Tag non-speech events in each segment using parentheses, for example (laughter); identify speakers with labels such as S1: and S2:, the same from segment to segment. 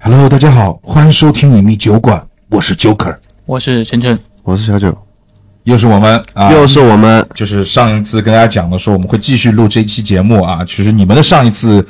S1: Hello，大家好，欢迎收听隐秘酒馆，我是 Joker，
S2: 我是晨晨，
S3: 我是小九，
S1: 又是我们啊，
S3: 又是我们，
S1: 就是上一次跟大家讲的说我们会继续录这一期节目啊，其实你们的上一次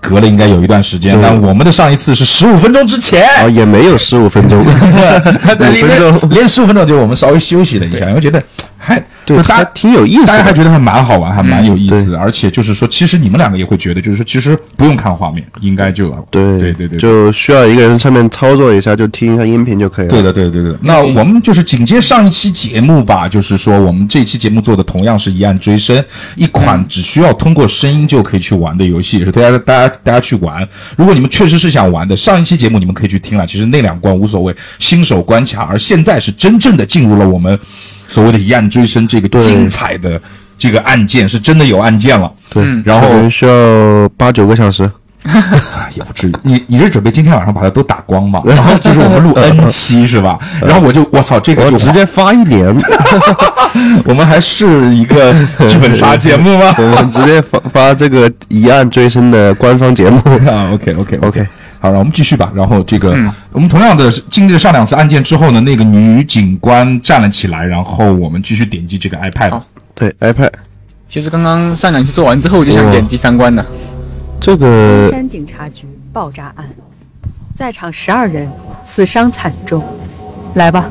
S1: 隔了应该有一段时间，
S3: 对
S1: 但我们的上一次是十五分钟之前，
S3: 哦，也没有十五分
S1: (laughs)
S3: 钟，
S1: 对
S3: 五分钟
S1: (laughs) 连连十五分钟就我们稍微休息了一下，因为觉得还
S3: 对，
S1: 大
S3: 还
S1: 家
S3: 挺有意思
S1: 大家还
S3: 的，嗯
S1: 觉得还蛮好玩，还蛮有意思，而且就是说，其实你们两个也会觉得，就是说，其实不用看画面，应该就
S3: 对
S1: 对对对，
S3: 就需要一个人上面操作一下，就听一下音频就可以了。
S1: 对的，对的
S3: 嗯
S1: 对的。那我们就是紧接上一期节目吧，就是说我们这期节目做的同样是一案追声，一款只需要通过声音就可以去玩的游戏，也是大家大家大家去玩。如果你们确实是想玩的，上一期节目你们可以去听了，其实那两关无所谓，新手关卡，而现在是真正的进入了我们所谓的一案追声这个精彩的这个案件，是真的有案件了。
S3: 对，
S1: 然后
S3: 可能需要八九个小时，
S1: 也不至于。你你是准备今天晚上把它都打光
S3: (laughs)
S1: 吗？然后就是我们录 N 期是吧？然后我就我操，这个
S3: 嗯我
S1: 就
S3: 直接发一年，
S1: (laughs) 我们还是一
S3: (laughs)
S1: 个剧本杀节目吗
S3: 我们直接发发这个一案追声的官方节目。
S1: (laughs) 啊？OK OK
S3: OK
S1: 好，然后我们继续吧。然后这
S3: 嗯
S1: 个，我们同样的经历了上两次案件之后呢，那个女警官站了起来，然后我们继续点击这个 iPad
S2: 好。
S3: 对，iPad
S1: 哎
S2: 其实刚刚上两期做完之后，我就想点击三关了。
S3: 这
S4: 中
S2: 呃
S3: 个
S4: 山警察局爆炸案，在场十二人死伤惨重。来吧，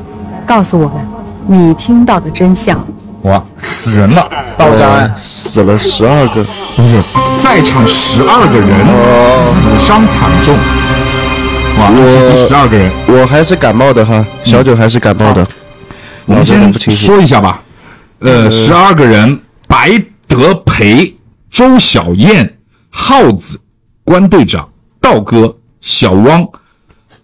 S4: 告诉我们你听到的真相。
S1: 哇，死人了！
S2: 爆炸
S3: 呃
S2: 案，
S3: 死了十二个，
S1: 在场十二个人
S3: 哦
S1: 死伤惨重。哇，
S3: 我
S1: 十二个人，
S3: 我还是感冒的哈，小九还是感冒的，
S1: 我们
S3: 脑子很
S1: 先
S3: 不清晰。
S1: 说一下吧。呃，十二个人：白德培、周小燕、耗子、关队长、道哥、小汪、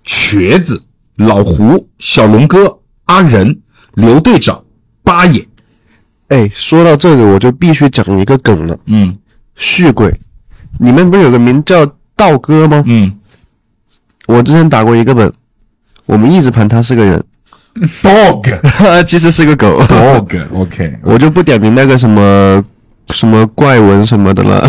S1: 瘸子、老胡、小龙哥、阿仁、刘队长、八爷。
S3: 哎，说到这个，我就必须讲一个梗了。
S1: 嗯
S3: 续鬼，里面不是有个名叫道哥吗？
S1: 嗯，
S3: 我之前打过一个本，我们一直盘他是个人，
S1: (laughs) dog
S3: (laughs) 其实是个狗。
S1: dog OK，
S3: (laughs) 我就不点名那个什么什么怪文什么的了。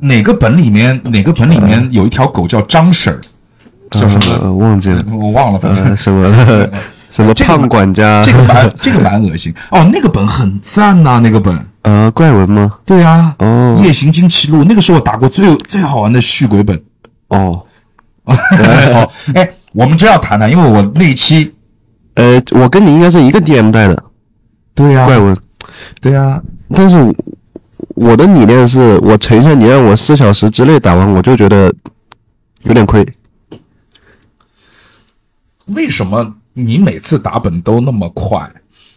S1: 哪个本里面哪个本里面有一条狗叫张婶儿， (laughs) 叫什么？
S3: 呃，忘记了，
S1: 我忘了，反正
S3: 呃，什么的，什么胖管家
S1: 这，个蛮这个蛮恶心哦，那个本很赞呐、那个本。
S3: 呃，怪文吗？
S1: 对啊，
S3: 哦
S1: 夜行惊奇录》那个是我打过最最好玩的续鬼本。
S3: 哦，
S1: (laughs) 哦，哎，我们真要谈谈，因为我那一期，
S3: 呃，我跟你应该是一个 DM 带的
S1: 对呀
S3: 怪文，
S1: 对啊呀，
S3: 但是我我的理念是我承认你让我四小时之内打完，我就觉得有点亏。
S1: 为什么你每次打本都那么快？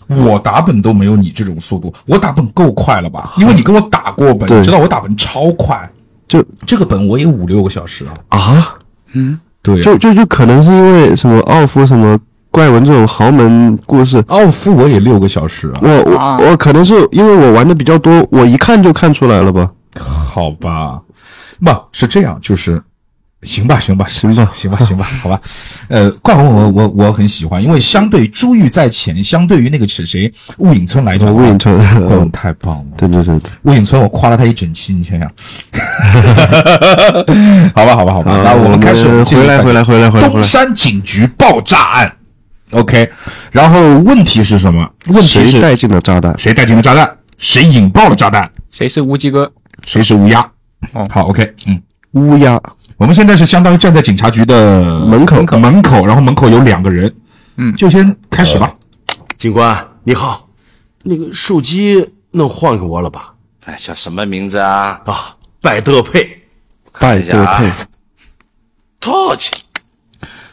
S1: 我打本都没有你这种速度，我打本够快了吧？因为你跟我打过本，
S3: 对
S1: 你知道我打本超快，
S3: 就
S1: 这个本我也五六个小时啊。
S3: 啊，
S1: 对
S3: 就就就可能是因为什么奥夫什么怪文这种豪门故事，
S1: 奥夫我也六个小时啊。
S3: 我
S2: 啊
S3: 我我可能是因为我玩的比较多，我一看就看出来了吧。
S1: 好吧，不是这样，就是行吧，行吧，行吧，行吧，行吧，好吧。呃，怪文我我我很喜欢，因为相对于珠玉在前，相对于那个谁谁雾隐村来讲，
S3: 魏影城，
S1: 怪文太棒了。
S3: 对对对对，
S1: 魏影村，我夸了他一整期，你想 (laughs) 想，好吧，好吧，好吧，那
S3: 呃
S1: 我们开始
S3: 我们
S1: 进入
S3: 回来
S1: 赛
S3: 回来回来回来回
S1: 东
S3: 来
S1: 山警局爆炸案，OK，然后问题是什么？问题
S3: 谁
S1: 是
S3: 带进了炸弹？
S1: 谁带进了炸弹？谁引爆了炸弹？
S2: 谁是无极哥？
S1: 谁是乌鸦？
S2: 哦
S1: 好，OK，嗯，
S3: 乌鸦，
S1: 我们现在是相当于站在警察局的
S3: 门口
S1: 门口，然后门口有两个人，
S2: 嗯
S1: 就先开始吧。
S3: 哦
S5: 警官，你好，那个手机能换给我了吧？
S6: 哎，叫什么名字啊？
S5: 啊，百德配，
S3: 拜
S6: 一
S2: 哎
S6: 下
S3: 德
S6: 啊
S3: 佩，
S5: 套起。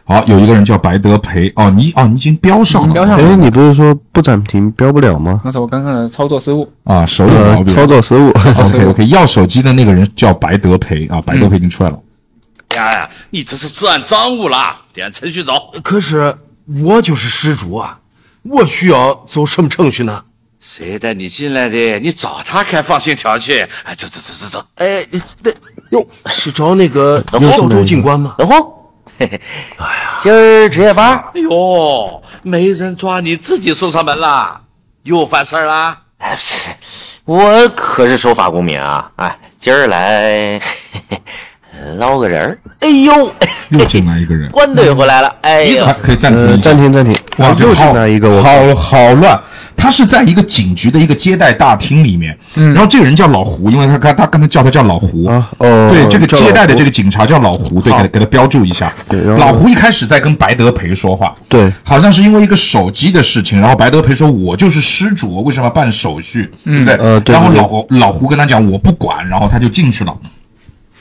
S1: 好，有一个人叫白德培，哦，你哦，你已经标上了，
S2: 嗯标上
S3: 哎，
S2: 了。
S3: 你不是说不暂停标不了吗？
S2: 那是我刚刚的操作失误。
S1: 啊，手有
S3: 呃
S1: 毛，病。哦
S3: 操作失误。 (laughs)
S1: OK OK，要手机的那个人叫白德培啊，白德培已经
S3: 嗯
S1: 出来了。
S6: 呀呀，你这是涉案赃物啦，点程序走。
S5: 可是我就是失主啊，我需要走什么程序呢？
S6: 谁带你进来的？你找他开放信条去。哎，走走走走走。
S5: 哎，那哟，是找那个小周警官吗？
S7: 老红，嘿嘿，
S5: 哎
S7: 今儿值夜班儿？
S6: 哎呦，没人抓你，自己送上门啦。又犯事儿啦？
S7: 哎，不是，我可是守法公民啊！哎，今儿来，嘿嘿， (laughs) 捞个人儿。哎呦，
S1: 又进来一个人，
S7: 官怼回来了。哎呦
S1: 还，可以暂停
S3: 呃，
S1: 一下
S3: 暂。停暂停，
S1: 哇，这
S3: 又
S1: 好
S3: 进来一个我，
S1: 好好乱。他是在一个警局的一个接待大厅里面，然后这个人叫老胡，因为他他他刚才叫他叫老胡
S3: 嗯啊哦
S1: 对，这个
S3: 叫老
S1: 接待的
S3: 胡
S1: 这个警察叫老胡，对，给他给他标注一下。
S3: 然后
S1: 老胡一开始在跟白德培说话，
S3: 对
S1: 好像是因为一个手机的事情，然后白德培说：“我就是失主，我为什么要办手续？”嗯，对，
S3: 呃对
S1: 然后
S3: 对对
S1: 老胡老胡跟他讲：“我不管。”然后他就进去了。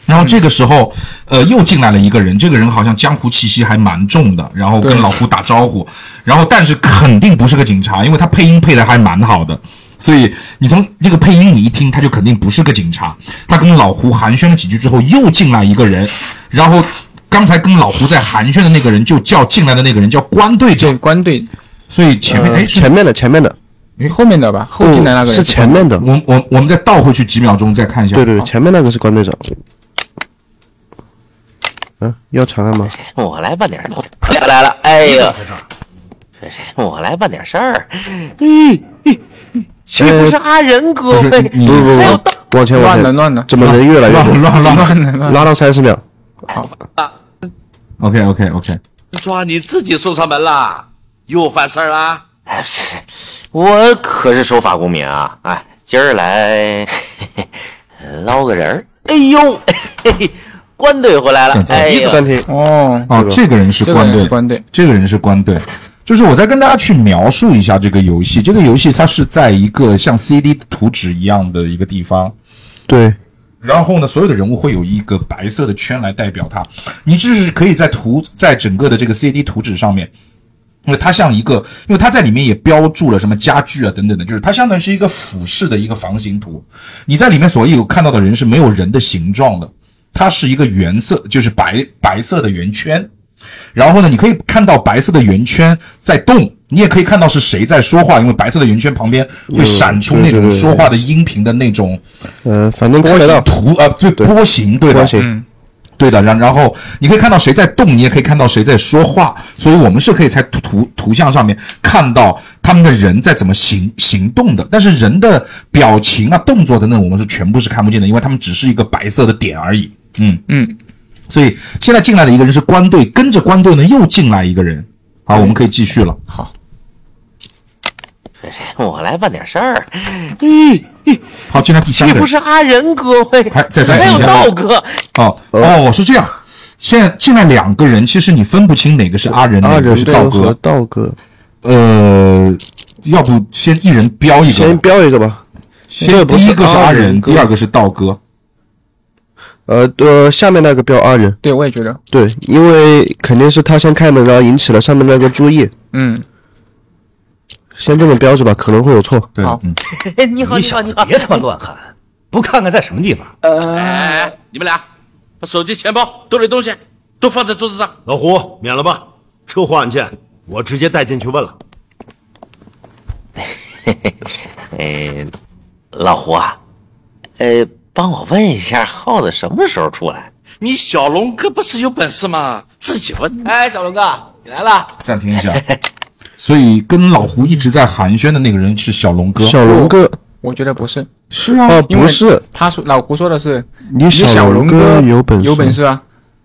S1: 然后这个时候，呃，又进来了一个人，这个人好像江湖气息还蛮重的，然后跟
S2: 对
S1: 老胡打招呼，然后但是肯定不是个警察，因为他配音配的还蛮好的，所以你从这个配音你一听，他就肯定不是个警察。他跟老胡寒暄了几句之后，又进来一个人，然后刚才跟老胡在寒暄的那个人就叫进来的那个人叫关队长
S2: 对，，官队
S1: 所以前面哎、
S3: 呃前面的前面的，
S2: 后面的吧，后进来那个人
S3: 是前面的，
S1: 我我我们再倒回去几秒钟再看一下，
S3: 对对对，前面那个是关队长。嗯、要长按吗？
S7: 我来办点事儿，来了。哎呦，我来办点事儿。咦、咦这哎不是阿仁哥
S1: 不
S7: 呗
S1: 是？你
S3: 不不
S7: 哎呦
S3: 不不，往前往
S2: 乱
S3: 前，
S2: 了乱了
S3: 怎么人越来越
S1: 乱
S3: 多？
S1: 乱乱
S2: 乱了乱了
S3: 拉到三十秒，
S1: ，OK OK OK，
S6: 抓你自己送上门啦，又犯事儿啦。
S7: 哎，是是我可是守法公民啊！哎，今儿来 (laughs) 捞个人儿。哎呦，嘿嘿官
S8: 哦
S7: 队回来了
S1: 暂。停
S7: 哎呦，
S3: 暂停。
S2: 哦，
S1: 哦，
S3: 对吧
S1: 这个人是
S2: 这个
S1: 关
S2: 人
S1: 队，
S2: 是关队，
S1: 这个人是关队。就是我再跟大家去描述一下这个游戏。这个游戏它是在一个像 CD 图纸一样的一个地方，
S3: 对，
S1: 然后呢，所有的人物会有一个白色的圈来代表它。你这是可以在图在整个的这个 CD 图纸上面，因为它像一个，因为它在里面也标注了什么家具啊等等的，就是它相当于是一个俯视的一个房形图。你在里面所有看到的人是没有人的形状的，它是一个原色，就是白白色的圆圈。然后呢，你可以看到白色的圆圈在动，你也可以看到是谁在说话，因为白色的圆圈旁边会闪出
S3: 嗯
S1: 那
S3: 对对
S1: 种
S3: 对对
S1: 说话的音频的那种
S3: 呃，反正看得到
S1: 图啊，对波形，对的，
S3: 波形
S1: 对的。然然后你可以看到谁在动，你也可以看到谁在说话，所以我们是可以在图图图像上面看到他们的人在怎么行行动的，但是人的表情啊、动作等等，我们是全部是看不见的，因为他们只是一个白色的点而已。嗯
S2: 嗯，
S1: 所以现在进来的一个人是关队，跟着关队呢又进来一个人。好，我们可以继续了。好，
S7: 我来办点事儿。咦、咦
S1: 好，进来第三
S7: 这
S1: 个人
S7: 不是阿仁哥呗？
S1: 还再再
S7: 还有
S1: 一下
S7: 道哥。
S1: 哦
S3: 呃
S1: 哦，我是这样。现在进来两个人，其实你分不清哪个是阿仁，
S3: 阿
S1: 哪个
S3: 仁
S1: 是道
S3: 哥
S1: 哥
S3: 啊和。道哥，
S1: 呃，要不先一人标一个
S3: 先
S1: 吧，
S3: 标一个吧。
S1: 先
S3: 不是啊
S1: 第一个是阿
S3: 阿
S1: 仁，
S3: 仁哥
S1: 第二个是道哥。
S3: 呃呃，下面那个标阿仁，
S2: 对，我也觉得，
S3: 对，因为肯定是他先开门，然后引起了上面那个注意，
S2: 嗯，
S3: 先这么标着吧，可能会有错。
S1: 对
S2: 好，
S1: 嗯，
S7: 哎你好，
S8: 你
S7: 你好，
S8: 小
S7: 你
S8: 子
S7: 好。
S8: 别他妈乱喊，不看看在什么地方？
S9: 呃
S6: 哎，你们俩把手机、钱包、兜里东西都放在桌子上。
S5: 老胡，免了吧，车祸案件我直接带进去问了。
S7: (laughs) 哎，老胡啊，呃，帮我问一下，耗子什么时候出来？
S6: 你小龙哥不是有本事吗？自己问。
S10: 哎，小龙哥，你来了。
S1: 暂停一下。所以跟老胡一直在寒暄的那个人是小龙哥，
S3: 小龙哥，
S2: 我觉得不是，
S1: 是啊，
S3: 哦，
S2: 因
S3: 不
S2: 为
S3: 是，
S2: 他说老胡说的是
S3: 你
S2: 小
S3: 龙
S2: 哥
S3: 有本事，
S2: 有本事啊，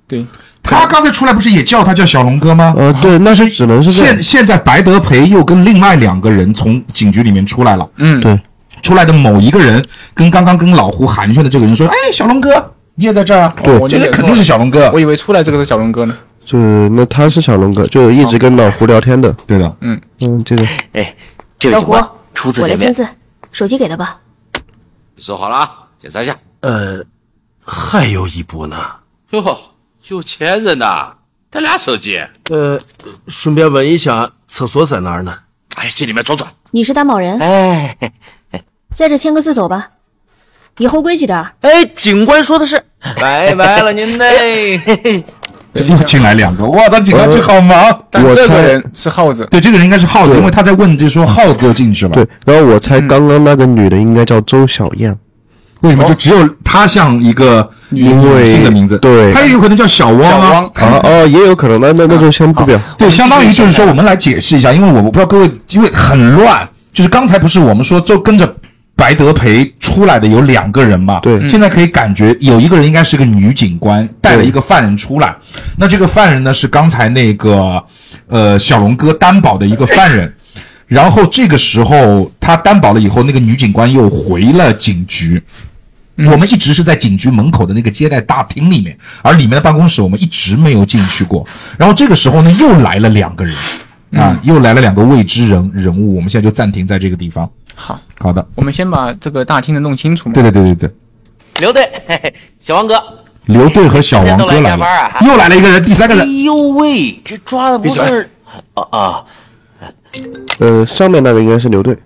S2: 对，
S1: 他刚才出来不是也叫他叫小龙哥吗？啊
S3: 呃，对，那是只能是这样
S1: 现。现在白德培又跟另外两个人从警局里面出来了，
S2: 嗯，
S3: 对，
S1: 出来的某一个人跟刚刚跟老胡寒暄的这个人说：“哎，小龙哥，你也在这儿啊？”
S2: 哦对我
S1: 这
S2: 理
S1: 个
S2: 解
S1: 肯
S2: 错
S1: 定
S2: 了
S1: 是小龙哥
S2: 我。以为出来这个是小龙哥呢，
S3: 就是那他是小龙哥，就一直跟老胡聊天的。
S1: 对的，
S3: 嗯，这个
S7: 哎，这位
S10: 老
S7: 警
S10: 胡
S7: 官，初次
S10: 我来
S7: 见
S10: 签
S7: 面，
S10: 字，手机给他吧。
S6: 你收好了啊，检查一下。
S5: 呃，还有一步呢。
S6: (laughs) 哟，有钱人呐，带俩手机。
S5: 呃，顺便问一下，厕所在哪儿呢？
S6: 哎，进里面转转。
S10: 你是担保人，
S7: 哎
S10: 在这签个字走吧。以后规矩点儿。
S7: 哎，警官说的是，
S8: 拜拜了您
S6: (laughs)
S8: 嘞。
S1: 又进来两 (laughs) 个，哇，他警察局好忙。
S2: 但
S3: 我
S2: 这个
S3: 猜
S2: 人是耗子，
S1: 呃对，这个人应该是耗子，因为他在问，就说耗子又进去了。
S3: 对，，然后我猜刚刚那个女的应该叫周小燕，
S1: 为什么就只有他像一个
S3: 因为
S1: 哦嗯性的名字？
S3: 对
S1: 他也有可能叫小汪
S2: 小
S1: 啊
S2: 汪。
S3: 啊哦，也有可能，那那那就先不表。
S1: 对，相当于就是说，我们来解释一下，因为我我不知道各位，因为很乱，就是刚才不是我们说就跟着白德培出来的有两个人嘛，
S2: 嗯
S3: 对
S1: 现在可以感觉有一个人应该是个女警官，带了一个犯人出来。那这个犯人呢是刚才那个呃小龙哥担保的一个犯人， (laughs) 然后这个时候他担保了以后，那个女警官又回了警局。
S2: 嗯
S1: 我们一直是在警局门口的那个接待大厅里面，而里面的办公室我们一直没有进去过。然后这个时候呢，又来了两个人，
S2: 嗯
S1: 啊，又来了两个未知人人物。我们现在就暂停在这个地方。
S2: 好，
S1: 好的，
S2: 我们先把这个大厅的弄清楚嘛。
S1: 对对对对对，
S7: 刘队， (laughs) 嘿嘿小王哥，
S1: 刘队和小王哥
S7: 今天都来
S1: 来
S7: 加
S1: 了，
S7: 班啊
S1: 又来了一个人，第三个
S7: 哎
S1: 人，
S7: 呦喂，这抓的不
S5: 闭嘴
S7: 是啊啊，
S3: 呃，上面那个应该是牛队，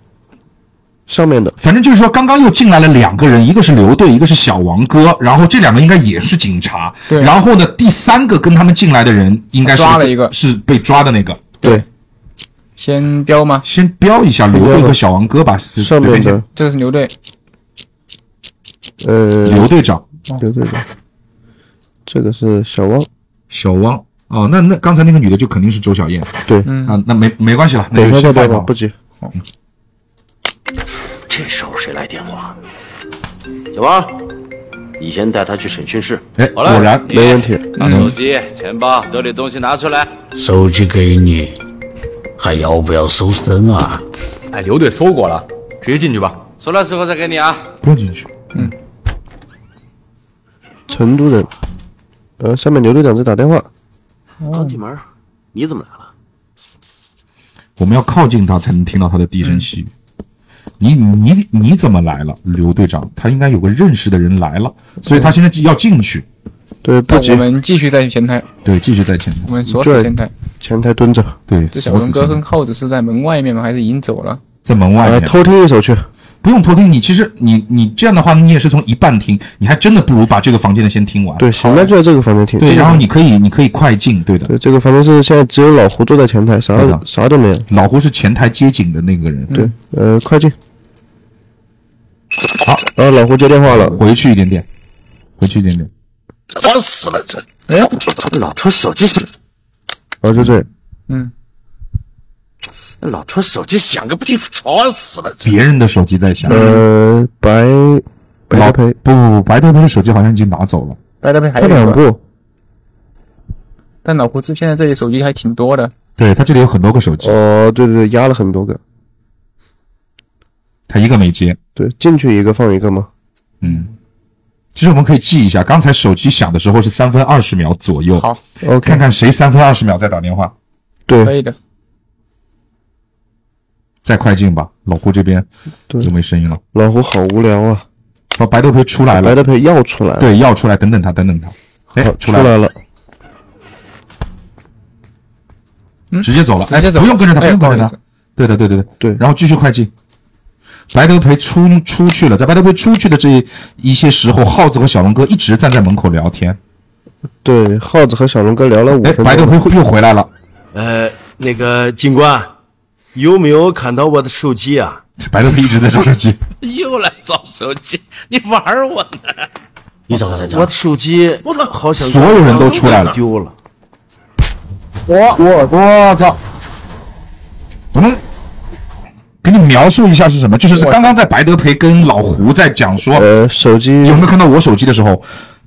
S3: 上面的
S1: 反正就是说，刚刚又进来了两个人，一个是刘队，一个是小王哥，然后这两个应该也是警察。
S2: 对
S1: 然后呢，第三个跟他们进来的人应该是
S2: 抓了一个
S1: 是被抓的那个。
S3: 对
S2: 先标吗？
S1: 先标一下刘队和小王哥吧，随
S3: 上面。
S1: 随
S3: 的
S1: 便
S2: 这个是牛队，
S3: 呃
S1: 先刘队长，
S3: 牛队吧，这个是小汪，
S1: 小汪。哦，那那刚才那个女的就肯定是周小燕
S3: 对，
S2: 嗯
S1: 啊，那没没关系了，那
S3: 等一
S1: 就
S3: 下再
S1: 先
S3: 报
S1: 放
S3: 吧，
S1: 吧。
S3: 不急。
S7: 这时候谁来电话？小王，你先带他去审讯室。
S1: 哎，
S6: 好了，
S1: 果然
S6: 你
S3: 没问题嗯
S6: 拿手机、钱包、兜里东西拿出来。
S11: 手机给你，还要不要搜身啊？
S8: 哎，刘队搜过了，直接进去吧。
S6: 出来时候再给你啊。
S1: 不用进去。
S3: 嗯
S1: 嗯
S3: 成都人，呃，上面牛队长在打电话，
S1: 啊
S7: 高进门，你怎么来了？
S1: 我们要靠近他才能听到他的低声细语。
S2: 嗯
S1: 你你你怎么来了，刘队长？他应该有个认识的人来了，所以他现在要进去。
S3: 对，不
S2: 那
S3: 急
S2: 我，们继续在前台，
S1: 对，继续在前台。
S2: 我们锁死前台。
S3: 前台蹲着，
S1: 对，
S2: 这小
S1: 锁
S2: 龙
S1: 死
S2: 哥
S1: 前
S2: 跟
S1: 台
S2: 耗子是在门外面吗？还是已经走了？
S1: 在门外
S3: 呃，
S1: 面，
S3: 偷听一首去，
S1: 不用偷听。你其实你你这样的话，你也是从一半听，你还真的不如把这个房间的先听完。
S3: 对，行，那就在这个房间听。
S1: 对，
S3: 这个
S1: 然后你可以你可以快进，对的。
S3: 对，这个房间是现在只有老胡坐在前台，啥
S1: 对的
S3: 啥都没有。
S1: 老胡是前台接警的那个人，
S3: 对，呃，快进。好，呃，老胡接电话了，
S1: 回去一点点，回去一点点。
S6: 我死了这！哎，老头手机响，
S3: 啊，就这，
S6: 老头手机响个屁，吵我死了这！
S1: 别人的手机在响，
S3: 呃，白白德
S1: 老
S3: 培，
S1: 不不不，白德培的手机好像已经拿走了。
S2: 白德培还
S3: 他两部，
S2: 但老胡子现在这里手机还挺多的，
S1: 对他这里有很多个手机，
S3: 哦，对对对，压了很多个，
S1: 他一个没接。
S3: 对，进去一个放一个嘛，
S1: 其实我们可以记一下，刚才手机响的时候是三分二十秒左右。
S2: 好
S1: 看看谁三分二十秒再打电话，
S2: 可
S3: 对
S2: 以的。
S1: 再快进吧。老胡这边
S3: 对
S1: 就没声音了。
S3: 老胡好无聊啊，
S1: 哦，白头培出来
S3: 白
S1: 了，
S3: 德培要出来了，
S1: 对，要出来，等等他，等等他。哎
S3: 好，，
S1: 出
S3: 出
S1: 来了，
S3: 来了，
S1: 直接走了，
S2: 嗯直接
S1: 哎
S2: 走
S1: 不用跟着他，不
S2: 哎
S1: 用跟
S2: 不好意
S1: 着他
S2: 思。
S1: 对的，对对对
S3: 对
S1: 然后继续快进。白德培出出去了，在白德培出去的这一些时候，耗子和小龙哥一直站在门口聊天。
S3: 对，耗子和小龙哥聊了五
S1: 哎，
S3: 分
S1: 白德
S3: 钟，
S1: 培又回来了，
S5: 呃，那个警官，有没有看到我的手机啊？
S1: 白德培一直在找手机。
S6: 又来找手机，你玩我呢？
S11: 你找他
S5: 我的手机，我操，好像
S1: 所有人都出来了
S5: 丢了。
S1: 我我操！我们给你描述一下是什么，就是刚刚在白德培跟老胡在讲说
S3: 呃，手机
S1: 有没有看到我手机的时候，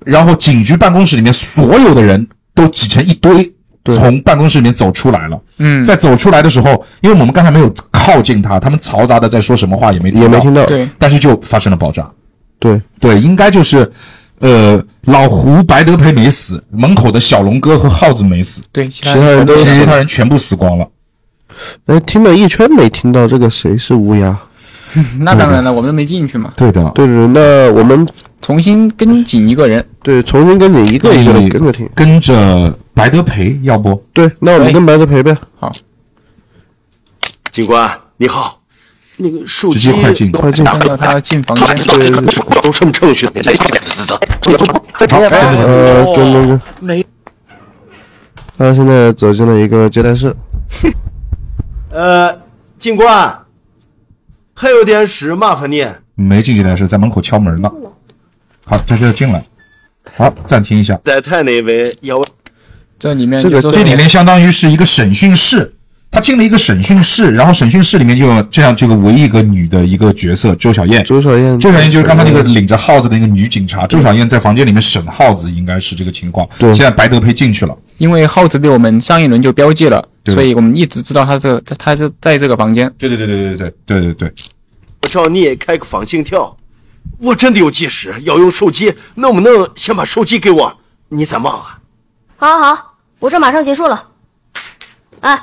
S1: 然后警局办公室里面所有的人都挤成一堆。从办公室里面走出来了，嗯，在走出来的时候，因为我们刚才没有靠近他，他们嘈杂的在说什么话也没
S3: 也没听到，
S2: 对，
S1: 但是就发生了爆炸。
S3: 对，
S1: 对，应该就是，呃，老胡、白德培没死，门口的小龙哥和耗子没死，
S2: 对，其
S3: 其他人都
S1: 其
S3: 是，
S1: 他人全部死光了。
S3: 哎，听了一圈没听到这个谁是乌鸦，
S2: (laughs) 那当然了，我们都没进去嘛，
S1: 对的，
S3: 对对对，那我们
S2: 重新跟紧一个人。
S3: 对重新跟着一个一个的
S1: 嗯
S3: 跟着听，
S1: 跟着白德培，要不
S3: 对，那我
S2: 可
S3: 们
S2: 以
S3: 跟白德培呗，
S5: 警官，你好，那个手
S1: 直
S5: 机
S1: 接快进，
S3: 快进，
S2: 看到他进房间，
S3: 对对对。
S5: 都什么程序？哎
S3: 呃，跟那
S6: 没，
S3: 个他现在走进了一个接待室，
S5: 呃，警官，还有点事麻烦你。
S1: 没进去的是在门口敲门了。好，这就进来。好，暂停一下，
S5: 带台那位要
S2: 这里面
S3: 这个
S2: 就
S1: 这里
S2: 是
S1: 面相当于是一个审讯室，他进了一个审讯室，然后审讯室里面就有这样这个唯一一个女的一个角色周小燕。
S3: 周小燕，
S1: 周小燕就是刚才那个领着耗子的那个女警察，周小燕在房间里面审耗子，应该是这个情况。
S3: 对
S1: 现在白德培进去了，
S2: 因为耗子被我们上一轮就标记了，
S1: 对
S2: 所以我们一直知道他这个他是在这个房间。
S1: 对对对对对对对对对，
S5: 我照你也开个仿心跳，我真的有计时，要用手机，能不能先把手机给我？你咋忙啊？
S10: 好好好，我这马上结束了。哎，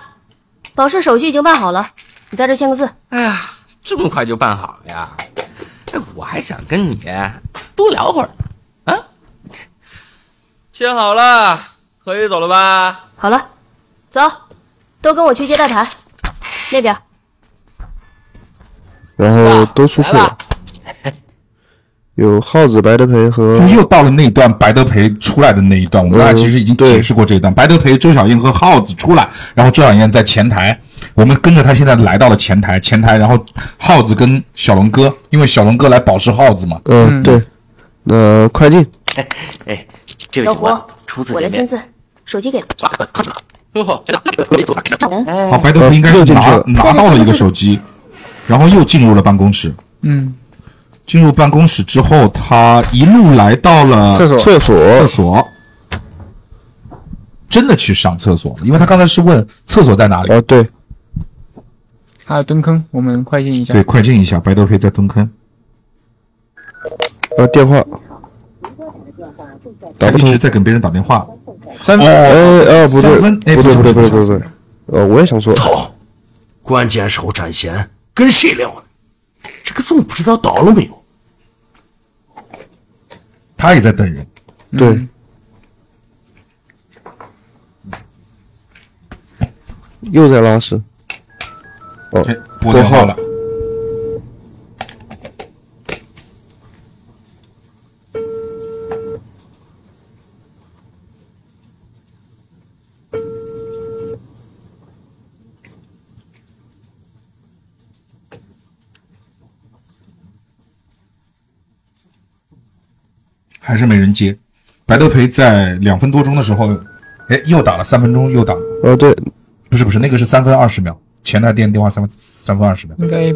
S10: 保释手续已经办好了，你在这签个字。
S12: 哎呀，这么快就办好了呀？哎，我还想跟你多聊会儿呢。啊，签好了，可以走了吧？
S10: 好了，走，都跟我去接待台那边。
S3: 然后
S2: 啊
S3: 都出去了，有耗子、白德培和
S1: 又到了那一段白德培出来的那一段，
S3: 嗯
S1: 我们刚才其实已经解释过这一段。白德培、周小燕和耗子出来，然后周小燕在前台，我们跟着他现在来到了前台，前台，然后耗子跟小龙哥，因为小龙哥来保释耗子嘛，
S3: 嗯，对，那快进，
S7: 哎，这位
S10: 老
S7: 警
S10: 胡
S7: 官，初，次
S10: 我来
S7: 见
S10: 签
S7: 面，
S10: 字，手机给了。嗯
S12: 哟
S7: 哦
S12: 呵，
S7: 哎
S1: 好，白德培应该是拿
S3: 呃
S1: 拿到了一个手机，然后又进入了办公室。
S2: 嗯，
S1: 进入办公室之后，他一路来到了
S2: 厕所
S3: 厕所
S1: 厕所，真的去上厕所了，因为他刚才是问厕所在哪里。
S3: 哦，对
S2: 还有蹲坑，我们快进一下。
S1: 对，快进一下，白德培在蹲坑，
S3: 呃，电话，
S1: 他一直在跟别人打电话。
S2: 三
S1: 哦
S3: 哎哦，不对
S1: 三，分，哎
S3: 不对，
S1: 是
S3: 不对，不
S1: 是
S3: 对，
S1: 是
S3: 不对，不对，呃，我也想说，
S5: 操！关键时候占闲，跟谁聊呢？这个总不知道到了没有？
S1: 他也在等人。
S3: 对，
S1: 嗯
S3: 又在拉屎，哦
S1: 哎，拨电话了，还是没人接。白德培在两分多钟的时候，哎，又打了三分钟，又打了，
S3: 哦，对，
S1: 不是不是，那个是三分二十秒，前台电电话三分三分二十秒。
S2: 应该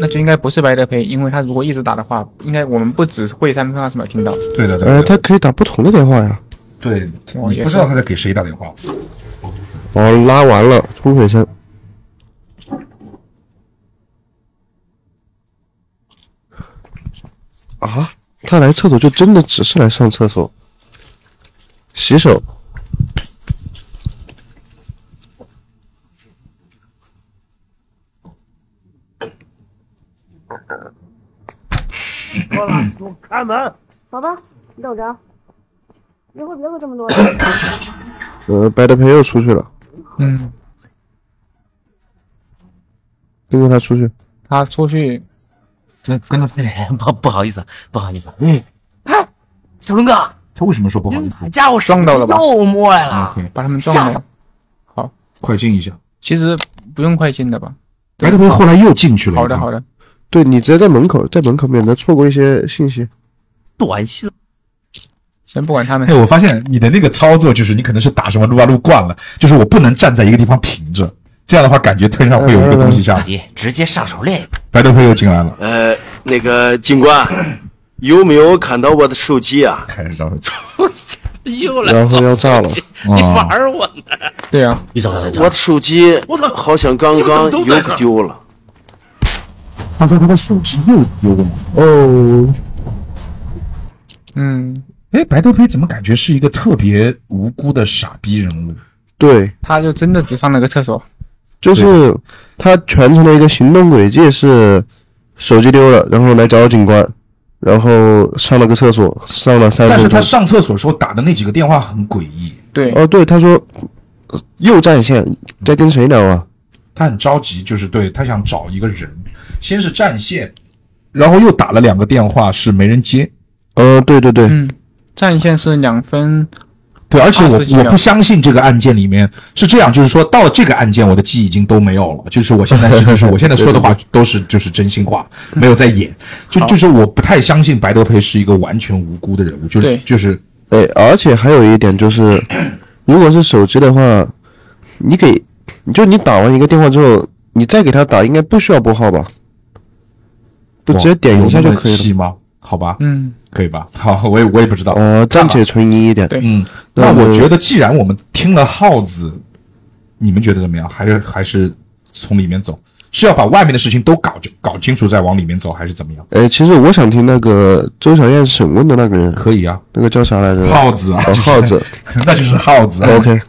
S2: 那就应该不是白德培，因为他如果一直打的话，应该我们不只会三分二十秒听到。
S1: 对的，对
S3: 呃，
S1: 的，
S3: 他可以打不同的电话呀，
S1: 对，
S2: 哦
S1: 你
S2: 也
S1: 不知
S2: 是
S1: 道他在给谁打电话。
S3: 哦，拉完了，冲水声，啊，他来厕所就真的只是来上厕所，洗手，
S10: 宝宝，你等着，一会儿别喝这
S7: (laughs)
S10: 么多了。
S3: 呃，白德培又出去了，
S2: 嗯，
S3: 跟着他出去，
S2: 他出去
S1: 跟
S9: (laughs)
S1: 跟他说，
S7: 不不好意思，不好意思，
S9: 嗯啊
S12: 小龙哥，
S1: 他为什么说不好意思？
S12: 你家伙是不
S2: 撞
S12: 是
S2: 到了吧
S12: 又摸来了。
S1: OK，
S2: 把他们撞了。
S1: 快进一下。哎
S2: 其实不用快进的吧？
S1: 白德培后来又进去了。
S2: 好的，好
S1: 的。
S2: 的。
S3: 对你直接在门口，在门口免得错过一些信息，
S7: 短信
S2: 先不管他们
S1: 哎，，我发现你的那个操作就是你可能是打什么撸啊撸惯了，就是我不能站在一个地方停着，这样的话感觉推上会有一个东西下
S7: 打
S2: 嗯
S1: 来。
S7: 击，直接上手练。
S1: 白德培又进来了，
S5: 呃，那个警官，有没有看到我的手机啊？
S1: 开始找他。
S9: (laughs)
S12: 又来
S3: 然后要炸了，啊
S12: 你玩我呢？
S2: 对啊，
S11: 你等等
S5: 我的手机好像刚刚
S12: 你们都
S5: 又
S12: 在这儿
S5: 丢了。
S1: 他说他的手机又丢了。
S3: 哦，
S2: 嗯，
S1: 哎，白德培怎么感觉是一个特别无辜的傻逼人物？
S3: 对，
S2: 他就真的只上了个厕所。
S3: 就是他全程的一个行动轨迹是手机丢了，然后来找警官，然后上了个厕所，上了三
S1: 但是
S3: 分
S1: 他
S3: 钟。
S1: 上厕所时候打的那几个电话很诡异，
S2: 对，
S3: 哦，对，他说呃又占线，在跟谁聊啊？
S1: 他很着急，就是对他想找一个人，先是占线，然后又打了两个电话是没人接。
S3: 呃，对对对，
S2: 嗯，战线是两分，
S1: 对，而且
S2: 20几
S1: 我我
S2: 秒
S1: 不相信这个案件里面是这样，就是说到了这个案件，我的记忆已经都没有了，就是我现在
S2: (laughs)
S1: 是就是我现在说的话都是就是真心话，没有在演，就就是我不太相信白德培是一个完全无辜的人物，就是
S2: 对
S1: 就是 (coughs)
S3: 哎，而且还有一点就是，如果是手机的话，你给你就你打完一个电话之后，你再给他打，应该不需要拨号吧？就直接点一下就可以
S1: 有那么细
S3: 了。
S1: 吗？好吧，
S2: 嗯，
S1: 可以吧？好，我也我也不知道。
S3: 呃，暂且存疑一点。
S1: 嗯，那我觉得既然我们听了号子，你们觉得怎么样？还是还是从里面走？是要把外面的事情都搞就搞清楚再往里面走，还是怎么样？
S3: 哎，其实我想听那个周小燕审问的那个人，
S1: 可以啊，
S3: 那个叫啥来着？
S1: 耗子啊
S3: 哦，
S1: 就是
S3: 耗
S1: (laughs)，
S3: 子
S1: 那就是耗子嗯
S3: OK，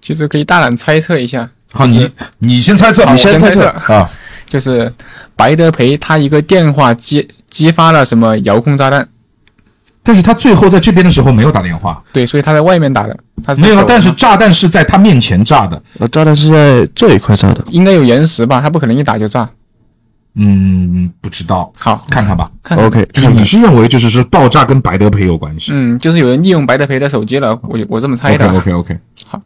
S2: 其实可以大胆猜测一下。
S1: 好，你你先猜测吧
S2: 我
S1: 你先
S2: 猜
S1: 猜测啊。
S2: (laughs) 就是白德培他一个电话激激发了什么遥控炸弹，
S1: 但是他最后在这边的时候没有打电话，
S2: 对，所以他在外面打的，他
S1: 没有，
S2: 走的
S1: 但是炸弹是在他面前炸的。
S3: 呃，炸弹是在这一块炸的。
S2: 应该有延时吧，他不可能一打就炸。
S1: 嗯，不知道，
S2: 好，
S1: 看看吧。
S2: 看看吧 OK
S1: 就是你是认为就是是爆炸跟白德培有关系
S2: 嗯，就是有人利用白德培的手机了，我我这么猜
S1: ？OK
S2: 的。啊
S1: OK OK。
S2: 好，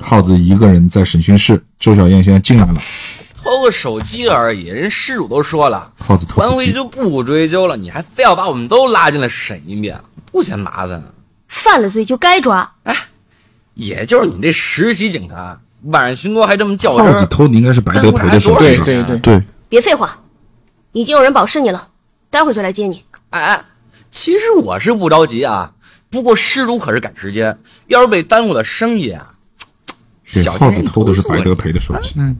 S1: 耗子一个人在审讯室，周小燕现在进来了。
S9: 偷个手机而已，人失主都说了，
S1: 耗子偷
S9: 还
S1: 手
S9: 回去
S1: 机，
S9: 就不追究了，你还非要把我们都拉进来审一遍，不嫌麻烦？
S13: 犯了罪就该抓。
S9: 也就是你这实习警察，晚上巡逻还这么较真
S1: 耗子
S9: 儿，
S1: 偷的应该是白德培的手
S9: 对
S1: 机吧。
S9: 对对
S1: 对，
S13: 别废话，已经有人保释你了，待会儿就来接你。
S9: 哎哎，其实我是不着急啊，不过失主可是赶时间，要是被耽误了生意啊，
S1: 对，
S9: 小
S1: 耗
S9: 心
S1: 子
S9: 人
S1: 偷的是
S9: 投诉啊
S1: 白
S9: 你
S1: 德培的手机。
S2: 嗯，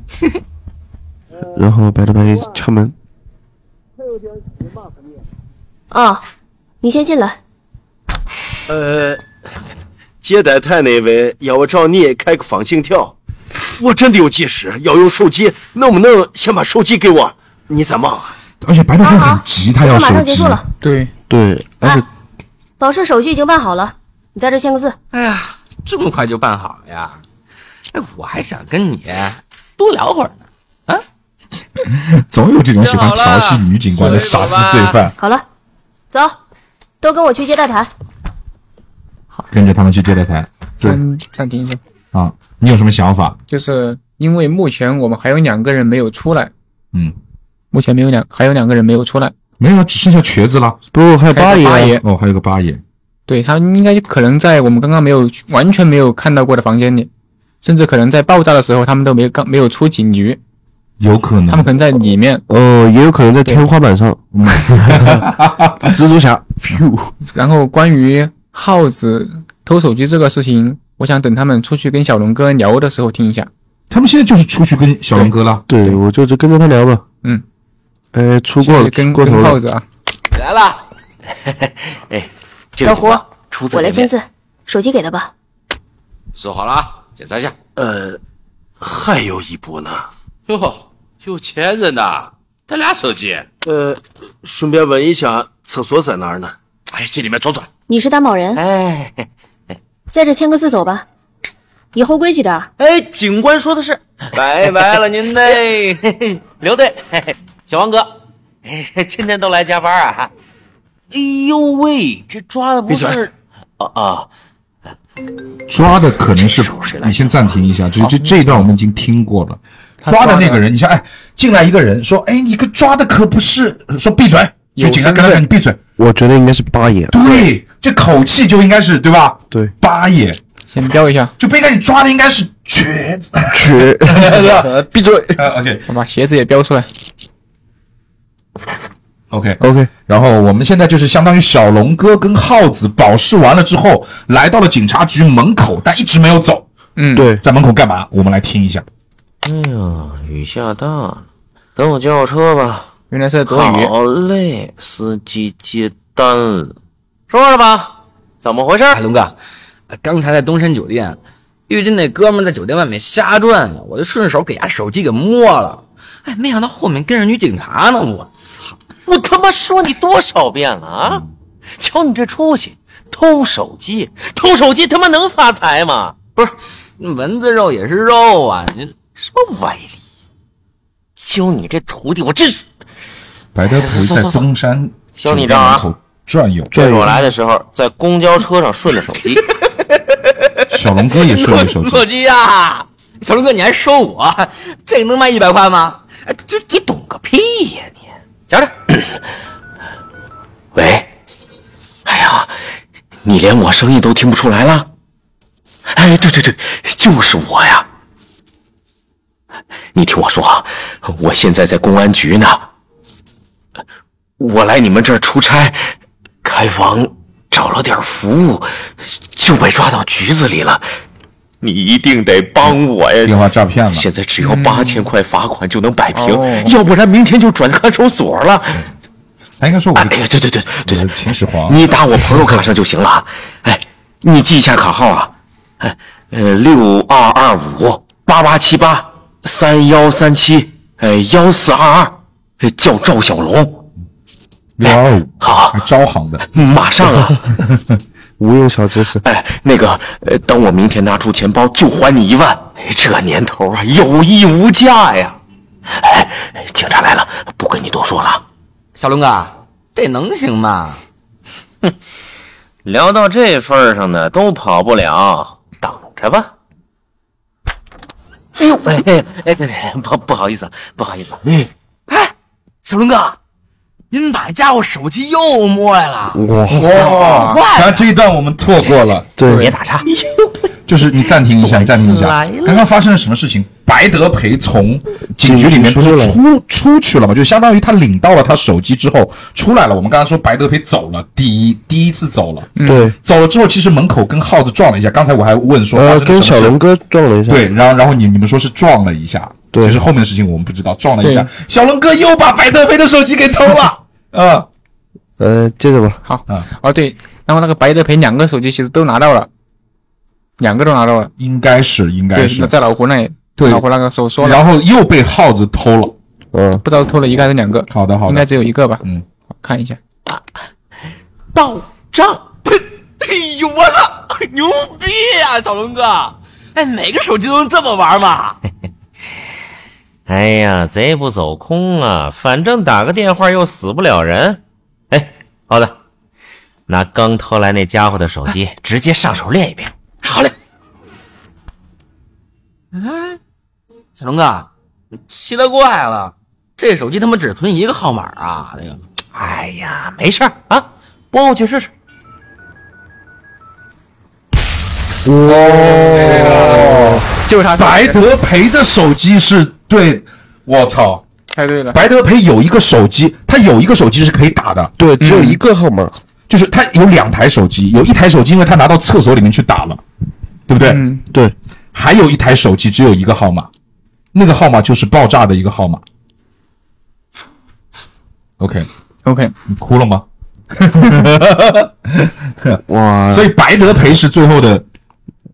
S3: 然后白德培敲门，
S13: 啊，你先进来。
S5: 呃，接待太那位要我找你开个仿心跳，我真的有急事要用手机，能不能先把手机给我？你在忙啊？
S1: 而且白德培很急，他要
S13: 马
S1: 手
S13: 上结
S1: 机
S13: 束。了，啊
S2: 对
S3: 对，而且
S13: 保释手续已经办好了，你在这签个字。
S9: 哎呀，这么快就办好了呀？哎，我还想跟你多聊会儿呢。
S1: 总有这种喜欢调戏女警官的傻子罪
S2: (laughs)
S1: 犯，
S13: 好了，走，都跟我去接待台。
S1: 跟着他们去接待台。对
S2: 嗯，暂停一下，
S1: 啊，你有什么想法？
S2: 就是因为目前我们还有两个人没有出来，
S1: 嗯，
S2: 目前没有两还有两个人没有出来，
S1: 没有，啊只剩下瘸子了。
S3: 不，还
S2: 有八爷还有八爷
S1: 哦，还有个八爷。
S2: 对他应该可能在我们刚刚没有完全没有看到过的房间里，甚至可能在爆炸的时候他们都没有刚没有出警局，
S1: 有可能
S2: 他们可能在里面，
S3: 呃，也有可能在天花板上。蜘蛛侠，
S2: 然后关于耗子偷手机这个事情，我想等他们出去跟小龙哥聊的时候听一下。
S1: 他们现在就是出去跟小龙哥了。
S3: 对，我就就跟着他聊吧。
S2: 嗯，
S3: 哎，出过了，
S2: 跟
S3: 出过头
S2: 跟耗
S3: 了
S2: 子。啊，
S9: 来了，
S7: (laughs) 哎，
S13: 老胡，
S7: 出自
S13: 我来
S7: 前
S13: 签
S7: 面
S13: 字，手机给他吧。
S9: 收好了啊，检查一下。
S5: 呃，还有一步呢。
S9: 哟，有钱人呐，带俩手机。
S5: 呃，顺便问一下，厕所在哪儿呢？
S9: 哎，进里面转转。
S13: 你是担保人？
S7: 哎，
S13: 在这签个字走吧，以后规矩点儿。
S7: 哎，警官说的 (laughs) 是，拜拜了您嘞，嘿嘿 (laughs) 刘队，嘿嘿小王哥，哎，今天都来加班啊？哎呦喂，这抓的不是啊啊！
S1: 抓的可能是你先暂停一下，这这这一段我们已经听过了。抓的那个人，你像哎，进来一个人说，哎，你个抓的可不是，说闭嘴，就警察跟他讲你闭嘴，
S3: 我觉得应该是八爷。
S1: 对，这口气就应该是对吧？
S3: 对，
S1: 八爷
S2: 先标一下，
S1: 就不应该你抓的应该是瘸子，
S3: 瘸，
S2: (laughs)
S1: 对吧
S3: 闭嘴。
S1: 啊？OK
S2: 我把鞋子也标出来。
S1: OK
S3: OK，
S1: 然后我们现在就是相当于小龙哥跟耗子保释完了之后，来到了警察局门口，但一直没有走，
S2: 嗯，
S3: 对，
S1: 在门口干嘛？我们来听一下。
S7: 哎呀，雨下大了，等我叫车吧。
S2: 原来是躲雨。
S7: 好嘞，司机接单了，说说吧，怎么回事？
S9: 哎，龙哥，呃刚才在东山酒店遇见那哥们儿在酒店外面瞎转悠，我就顺手给他手机给摸了。哎，没想到后面跟着女警察呢，我
S7: 我他妈说你多少遍了啊！瞧你这出息，偷手机，偷手机他妈能发财吗？
S9: 不是蚊子肉也是肉啊！你
S7: 什么歪理？就你这徒弟，我真是
S1: 白德培在东山
S7: 消你账啊
S1: 酒店门口转悠，
S7: 这是我来的时候在公交车上顺着手机，
S1: 小龙哥也顺着手机。
S9: 诺基亚，啊小龙哥，你还收我？这个能卖一百块吗？哎，这
S7: 你懂个屁呀、你！瞧着，喂，哎呀，你
S9: 你连我声音都听不出来了？哎，对对对，就是我呀！你听我说啊，我现在在公安局呢，我来你们这儿出差，开房找了点服务，就被抓到局子里了。你一定得帮我呀！电
S1: 话诈骗了，
S9: 现在只要八千块罚款就能摆平，
S1: 哦
S9: 要不然明天就转看守所了。
S1: 嗯他应该说我，
S9: 哎呀，对对对对对，秦
S1: 始皇，
S9: 你打我朋友卡上就行了啊。哎，你记一下卡号啊，哎，呃，六二二五八八七八三幺三七，哎，幺四二二，哎叫赵小龙，
S1: 六二五，
S9: 好，
S1: 招行的，
S9: 马上啊。
S3: 无用小知识。
S9: 哎，那个，呃，等我明天拿出钱包，就还你一万。哎这年头啊，有益无价呀。哎，警察来了，不跟你多说了。
S14: 小龙哥，这能行吗？
S7: (laughs) 聊到这份儿上呢，都跑不了，等着吧。 (laughs)
S14: 哎呦，
S7: 哎哎哎哎，不不好意思啊，不好意思啊，嗯，
S14: 小龙哥，您把家伙手机又摸来了。
S1: 哇！然后这一段我们错过了，
S3: 对，
S1: 别
S7: 打岔，
S1: 就是你暂停一下，你暂停
S7: (laughs)
S1: 一下
S7: 来了，
S1: 刚刚发生了什么事情？白德培从警局里面不是出出去了吗？就相当于他领到了他手机之后出来了。我们刚才说白德培走了，第一第一次走了，
S3: 嗯对，
S1: 走了之后，其实门口跟耗子撞了一下。刚才我还问说发生
S3: 呃，
S1: 了
S3: 跟
S1: 什
S3: 小
S1: 么事
S3: 龙哥撞了一下。
S1: 对，， (laughs) 然后然后你你们说是撞了一下，
S3: 对
S1: 其实后面的事情我们不知道，撞了一下
S3: 对，
S1: 小龙哥又把白德培的手机给偷了，嗯，
S3: (laughs) 呃，接着吧。
S2: 好，哦对，然后那个白德培两个手机其实都拿到了，两个都拿到了，
S1: 应该是应该
S2: 对，
S1: 是
S2: 那在老胡那里，
S1: 对
S2: 老胡那个时候说了，
S1: 然后又被耗子偷了，
S3: 嗯，
S2: 不知道偷了一个还是两个，
S1: 好的好的
S2: 应该只有一个吧，
S1: 嗯，
S2: 看一下，
S14: 到账。哎呦我操，牛逼呀、小龙哥！哎，每个手机都能这么玩吗？
S7: 哎呀，贼不走空啊，反正打个电话又死不了人。哎，好的，拿刚偷来那家伙的手
S14: (laughs)
S7: 机，直接上手练一遍。
S14: 哎，小龙哥，奇了怪了，这手机他妈只存一个号码啊！这个，
S7: 哎呀，没事儿啊，拨过去试试。
S3: 哦
S1: 哇，
S2: 就是他
S1: 白德培的手机是对，我操，
S2: 猜对了，
S1: (laughs) 白德培有一个手机，他有一个手机是可以打的，
S2: 嗯
S3: 对，只有一个号码，
S1: 就是他有两台手机，有一台手机因为他拿到厕所里面去打了，对不对？嗯，
S3: 对，
S1: 还有一台手机只有一个号码，那个号码就是爆炸的一个号码。OK
S2: OK，
S1: 你哭了吗？
S3: (laughs) 哇！
S1: 所以白德培是最后的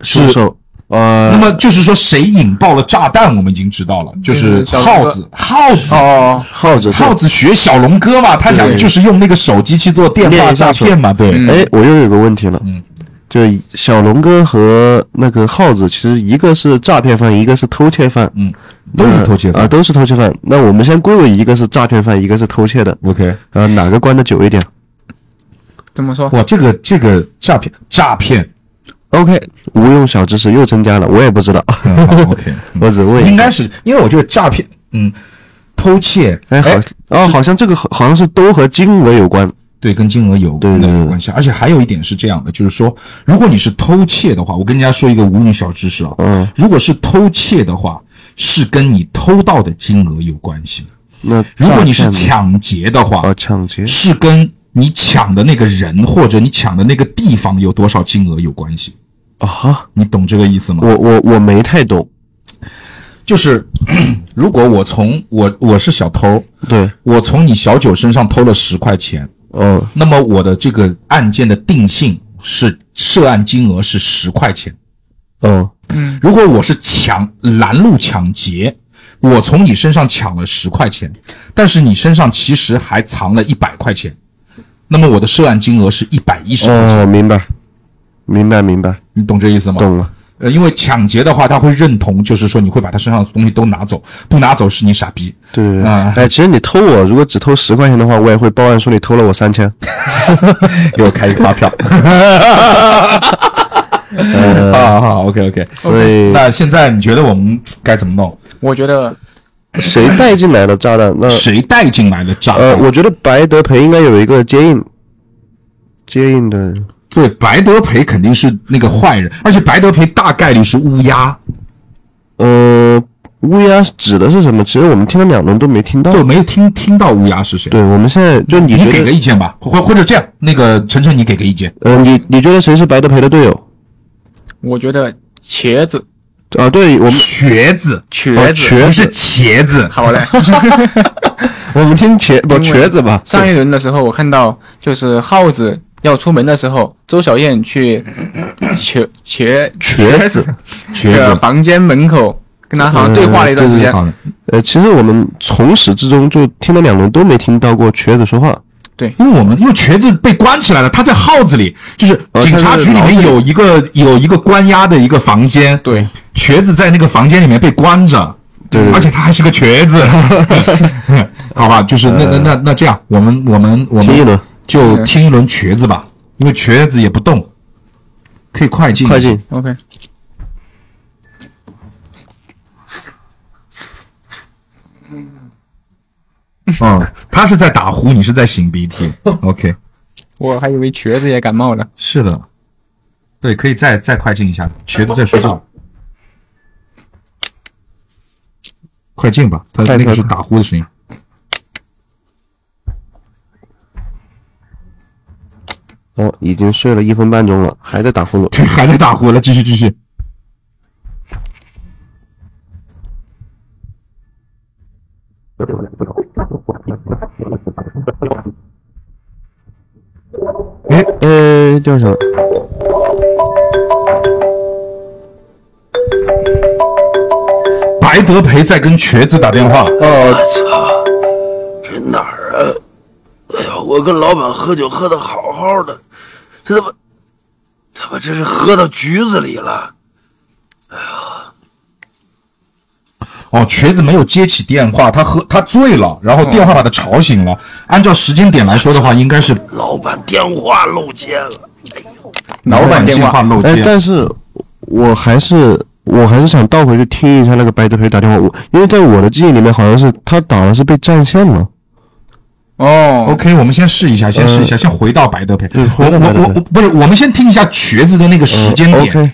S3: 凶手。呃，
S1: 那么就是说，谁引爆了炸弹，我们已经知道了，就是耗子，耗子
S2: 嗯哦，
S3: 耗子，
S1: 耗子学小龙哥嘛，他想
S3: 对
S1: 就是用那个手机去做电话诈骗嘛，对，
S3: 哎，我又有个问题了，嗯，就是小龙哥和那个耗子，其实一个是诈骗犯，一个是偷窃犯，
S1: 嗯，都是偷窃犯
S3: 啊、都是偷窃犯。那我们先归为一个是诈骗犯，一个是偷窃的。
S1: OK，
S3: 呃，哪个关的久一点
S2: 怎么说？
S1: (laughs) 哇，这个这个诈骗诈骗
S3: ？OK，无用小知识又增加了，我也不知道。
S1: OK，
S3: (laughs) 我只问一下
S1: 嗯应该是因为我觉得诈骗，嗯，偷窃，
S3: 哎，好，哦，好像这个好好像是都和金额有关。
S1: 对，跟金额有
S3: 对对
S1: 有关系。而且还有一点是这样的，就是说，如果你是偷窃的话，我跟大家说一个无用小知识啊，
S3: 嗯，
S1: 如果是偷窃的话，是跟你偷到的金额有关系。
S3: 那
S1: 如果你
S3: 诈
S1: 是
S3: 骗呢
S1: 抢劫的话，
S3: 哦，抢劫
S1: 是跟你抢的那个人或者你抢的那个地方有多少金额有关系。
S3: 啊，
S1: 你懂这个意思吗？
S3: 我我我没太懂。
S1: 就是， (clears throat) 如果我从我我是小偷，
S3: 对，
S1: 我从你小九身上偷了十块钱，
S3: 哦，
S1: 那么我的这个案件的定性是涉案金额是十块钱。
S3: 哦，
S2: 嗯，
S1: 如果我是抢拦路抢劫，我从你身上抢了十块钱，但是你身上其实还藏了一百块钱，那么我的涉案金额是一百一十块钱。
S3: 哦，明白，明白，明白，
S1: 你懂这意思吗？
S3: 懂了。
S1: 呃，因为抢劫的话，他会认同，就是说你会把他身上的东西都拿走，不拿走是你傻逼。 (laughs)
S3: 对对对，
S1: 啊
S3: 哎，其实你偷我，如果只偷十块钱的话，我也会报案说你偷了我
S1: (laughs)
S3: 三千，
S1: 给我开一个 (laughs) 发票。啊好，OK OK，
S3: 呃所以
S1: 那现在你觉得我们该怎么弄？
S2: 我觉得
S3: 谁带进来的炸弹？那
S1: 谁带进来的炸弹？
S3: 呃，我觉得白德培应该有一个接应，接应的人
S1: (laughs) 对，白德培肯定是那个坏人，而且白德培大概率是乌鸦。
S3: 呃，乌鸦指的是什么？其实我们听了两轮都没听到，对，
S1: 没听听到乌鸦是谁。
S3: 对，我们现在就你
S1: 你
S3: 觉
S1: 给
S3: 得
S1: 个意见吧，或或者这样，那个晨晨你给个意见。
S3: 呃，你你觉得谁是白德培的队友？
S2: 我觉得茄子
S3: 啊，对我们
S1: 瘸子，
S2: 瘸
S3: 哦
S2: 子
S3: 瘸子
S1: 茄子，
S2: 好嘞。
S3: 我们听茄不
S2: 因为
S3: 瘸子吧。
S2: 上一轮的时候，我看到就是耗子要出门的时候，周小燕去瘸瘸
S3: 瘸子瘸子
S2: 的房间门口跟
S3: 嗯
S2: 他好像对话了一段时间。
S1: 呃。
S3: 呃，其实我们从始至终就听了两轮都没听到过瘸子说话。
S2: 对，
S1: 因为我们因为瘸子被关起来了，他在号子里，就是
S3: 呃
S1: 警察局里
S3: 他在
S1: 面
S3: 牢子里
S1: 有一个有一个关押的一个房间。
S2: 对，
S1: 瘸子在那个房间里面被关着。
S3: 对
S1: 而且他还是个瘸子， (laughs) 好吧，就是那那那那这样，我们我们我
S3: 听一轮
S1: 们就听一轮瘸子吧，因为瘸子也不动，可以快进
S3: 快进
S2: OK，
S1: 嗯，他是在打呼，你是在擤鼻涕。OK，
S2: 我还以为瘸子也感冒了。
S1: 是的，对，可以再再快进一下，瘸子在睡觉。快进吧，他那个是打呼的声音。
S3: 哦，已经睡了一分半钟了，还在打呼噜。
S1: 对，还在打呼噜，继续继续。
S3: 哎呃，叫什么？
S1: 白德培在跟瘸子打电话。
S5: 我操，这哎哪儿啊？哎呀，我跟老板喝酒喝的好好的，这他妈，他妈这是喝到局子里了。
S1: 哦，瘸子没有接起电话，他喝他醉了，然后电话把他吵醒了。按照时间点来说的话，应该是
S5: 老板电话漏接了，哎
S1: 老板电话漏
S3: 嗯哎
S1: 接。，
S3: 但是我还是我还是想倒回去听一下那个白德培打电话，我因为在我的记忆里面好像是他打的是被占线了。
S2: 哦
S1: ，OK，我们先试一下，先试一下，
S3: 呃
S1: 先回到白德培。
S3: 回到白德
S1: 我
S3: 培
S1: 我我我不是，我们先听一下瘸子的那个时间点。
S3: OK，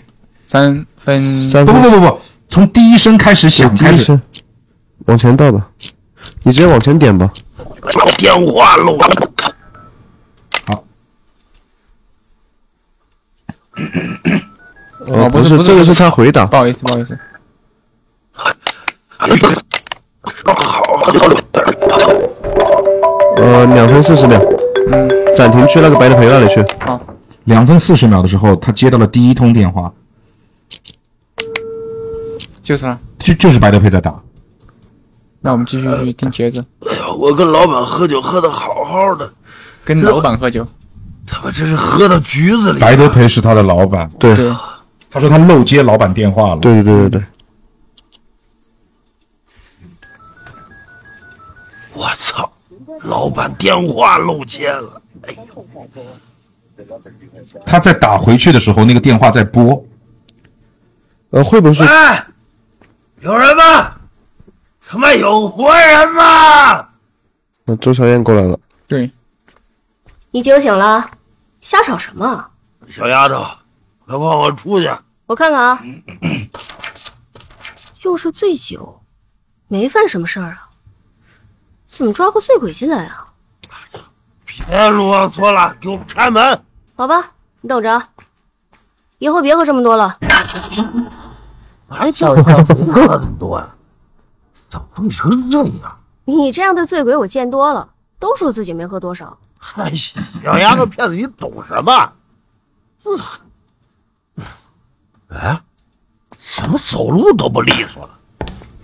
S2: 三分
S1: 不不不不不，从第一声开始响开
S3: 第一
S1: 始。
S3: 声往前倒吧，你直接往前点吧。
S5: 电话漏了。
S2: 哦，
S3: 不
S2: 不是不
S3: 这个
S2: 不
S3: 是他回答。
S2: 不好意思不好意思，
S3: 呃，两分四十秒。嗯。暂停去那个白德培那里去。
S1: 两分四十秒的时候，他接到了第一通电话，
S2: 就是了。
S1: 就就是白德培在打。
S2: 那我们继续去听茄子，
S5: 哎呀，我跟老板喝酒喝的好好的，
S2: 跟老板喝酒。
S5: 他妈这是喝到局子里了。
S1: 白德培是他的老板，
S3: 啊对
S2: 对
S1: 他说他漏接老板电话了。
S3: 对对对对对。
S5: 我操，老板电话漏接了。
S1: 他在打回去的时候，那个电话在拨。
S3: 呃，会不会是
S5: 喂，哎有人吗？他妈有活人吗？
S3: 呃周小燕过来了？
S10: 你酒醒了？瞎吵什么啊？
S5: 小丫头，快放我出去！
S10: 我看看啊，
S1: 嗯
S10: (clears throat) 就是醉酒，没犯什么事儿啊，怎么抓个醉鬼进来啊？
S5: 别啰嗦了，给我开门！
S10: 好吧，你等着啊，以后别喝这么多
S1: (laughs)
S10: 了。
S5: 还叫人家不喝那么 (laughs) 多呀？怎么会成这样？啊
S10: 你这样的醉鬼我见多了，都说自己没喝多少。
S5: 哎呀，小丫头片子，你懂什么？哎，怎么走路都不利索了？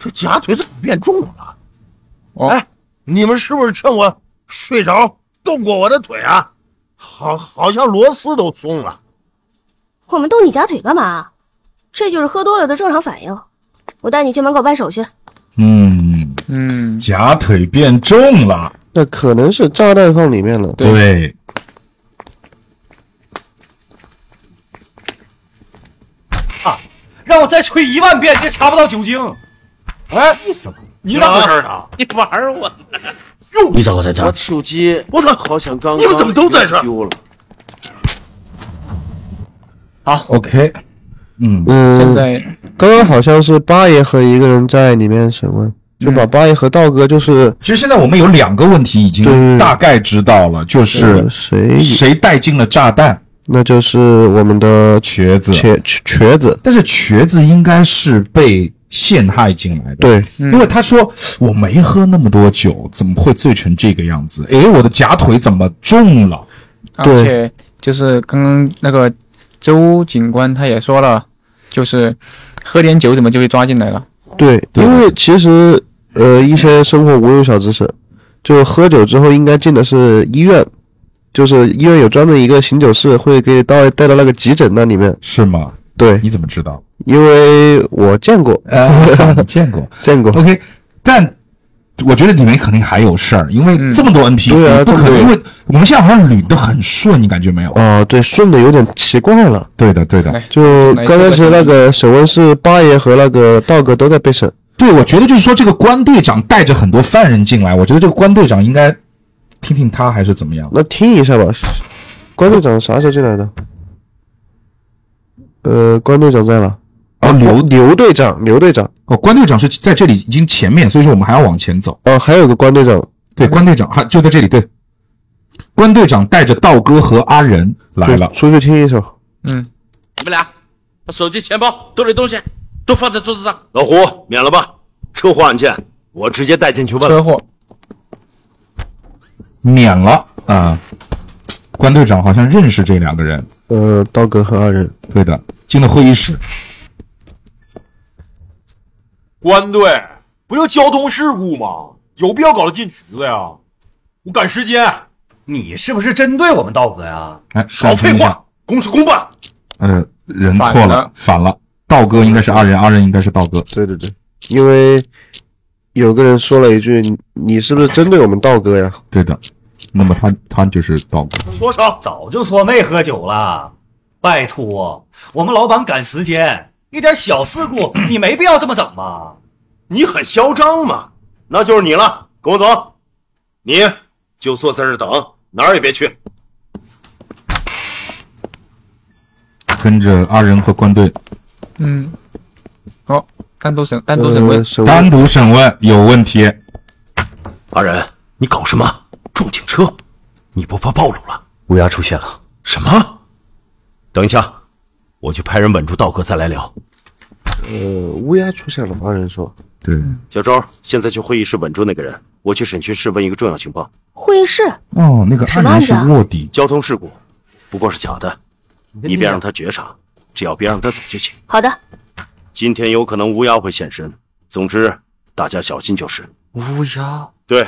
S5: 这夹腿怎么变重了？哎，你们是不是趁我睡着动过我的腿啊？好，好像螺丝都松了。
S10: 我们动你夹腿干嘛？这就是喝多了的正常反应。我带你去门口办手续。
S1: 嗯
S2: 嗯，
S1: 假腿变重了。
S3: 那可能是炸弹放里面了。
S1: 对，
S15: 让我再吹一万遍，你也查不到酒精。哎，意思你咋回事呢？
S6: 你玩我？
S11: 你咋会在这儿
S15: 我手机，我操，好像刚
S5: 你们怎么都在这儿
S15: 丢了？
S2: 好
S1: ，OK，嗯
S3: 嗯，
S2: 现在
S3: 刚刚好像是八爷和一个人在里面审问，
S2: 嗯
S3: 就把八爷和道哥就是，
S1: 其实现在我们有两个问题已经
S3: 对
S1: 大概知道了，就是
S3: 呃谁
S1: 谁带进了炸弹，
S3: 那就是我们的
S1: 瘸子
S3: 瘸瘸瘸子，
S1: 但是瘸子应该是被陷害进来的，
S3: 对，
S2: 嗯
S1: 因为他说我没喝那么多酒，怎么会醉成这个样子？诶，我的假腿怎么中了？
S2: 而且就是刚刚那个周警官他也说了，就是喝点酒怎么就被抓进来了？
S3: 对，因为其实呃一些生活无用小知识，就喝酒之后应该进的是医院，就是医院有专门一个醒酒室，会给你带带到那个急诊那里面。
S1: 是吗？
S3: 对，
S1: 你怎么知道？
S3: 因为我见过，
S1: (laughs) 呃，你见过，
S3: 见过。
S1: OK，但我觉得里面肯定还有事儿，因为这么多 NPC，、
S3: 嗯对啊
S1: 不可
S3: 这么
S1: 能，
S3: 多
S1: 因为我们现在好像捋得很顺，你感觉没有？
S3: (laughs) 哦、对，顺的有点奇怪了。
S1: 对的，对的。
S3: 就刚开始那个审问是八爷和那个道哥都在被审，
S1: 对，我觉得就是说，这个关队长带着很多犯人进来，我觉得这个关队长应该听听他还是怎么样。
S3: 那听一下吧。关队长啥时候进来的？呃，关队长在了。
S1: 哦，
S3: 刘刘队长，刘队长。
S1: 哦，关队长是在这里已经前面，所以说我们还要往前走。
S3: 哦，还有个关队长，
S1: 对，关队长还就在这里。对，关队长带着道哥和阿仁来了。
S3: 出去听一首。
S5: 你们俩把手机、钱包、兜里东西都放在桌子上。老胡，免了吧，车祸案件我直接带进去问。
S2: 车祸，
S1: 免了啊、关队长好像认识这两个人。
S3: 呃，道哥和二人。
S1: 对的，进了会议室。
S9: 关队不就交通事故吗？有必要搞得进局子呀？我赶时间。
S16: 你是不是针对我们道哥呀？
S1: 哎，
S9: 少废
S1: 暂停一下。
S9: 话，公事公办。
S1: 呃，人
S16: 反
S1: 错了
S16: 了，
S1: 反了。道哥应该是阿仁，阿仁应该是道哥。
S3: 对对对，因为有个人说了一句：“你你是不是针对我们道哥呀
S1: 对的。那么他他就是道哥。
S16: 多少？早就说没喝酒了，拜托，我们老板赶时间，一点小事
S17: (clears throat)
S16: 故你没必要这么整吧？
S9: 你很嚣张嘛？
S5: 那就是你了，跟我走。你就坐在这儿等，哪儿也别去。
S1: 跟着阿仁和关队
S2: 嗯，好，哦单独审，单
S3: 呃
S2: 独审问，
S1: 单独呃审问有问题。
S5: 阿仁，你搞什么？撞警车？你不怕暴露了？
S9: 乌鸦出现了。
S5: 什么？
S9: 等一下，我去派人稳住道哥，再来聊。？”
S3: 呃，乌鸦出现了，二人说
S1: 对，
S5: 小周，现在去会议室稳住那个人，我去审讯室问一个重要情报。
S13: 会议室
S1: 哦，那个
S13: 什么案子啊
S1: 卧底，
S5: 交通事故，不过是假的，你别让他觉察，只要别让他走就行。
S13: 好的，
S5: 今天有可能乌鸦会现身，总之大家小心就是。
S8: 乌鸦，
S5: 对，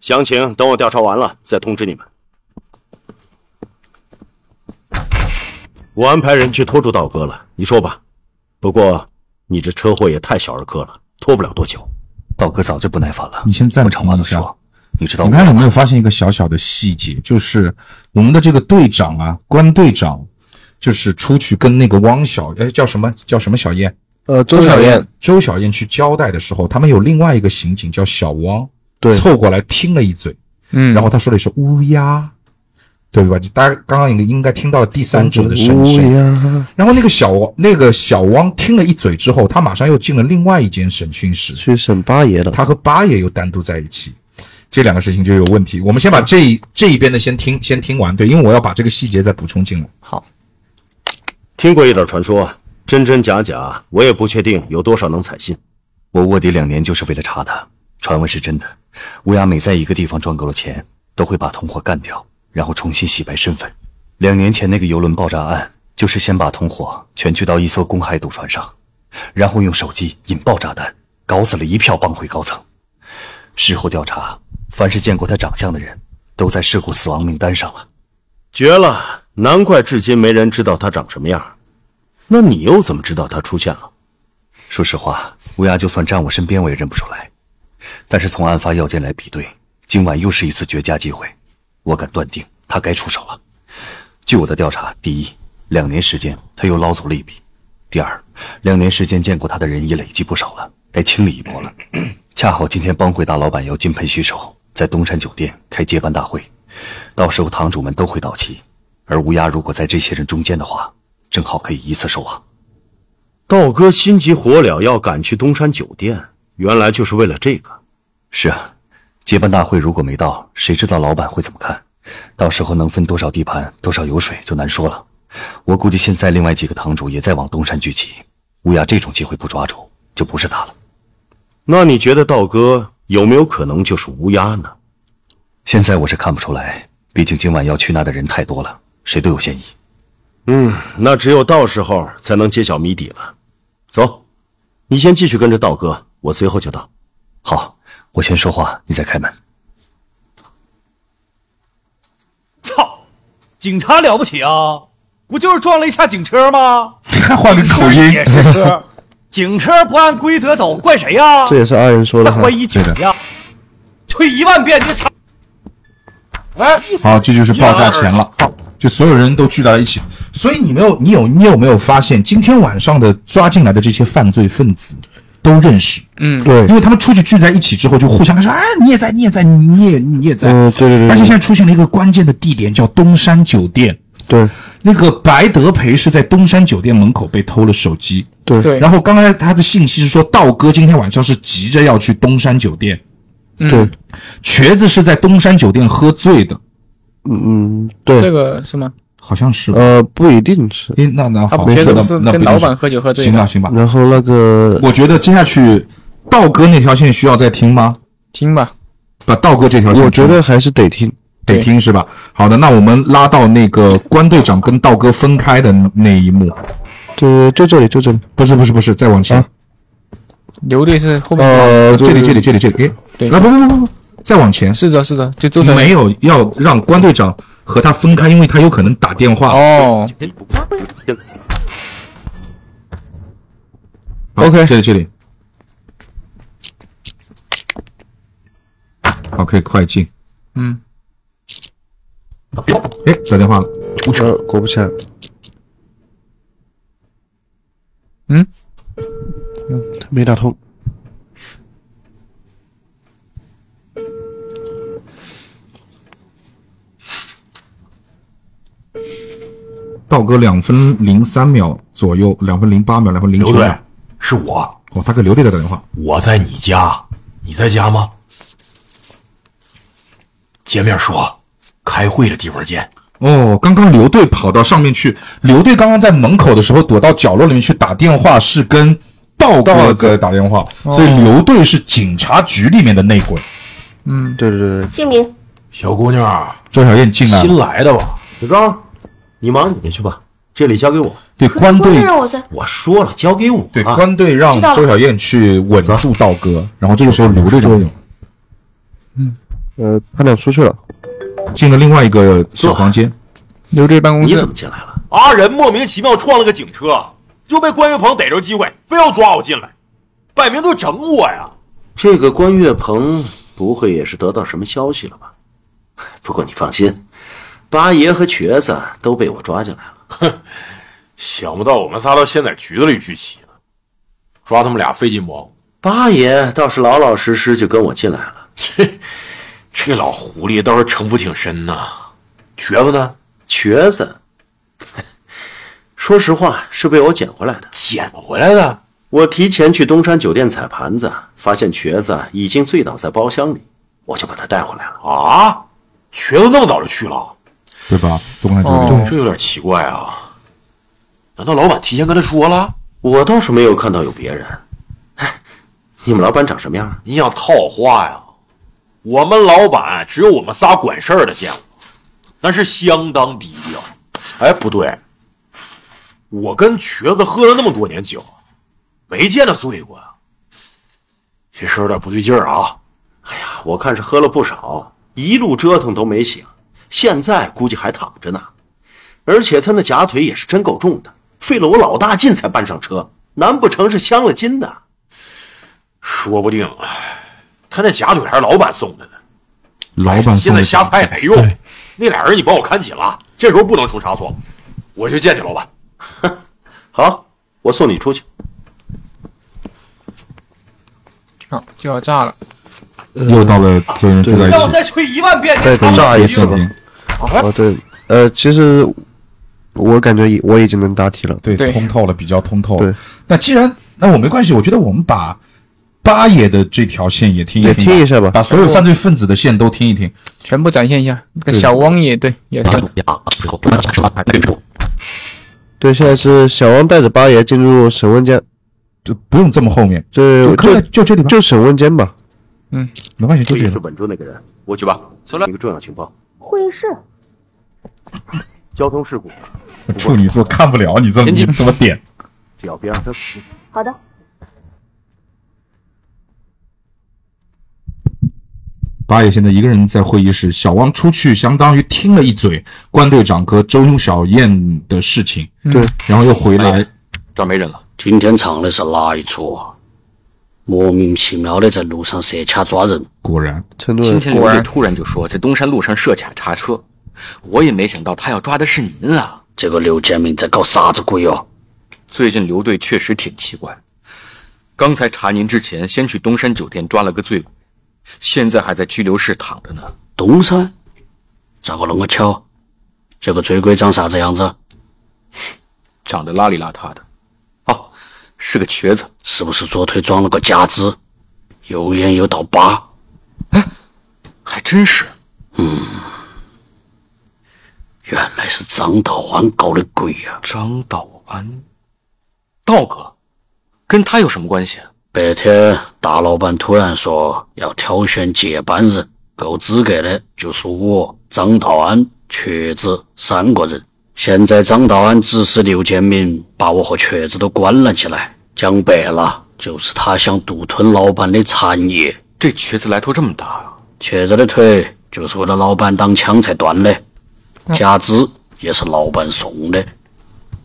S5: 详情等我调查完了再通知你们。
S9: 我安排人去拖住道哥了，你说吧。不过你这车祸也太小儿科了，拖不了多久。道哥早就不耐烦了。
S1: 你先暂停一下。
S9: 你知
S1: 道，你看有没有发现一个小小的细节，就是我们的这个队长啊，关队长，就是出去跟那个汪小，哎，叫什么叫什么小燕？
S3: 呃周小燕，
S1: 周小燕去交代的时候，他们有另外一个刑警叫小汪，
S3: 对
S1: 凑过来听了一嘴，
S2: 嗯，
S1: 然后他说了一声乌鸦，对吧？就大家刚刚应该应该听到了第三者的声
S3: 乌
S1: 声。
S3: 鸦
S1: 然后那个小那个小汪听了一嘴之后，他马上又进了另外一间审讯室，
S3: 去审八爷了。
S1: 他和八爷又单独在一起，这两个事情就有问题。我们先把这一这一边的先听先听完，对，因为我要把这个细节再补充进来。
S2: 好，
S5: 听过一点传说，真真假假，我也不确定有多少能采信。
S17: 我卧底两年就是为了查他，传闻是真的。乌鸦每在一个地方赚够了钱，都会把同伙干掉，然后重新洗白身份。两年前那个游轮爆炸案，就是先把同伙全聚到一艘公海赌船上，然后用手机引爆炸弹，搞死了一票帮会高层。事后调查，凡是见过他长相的人，都在事故死亡名单上了。
S5: 绝了，难怪至今没人知道他长什么样。那你又怎么知道他出现了？
S17: 说实话，乌鸦就算站我身边，我也认不出来。但是从案发要件来比对，今晚又是一次绝佳机会，我敢断定他该出手了。据我的调查，第一，两年时间他又捞走了一笔；第二，两年时间见过他的人也累积不少了，该清理一波了。恰好今天帮会大老板要金盆洗手，在东山酒店开接班大会，到时候堂主们都会到齐，而乌鸦如果在这些人中间的话，正好可以一次收啊网。
S5: 道哥心急火燎要赶去东山酒店，原来就是为了这个。
S17: 是啊，接班大会如果没到，谁知道老板会怎么看？到时候能分多少地盘、多少油水就难说了。我估计现在另外几个堂主也在往东山聚集，乌鸦这种机会不抓住，就不是他了。
S5: 那你觉得道哥有没有可能就是乌鸦呢？
S17: 现在我是看不出来，毕竟今晚要去那的人太多了，谁都有嫌疑。
S5: 嗯，那只有到时候才能揭晓谜底了。走，你先继续跟着道哥，我随后就到。
S17: 好，我先说话，你再开门。
S18: 操，警察了不起啊！不就是撞了一下警车吗？
S1: 还 (laughs) 换个
S18: (laughs)
S1: 口音
S18: 也是车，警车不按规则走，怪谁呀、
S3: 这也是二人说的哈。
S18: 怪一警呀！吹一万遍这场。哎，
S1: 好，这就是报价钱了，就所有人都聚到一起。所以你没有，你有，你有没有发现，今天晚上的抓进来的这些犯罪分子都认识？
S2: 嗯，
S1: 因为他们出去聚在一起之后，就互相说：“哎，你也在，你也在，你也你也在。
S3: 嗯对对对对
S1: 而且现在出现了一个关键的地点，叫东山酒店。
S3: 对，
S1: 那个白德培是在东山酒店门口被偷了手机。
S3: 对
S2: 对
S1: 然后刚才他的信息是说，道哥今天晚上是急着要去东山酒店。
S2: 嗯
S1: 嗯
S3: 对，
S1: 瘸子是在东山酒店喝醉的，
S3: 嗯嗯，对，
S2: 这个是吗？
S1: 好像是吧。
S3: 呃，不一定是。
S1: 诶那那
S2: 他
S1: 好，
S2: 瘸子
S1: 那
S2: 不是跟
S1: 那不一定
S2: 老
S1: 是
S2: 板喝酒喝醉
S1: 行
S2: 的
S1: 吧行吧。
S3: 然后那个，
S1: 我觉得接下去道哥那条线需要再听吗？
S2: 听吧，
S1: 把道哥这条线听，
S3: 我觉得还是得听。
S1: 得听是吧？好的，那我们拉到那个关队长跟道哥分开的那一幕，
S3: 对，就这里，就这里。啊
S1: 不是不是不是，再往前，
S2: 刘队是后面。
S1: 呃，这里这里这里这里，
S2: 对，
S1: 啊不不不不，再往前，
S2: 是的是的，就周团
S1: 没有要让关队长和他分开，因为他有可能打电话
S2: 哦。
S1: OK，这里这里。OK，快进。
S2: 嗯。
S1: 哎，打电话了。
S3: 呃，果不其然，
S2: 嗯，
S3: 没打通。
S1: 道哥两分零三秒左右，两分零八秒，两分零九
S9: 刘队
S1: 秒。，
S9: 是我，
S1: 哦，他给刘队在打电话。
S9: 我在你家，你在家吗？见面说，开会的地方见。
S1: 哦，刚刚刘队跑到上面去，刘队刚刚在门口的时候躲到角落里面去打电话，是跟道哥在打电话，
S19: 哦
S1: 所以刘队是警察局里面的内鬼。
S2: 嗯，
S3: 对对对对。
S13: 姓名
S9: 小姑娘，
S1: 周小燕进来了
S9: 新来的吧？小张，你忙你的去吧，这里交给我。
S1: 对，关
S13: 不
S1: 队
S13: 是让我在，
S9: 我说了，交给我。
S1: 对关队让
S13: 知道了
S1: 周小燕去稳住啊道嗯哥，然后这个时候刘队就
S3: 呃，他俩出去了，
S1: 进了另外一个小房间。
S2: 刘队办公
S1: 室
S9: 你怎么进来了？
S20: 阿仁莫名其妙撞了个警车，就被关云鹏逮着机会，非要抓我进来，摆明就整我呀！
S5: 这个关岳鹏不会也是得到什么消息了吧？不过你放心，八爷和瘸子都被我抓进来了。
S9: 想不到我们仨都先在局子里聚齐呢，抓他们俩费劲不？
S5: 八爷倒是老老实实就跟我进来了。
S9: (laughs) 这老狐狸倒是城府挺深呐。瘸子呢？
S5: 瘸子，说实话是被我捡回来的。
S9: 捡回来的？
S5: 我提前去东山酒店踩盘子，发现瘸子啊已经醉倒在包厢里，我就把他带回来了。
S9: 啊，瘸子那么早就去了？
S1: 对吧？东山
S9: 这有点奇怪啊。难道老板提前跟他说了？
S5: 我倒是没有看到有别人。哎，你们老板长什么样啊？
S9: 你想套话呀？我们老板只有我们仨管事儿的见过，那是相当低调。哎，不对，我跟瘸子喝了那么多年酒，没见他醉过呀。
S5: 啊
S9: 这事儿有点不对劲儿啊！
S5: 哎我看是喝了不少，一路折腾都没醒，现在估计还躺着呢。而且他那假腿也是真够重的，费了我老大劲才搬上车，难不成是镶了金的？
S9: 说不定，哎他那假腿还是老板送的呢。
S1: 老板
S9: 现
S1: 送
S9: 在
S1: 的
S9: 瞎猜也没用。那俩人你帮我看紧了，这时候不能出差错。我去见你老板。
S5: 好，我送你出去。
S2: 好，就要炸了。
S3: 呃
S1: 又到了所有人聚在一
S18: 让我
S1: 起，
S18: 再吹一万遍这
S3: 再
S18: 场。
S3: 哦炸一次吧。哦，对，呃，其实我感觉已我已经能答题了，
S1: 对，通透了，比较通透了
S3: 对。
S1: 那既然那我没关系，我觉得我们把八爷的这条线也听一
S3: 也听一下吧
S1: 把所有犯罪分子的线都听一听，
S2: 全部展现一下。那个
S1: 对
S2: 小汪也对，也是
S3: 对，现在是小王带着八爷进入审问间，
S1: 就不用这么后面，
S3: 就
S1: 就就就这里吧，
S3: 就审问间吧。
S2: 嗯，
S1: 没关系，
S21: 就就是稳住那个人。我去吧。出来一个重要情报，
S10: 会议室，
S21: (laughs) 交通事故，
S1: 处女座看不了你这么你怎么点？
S21: 只要别让他死。
S10: 好的。
S1: 八爷现在一个人在会议室，小汪出去相当于听了一嘴关队长和周小燕的事情，
S11: 对
S1: 然后又回来，
S11: 这儿没人了。今天厂里是哪一出啊？莫名其妙的在路上设卡抓人，
S1: 果然，
S3: 成
S11: 都人
S8: 今天刘
S11: 果
S8: 队
S11: 然
S8: 突然就说在东山路上设卡查车，我也没想到他要抓的是您啊！
S11: 这个刘建明在搞啥子鬼哦？
S8: 最近刘队确实挺奇怪，刚才查您之前，先去东山酒店抓了个醉鬼，现在还在拘留室躺着呢。
S11: 东山，咋个那么巧？这个醉鬼长啥子样子？
S8: 长得邋里邋遢的，哦，是个瘸子。
S11: 是不是左腿装了个假肢，右眼有道疤？哎，
S8: 还真是。
S11: 嗯，原来是张道安搞的鬼呀、
S8: 张道安，道哥，跟他有什么关系？啊
S11: 白天，大老板突然说要挑选接班人，够资格的就是我、张道安、瘸子三个人。现在张道安指使刘建民把我和瘸子都关了起来，讲白了就是他想独吞老板的产业。
S8: 这瘸子来头这么大啊！
S11: 瘸子的腿就是为了老板挡枪才断的，假肢也是老板送的。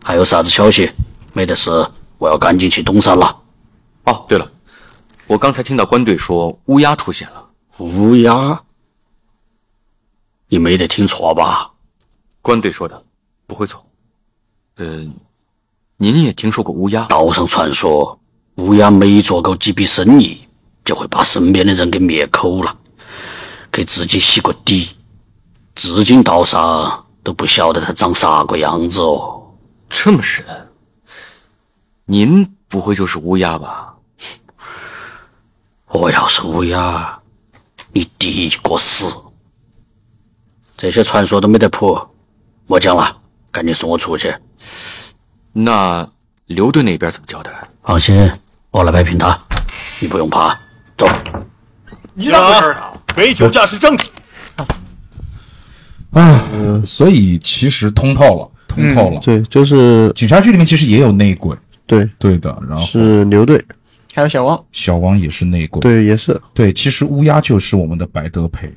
S11: 还有啥子消息？没得事，我要赶紧去东山了。
S8: 哦，对了，我刚才听到关队说乌鸦出现了。
S11: 乌鸦？你没得听错吧？
S8: 关队说的，不会错。呃，您也听说过乌鸦？
S11: 岛上传说，乌鸦每做够几笔生意，就会把身边的人给灭口了，给自己洗个底。至今岛上都不晓得它长啥个样子哦。
S8: 这么神？您不会就是乌鸦
S11: (laughs)
S8: 吧？
S11: 我哦要是乌鸦，你第一个死。这些传说都没得谱，莫讲了，赶紧送我出去。
S8: 那刘队那边怎么交代？
S11: 放心，哦我来摆平他，你不用怕。走。
S9: 你咋回事儿啊？没酒驾驶证。
S1: 啊，所以其实通透了，通透
S3: 嗯
S1: 了。
S3: 对，就是
S1: 警察局里面其实也有内鬼，
S3: 对
S1: 对的，然后
S3: 是牛队，
S2: 还有小汪，
S1: 小王也是内鬼，
S3: 对，也是
S1: 对，其实乌鸦就是我们的白德培，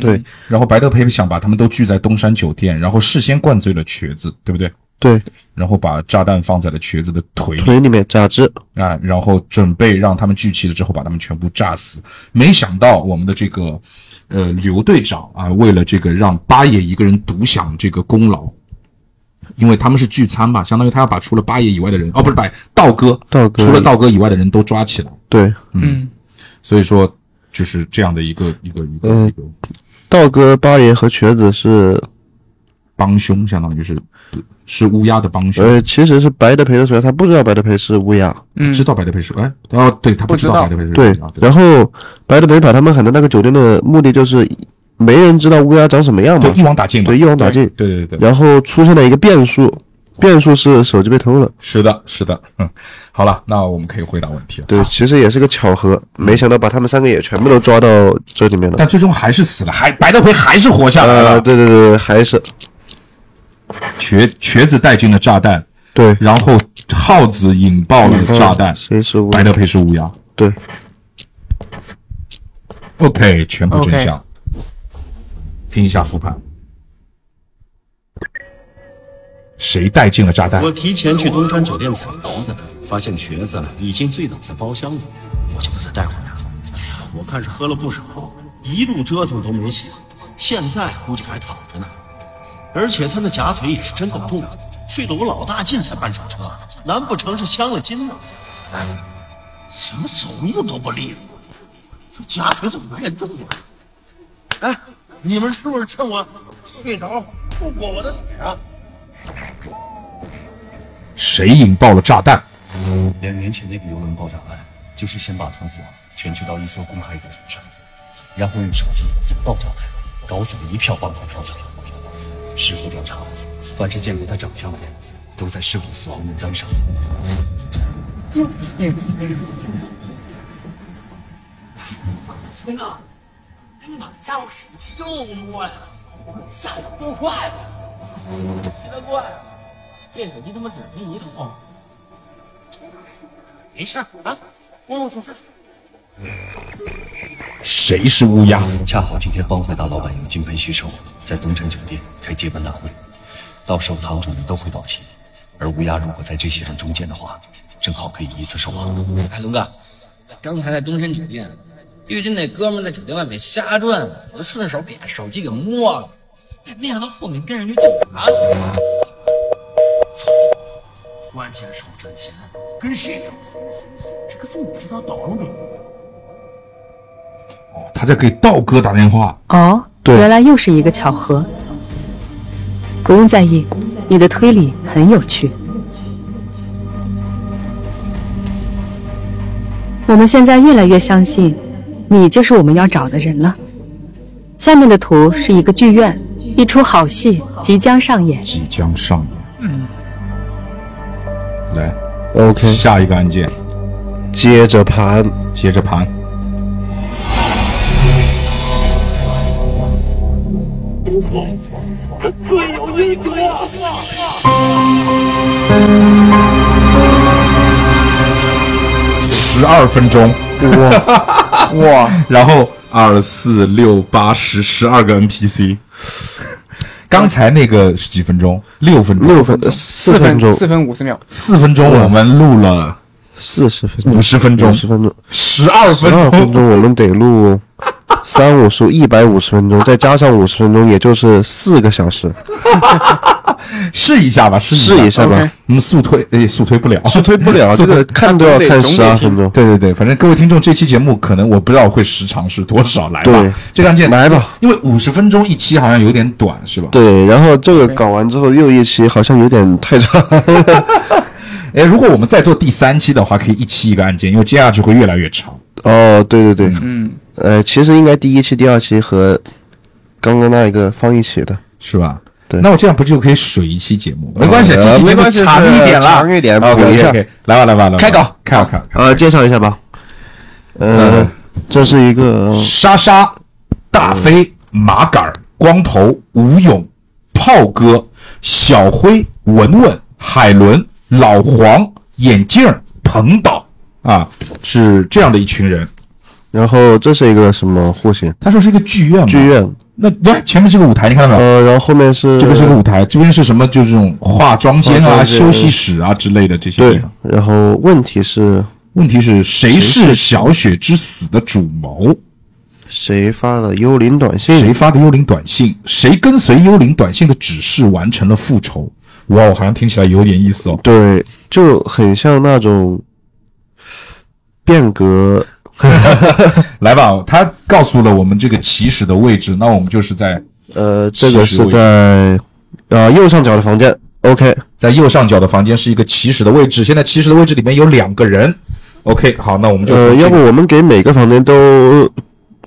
S3: 对嗯，
S1: 然后白德培想把他们都聚在东山酒店，然后事先灌醉了瘸子，对不对？
S3: 对，
S1: 然后把炸弹放在了瘸子的腿里，
S3: 腿里面假肢，
S1: 啊，然后准备让他们聚齐了之后，把他们全部炸死。没想到我们的这个呃刘队长啊，为了这个让八爷一个人独享这个功劳，因为他们是聚餐嘛，相当于他要把除了八爷以外的人，哦，不是八爷，道哥，
S3: 道哥
S1: 除了道哥以外的人都抓起来。
S3: 对，
S1: 嗯，所以说就是这样的一个一个一个
S3: 嗯、道哥、八爷和瘸子是
S1: 帮凶，相当于是是乌鸦的帮凶。
S3: 呃，其实是白德培的时候，他不知道白德培是乌鸦，
S1: 不知道白德培是哎，哦，对他不知道白德培是
S3: 对，然后白德培把他们喊到那个酒店的目的就是没人知道乌鸦长什么样嘛，
S1: 对一网打尽嘛，
S3: 对，一网打尽。
S1: 对对对对。
S3: 然后出现了一个变数，变数是手机被偷了。
S1: 是的，是的，嗯，好了，那我们可以回答问题了。啊嗯
S3: 对，其实也是个巧合，没想到把他们三个也全部都抓到这里面了。
S1: 但最终还是死了，还白德培还是活下来了。
S3: 呃，对对对，还是
S1: 瘸瘸子带进了炸弹，
S3: 对，
S1: 然后耗子引爆了炸弹，
S3: 嗯谁是乌鸦
S1: 白德培是乌鸦，
S3: 对。
S1: OK，全部真相。听一下复盘，谁带进了炸弹
S22: 我？提前去东山酒店采苗子，发现瘸子已经醉倒在包厢里，我就把他带回来了。哎呀，我看是喝了不少，一路折腾都没醒，现在估计还躺着呢。而且他那假腿也是真够重的，费了我老大劲才搬上车，难不成是镶了金呢？哎，什么走路都不利索，这假腿怎么变重了？哎，你们是不是趁我睡着动过我的腿啊？
S1: 谁引爆了炸弹？
S17: 两年前那个游轮爆炸案，就是先把同伙全聚到一艘公海游船上，然后用手机引爆炸弹，搞死了一票帮派高层。事后调查，凡是见过他长相的人，都在事故死亡名单上。
S3: 嗯
S23: 天呐，你把家伙手机又过来了，下手够快的，奇了怪了，这手机他妈只配你手。没事儿啊，我我出事。
S1: 谁是乌鸦？
S17: 恰好今天帮派大老板有金盆洗手，在东山酒店开接班大会，到时候堂主们都会到齐，而乌鸦如果在这些人中间的话，正好可以一次收网。
S23: 哎，龙哥，刚才在东山酒店，玉珍那哥们儿在酒店外面瞎转悠，我就顺手把手机给摸了，哎那样到后面跟上去就完了。
S22: 关键是我赚钱，跟谁聊？这个宋不知道倒了没？
S1: 他在给道哥打电话。
S4: 哦，
S1: 对
S4: 原来又是一个巧合。不用在意，你的推理很有趣。我们现在越来越相信，你就是我们要找的人了。下面的图是一个剧院，一出好戏即将上演。
S1: 即将上演。
S4: 嗯，
S1: 来，OK，下一个案件，
S3: 接着盘，
S1: 接着盘。
S23: 鬼有内鬼啊！
S1: 十二分钟， (laughs) 哇
S2: 哇！
S1: 然后二四六八十十二个 NPC，刚才那个是几分钟？六分钟，
S3: 六分呃四分钟
S2: 四分五十秒，
S1: 四分钟我们录了
S3: 四十分
S1: 钟，五十分钟，
S3: 十分钟，
S1: 十二分
S3: 12
S1: 钟，
S3: 分钟，我们得录三五十一百五十分钟，再加上五十分钟，也就是四个小时。
S1: (laughs) 试一下吧，试
S3: 试一下吧 OK
S1: 我们速推，哎，速推不了，
S3: 速推不 (laughs) 了啊
S1: 速推
S3: 这个看都要看12分钟
S1: 对对对，反正各位听众，这期节目可能我不知道会时长是多少，来吧
S3: 对，
S1: 这个案件
S3: 来吧，
S1: 因为五十分钟一期好像有点短，是吧？
S3: 对，然后这个搞完之后又一期，好像有点太长。
S1: (laughs) 哎，如果我们再做第三期的话，可以一期一个案件，因为接下去会越来越长。
S3: 哦，对对对，
S2: 嗯，
S3: 呃，其实应该第一期、第二期和刚刚那一个放一起的，
S1: 是吧？
S3: 对，
S1: 那我这样不就可以水一期节目？没关系，
S3: 嗯呃
S1: 这期节
S3: 没
S1: 目
S3: 关系
S1: 长一点啦，
S3: 长一点补一
S1: OK
S3: 下
S1: OK，来吧来吧来吧，
S3: 开搞，
S1: 开搞开搞。
S3: 呃，介绍一下吧。
S1: 嗯
S3: 呃，这是一个
S1: 莎莎、大飞、马杆儿、光头、吴勇、炮哥、小辉、文文、海伦、老黄、眼镜儿、彭导啊，是这样的一群人。
S3: 然后这是一个什么户型？
S1: 他说是一个剧院吗？
S3: 剧院。
S1: 那来前面是个舞台，你看到没有？
S3: 呃，然后后面是
S1: 这边是个舞台，这边是什么？就是这种化妆间
S3: 化
S1: 啊、
S3: 妆间
S1: 休息室啊之类的这些地
S3: 对
S1: 方。，
S3: 然后问题是，
S1: 问题是谁是小雪之死的主谋？
S3: 谁发了幽灵短信？
S1: 谁发的幽灵短信？谁跟随幽灵短信的指示完成了复仇？哇，我好像听起来有点意思哦。
S3: 对，就很像那种变革。
S1: 来吧，他告诉了我们这个起始的位置，那我们就是在
S3: 呃，这个
S1: 起始
S3: 是
S1: 位置
S3: 在呃右上角的房间。OK，
S1: 在右上角的房间是一个起始的位置，现在起始的位置里面有两个人。OK，好，那我们就
S3: 呃，
S1: 从这
S3: 要
S1: 个
S3: 不我们给每个房间都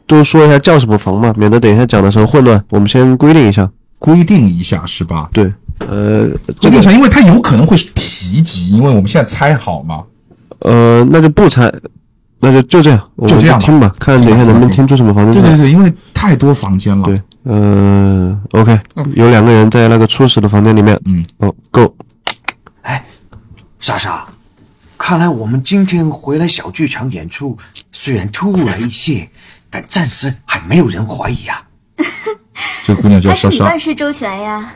S3: 都说一下叫什么房嘛，免得等一下讲的时候混乱。我们先规定一下，
S1: 规定一下是吧？
S3: 对，呃，
S1: 规定一下，因为他有可能会提及，因为我们现在猜好嘛。
S3: 呃，那就不猜，那就就这样，我
S1: 就
S3: 们
S1: 这样吧
S3: 听吧，看等一下能不能听出什么房间
S1: 对
S3: 出来
S1: 对对，因为太多房间了。
S3: 对，呃，OK，有两个人在那个初始的房间里面，嗯，哦，Go，
S24: 莎莎，看来我们今天回来小剧场演出虽然突兀了一些，但暂时还没有人怀疑啊。
S1: 这姑娘
S10: 还是你办事周全呀。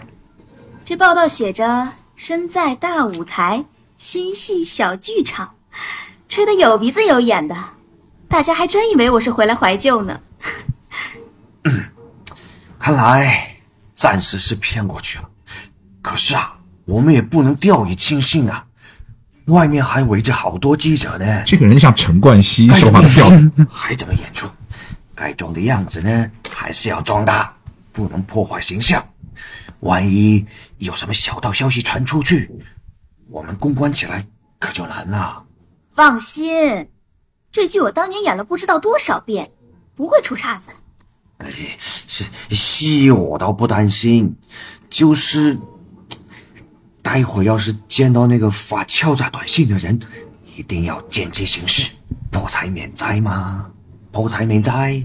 S10: 这报道写着“身在大舞台，心系小剧场”，吹得有鼻子有眼的，大家还真以为我是回来怀旧呢。
S24: 看来暂时是骗过去了。可是啊，我们也不能掉以轻心啊，外面还围着好多记者呢。
S1: 这个人像陈冠希，
S24: 该
S1: 手
S24: 怎么
S1: 法
S24: 演
S1: 掉。
S24: 出
S10: (laughs)
S24: 还怎么演出？该装的样子呢，还是要装的，不能破坏形象。万一有什么小道消息传出去，我们公关起来可就难了。
S10: 放心，这剧我当年演了不知道多少遍，不会出岔子。
S24: 哎，是戏我倒不担心，就是待会要是见到那个发敲诈短信的人，一定要见机行事，破财免灾嘛，破财免灾。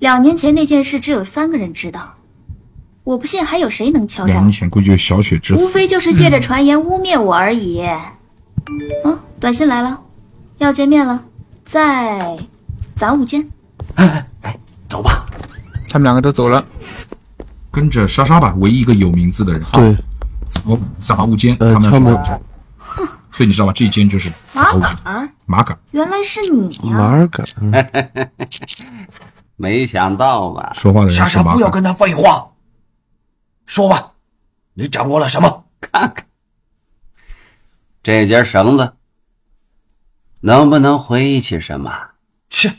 S10: 两年前那件事只有三个人知道，我不信还有谁能敲
S1: 两
S10: 诈
S1: 年，前估计就是小雪之
S10: 无
S1: 死。
S10: 非就是借着传言污蔑我而已。嗯，短信来了，要见面了，在咱午间。
S1: 嗯他们两个都走了，跟着莎莎吧，唯一一个有名字的人。对，我杂物间，他们
S3: 呃他们
S1: 俩说所以你知道吗？这一间就是
S10: 马
S1: 杂物间，
S10: 杆儿，
S1: 马杆。
S10: 原来是你啊哎呀、
S3: 尔感，
S6: (laughs) 没想到吧？
S1: 说话的人
S24: 莎莎不要跟他废话，说吧，你掌握了什么？
S6: 这节绳子能不能回忆起什么？
S24: 切，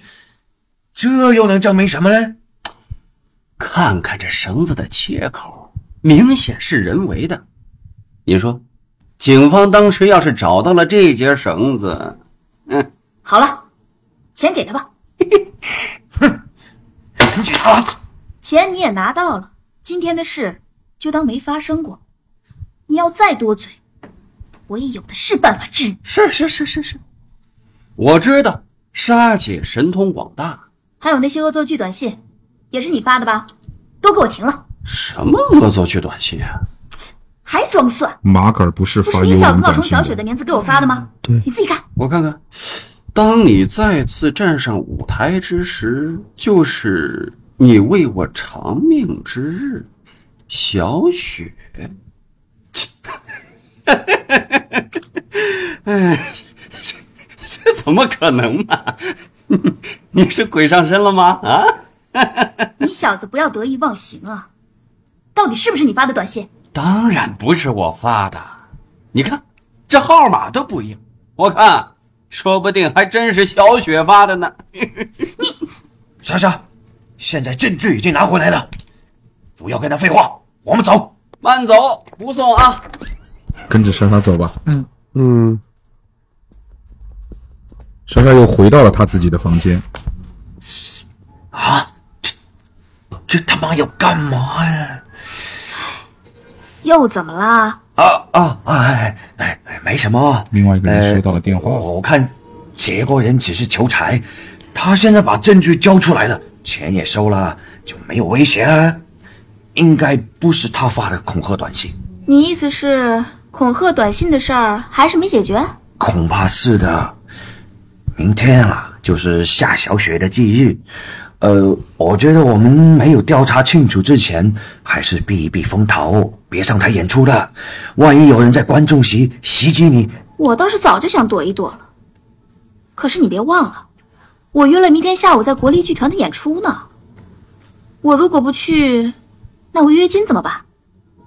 S24: 这又能证明什么呢？
S6: 看看这绳子的切口，明显是人为的。你说，警方当时要是找到了这节绳子，嗯，
S10: 好了，钱给他
S6: (laughs)
S10: 吧。钱你也拿到了，今天的事就当没发生过。你要再多嘴，我也有的是办法治你。
S6: 是是是是是，我知道莎姐神通广大，
S10: 还有那些恶作剧短信，也是你发的吧？都给我停了，
S6: 什么恶作剧短信啊？
S10: 还装蒜？
S1: 马杆不是
S10: 不是你小子冒充小雪的名字给我发的吗？对，你自己看。
S6: 我看看，当你再次站上舞台之时，就是你为我偿命之日，小雪。 (laughs) 哎， (laughs) 这这怎么可能嘛？ (laughs) 你是鬼上身了吗？啊？
S10: 你小子不要得意忘形啊！到底是不是你发的短信？
S6: 当然不是我发的，你看这号码都不一样，我看说不定还真是小雪发的呢。
S24: 莎莎，现在证据已经拿回来了，不要跟他废话，我们走。
S6: 慢走，不送啊！
S1: 哎跟着莎莎走吧。
S9: 嗯
S3: 嗯，
S1: 莎莎又回到了她自己的房间。
S24: 啊，这这他妈要干嘛呀？
S10: 又怎么啦？
S24: 啊啊哎哎哎，没什么。呃
S1: 另外一个人收到了电话，
S24: 我看结果人只是求财，他现在把证据交出来了，钱也收了，就没有威胁了。应该不是他发的恐吓短信，
S10: 你意思是恐吓短信的事儿还是没解决？
S24: 恐怕是的。明天啊，就是下小雪的忌日。呃，我觉得我们没有调查清楚之前，还是避一避风头，别上台演出了。万一有人在观众席袭击你，
S10: 我倒是早就想躲一躲了，可是你别忘了，我约了明天下午在国立剧团的演出呢。我如果不去，那违约金怎么办？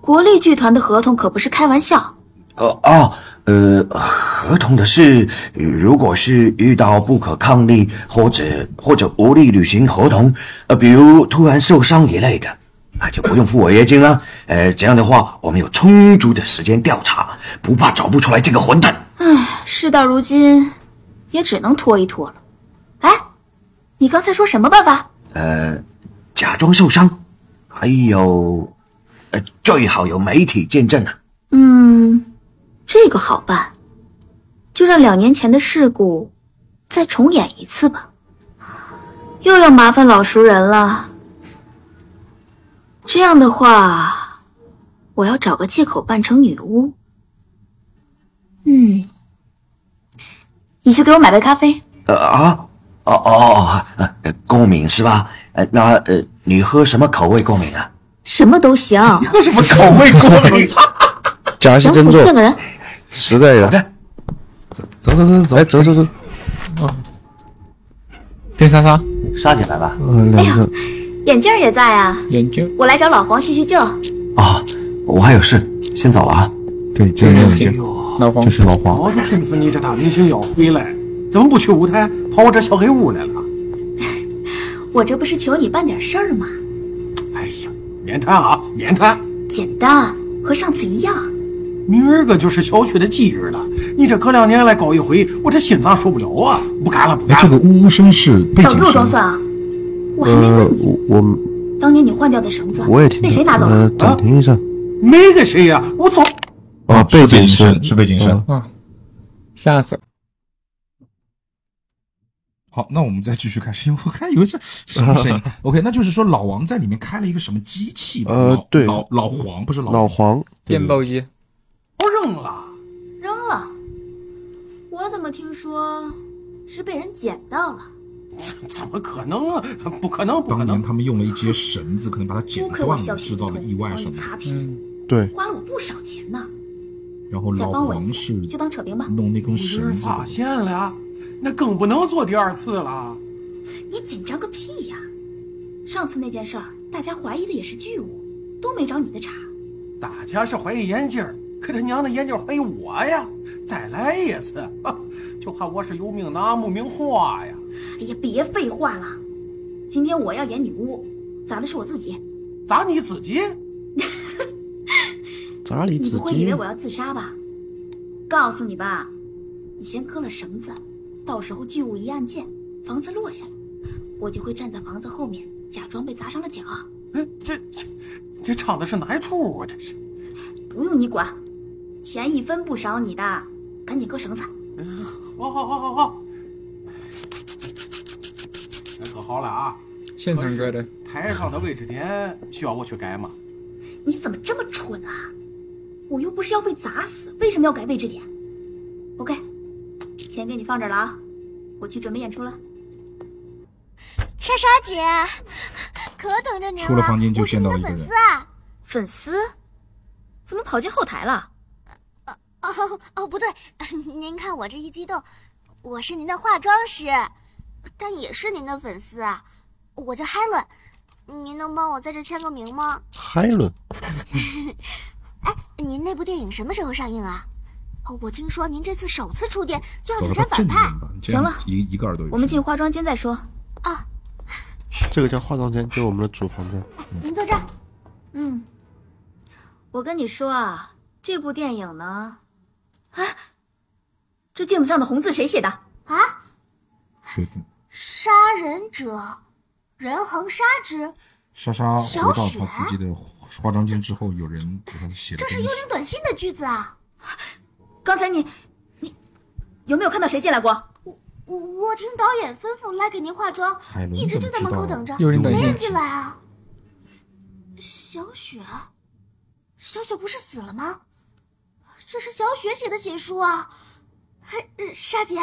S10: 国立剧团的合同可不是开玩笑。
S24: 呃哦，呃，合同的事，如果是遇到不可抗力或者或者无力履行合同，呃，比如突然受伤一类的，那就不用付违约金了。呃，这样的话，我们有充足的时间调查，不怕找不出来这个混蛋。
S10: 唉，事到如今，也只能拖一拖了。哎，你刚才说什么办法？
S24: 呃，假装受伤，还有，呃，最好有媒体见证啊。
S10: 嗯，这个好办，就让两年前的事故再重演一次吧。又要麻烦老熟人了。这样的话，我要找个借口扮成女巫。嗯，你去给我买杯咖啡。
S24: 呃啊，哦哦，呃，过敏是吧？呃，那呃，你喝什么口味过敏啊？
S10: 什么
S24: (laughs)
S10: 都行。
S24: 喝什么口味过敏？
S3: 假戏
S10: 行，
S3: 真
S10: 我
S3: 做
S10: 见，个人。
S3: 实在的。
S1: 走走走走，
S3: 哎，走走哦走，
S9: 对莎莎，
S6: 莎姐来了，
S3: 嗯，两个，
S24: 哎
S10: 眼镜儿也在啊，
S9: 眼睛
S10: 我来找老黄叙叙旧。
S6: 我还有事，先走了啊。
S1: 对，这
S6: 个
S9: 哎老黄，
S1: 这是老黄。
S25: 我就听说你这大明星要回来，怎么不去舞台，跑我这小黑屋来了？
S10: 我这不是求你办点事儿吗？
S25: 免谈啊，免谈。
S10: 简单，和上次一样。
S25: 明儿个就是小雪的忌日了，你这隔两年来搞一回，我这心脏受不了啊！不干了，不
S1: 哎，
S25: 干
S1: 这
S25: 了。
S1: 个呜呜声是背
S10: 少给我
S1: 景
S10: 装
S1: 声。
S10: 蒜啊！我还没
S3: 呃
S10: 问，你，
S3: 我我
S10: 当年你换掉的绳子
S3: 我也听
S10: 被
S3: 着
S10: 谁拿走
S3: 呃
S10: 了？，
S1: 啊
S3: 暂停一下。
S25: 没给谁呀、我早
S3: 啊，背景
S1: 声哦是背景
S3: 嗯
S1: 声。
S2: 啊，吓死了！
S1: 好，那我们再继续看，因为我看有一些什么声音？OK，那就是说老王在里面开了一个什么机器吧？
S3: 呃
S1: 老，
S3: 对，
S1: 老老黄不是老
S3: 老黄
S2: 电报机。
S25: 扔了，
S10: 扔了。我怎么听说是被人捡到了？
S25: 怎么可能啊？不可能，不
S1: 可能！当年他们用了一些绳子，可能把它剪
S10: 不可
S1: 断
S10: 我
S1: 了，
S10: 小心
S1: 制造了意外什么
S10: 擦
S1: 的。
S10: 皮，
S3: 对，
S10: 花了我不少钱呢。
S1: 然后
S10: 再
S1: 老
S10: 帮我
S1: 黄
S10: 一
S1: 是
S10: 次，就当扯平吧。
S1: 弄那根
S25: 你这
S1: 绳
S25: 是
S1: 子，
S25: 发现了，那更不能做第二次了。
S10: 你紧张个屁呀！上次那件事儿，大家怀疑的也是巨物，都没找你的茬。
S25: 大家是怀疑眼镜儿，可他娘的眼镜儿怀疑我呀！再来一次，啊就怕我是有命拿无名花呀！
S10: 哎呀，别废话了，今天我要演女巫，砸的是我自己。
S25: 砸你自己？
S3: 咋里
S10: 你
S3: 子
S10: 不会以为我要自杀吧？告诉你吧，你先割了绳子，到时候巨物一按键，房子落下了，我就会站在房子后面，假装被砸伤了脚。
S25: 哎这这这唱的是哪一出啊？这是
S10: 不用你管，钱一分不少你的，赶紧割绳子。
S25: 嗯好好好好好，那可好了啊！
S2: 现场割的，
S25: 台上的位置点需要我去改吗？
S10: 你怎么这么蠢啊？我又不是要被砸死，为什么要改位置点？OK，钱给你放这儿了啊，我去准备演出了。
S26: 莎莎姐，可等着您
S1: 出了房间就见到一个人
S26: 粉。丝啊！
S10: 粉丝？怎么跑进后台了？
S26: 哦哦，不对，您看我这一激动，我是您的化妆师，但也是您的粉丝啊。我叫海伦，您能帮我在这签个名吗？ (laughs)
S3: 海伦，
S26: 哎，您那部电影什么时候上映啊？哦，我听说您这次首次出电就要
S1: 走
S26: 挑
S1: 到
S26: 战
S1: 他
S26: 反
S1: 正面
S26: 派。
S1: 吧。你这
S26: 行
S1: 样
S26: 了，
S1: 一一个耳朵有
S10: 我们进化妆间再说。
S3: 这个叫化妆间，就是我们的主房间。
S10: 您坐这儿。嗯，我跟你说啊，这部电影呢，啊，这镜子上的红字谁写的？
S26: 啊，
S1: 对
S26: 杀人者，人恒杀之。
S1: 莎莎回
S26: 小
S1: 到
S26: 雪
S1: 她自己的化妆间之后，有人给她写了
S26: 这是
S1: 东
S26: 幽
S1: 西
S26: 灵短信的句子啊！
S10: 刚才你，你有没有看到谁进来过？
S26: 我我听导演吩咐来给您化妆
S1: 海，伦
S26: 一直就在门口
S1: 怎
S26: 等
S1: 么知
S26: 着
S1: 道，幽灵短
S26: 没
S1: 信
S26: 人进来啊。小雪，小雪不是死了吗？这是小雪写的血书啊！还呃莎姐，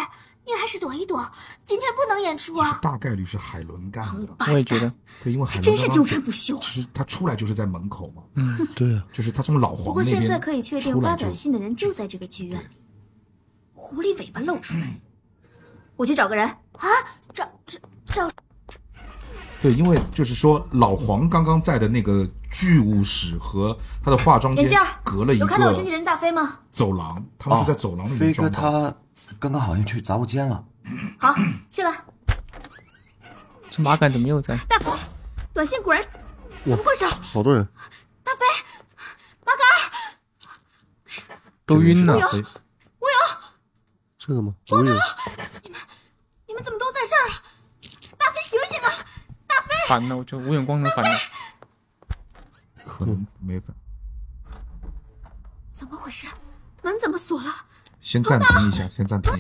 S26: 你还是躲一躲，今天不能演出啊！
S1: 大概率是海伦干的。
S2: 我也觉得，
S1: 对，因为海伦
S26: 真是
S1: 刚刚
S26: 纠缠不休
S1: 其实她出来就是在门口嘛。
S2: 嗯，
S3: 对啊，
S1: 就是她从老
S10: 不
S1: 黄
S10: 过
S1: 那边
S10: 现在可以确定，
S1: 出来
S10: 发
S1: 就
S10: 短信的人就在这个剧院里。狐狸尾巴露出
S1: 嗯
S10: 来，我去找个人啊！
S26: 找找找
S1: 对，因为就是说老黄刚刚在的那个剧务室和他的化妆间
S10: 眼镜儿
S1: 隔了一
S10: 有看到我经纪
S1: 个
S10: 人大飞吗？
S1: 走廊，他们是在走廊里
S24: 飞
S1: 面
S24: 哥
S1: 撞到。
S24: 他刚刚好像去杂物间了。
S1: (clears throat)
S10: 好，谢了。
S2: 这麻杆怎么又在？
S10: 大夫，短信果然怎么回事？
S3: 好多人，
S10: 马杆儿，
S2: 都晕了。
S10: 吴勇，
S3: 这个吗？无人。
S10: 你们怎么都在这儿啊？大飞醒醒啊！
S2: 烦了，我就吴永光能烦了。
S1: 可能没法。
S10: 怎么回事？门怎么锁了？啊
S1: 先暂停一
S10: 哦
S1: 下，先暂停。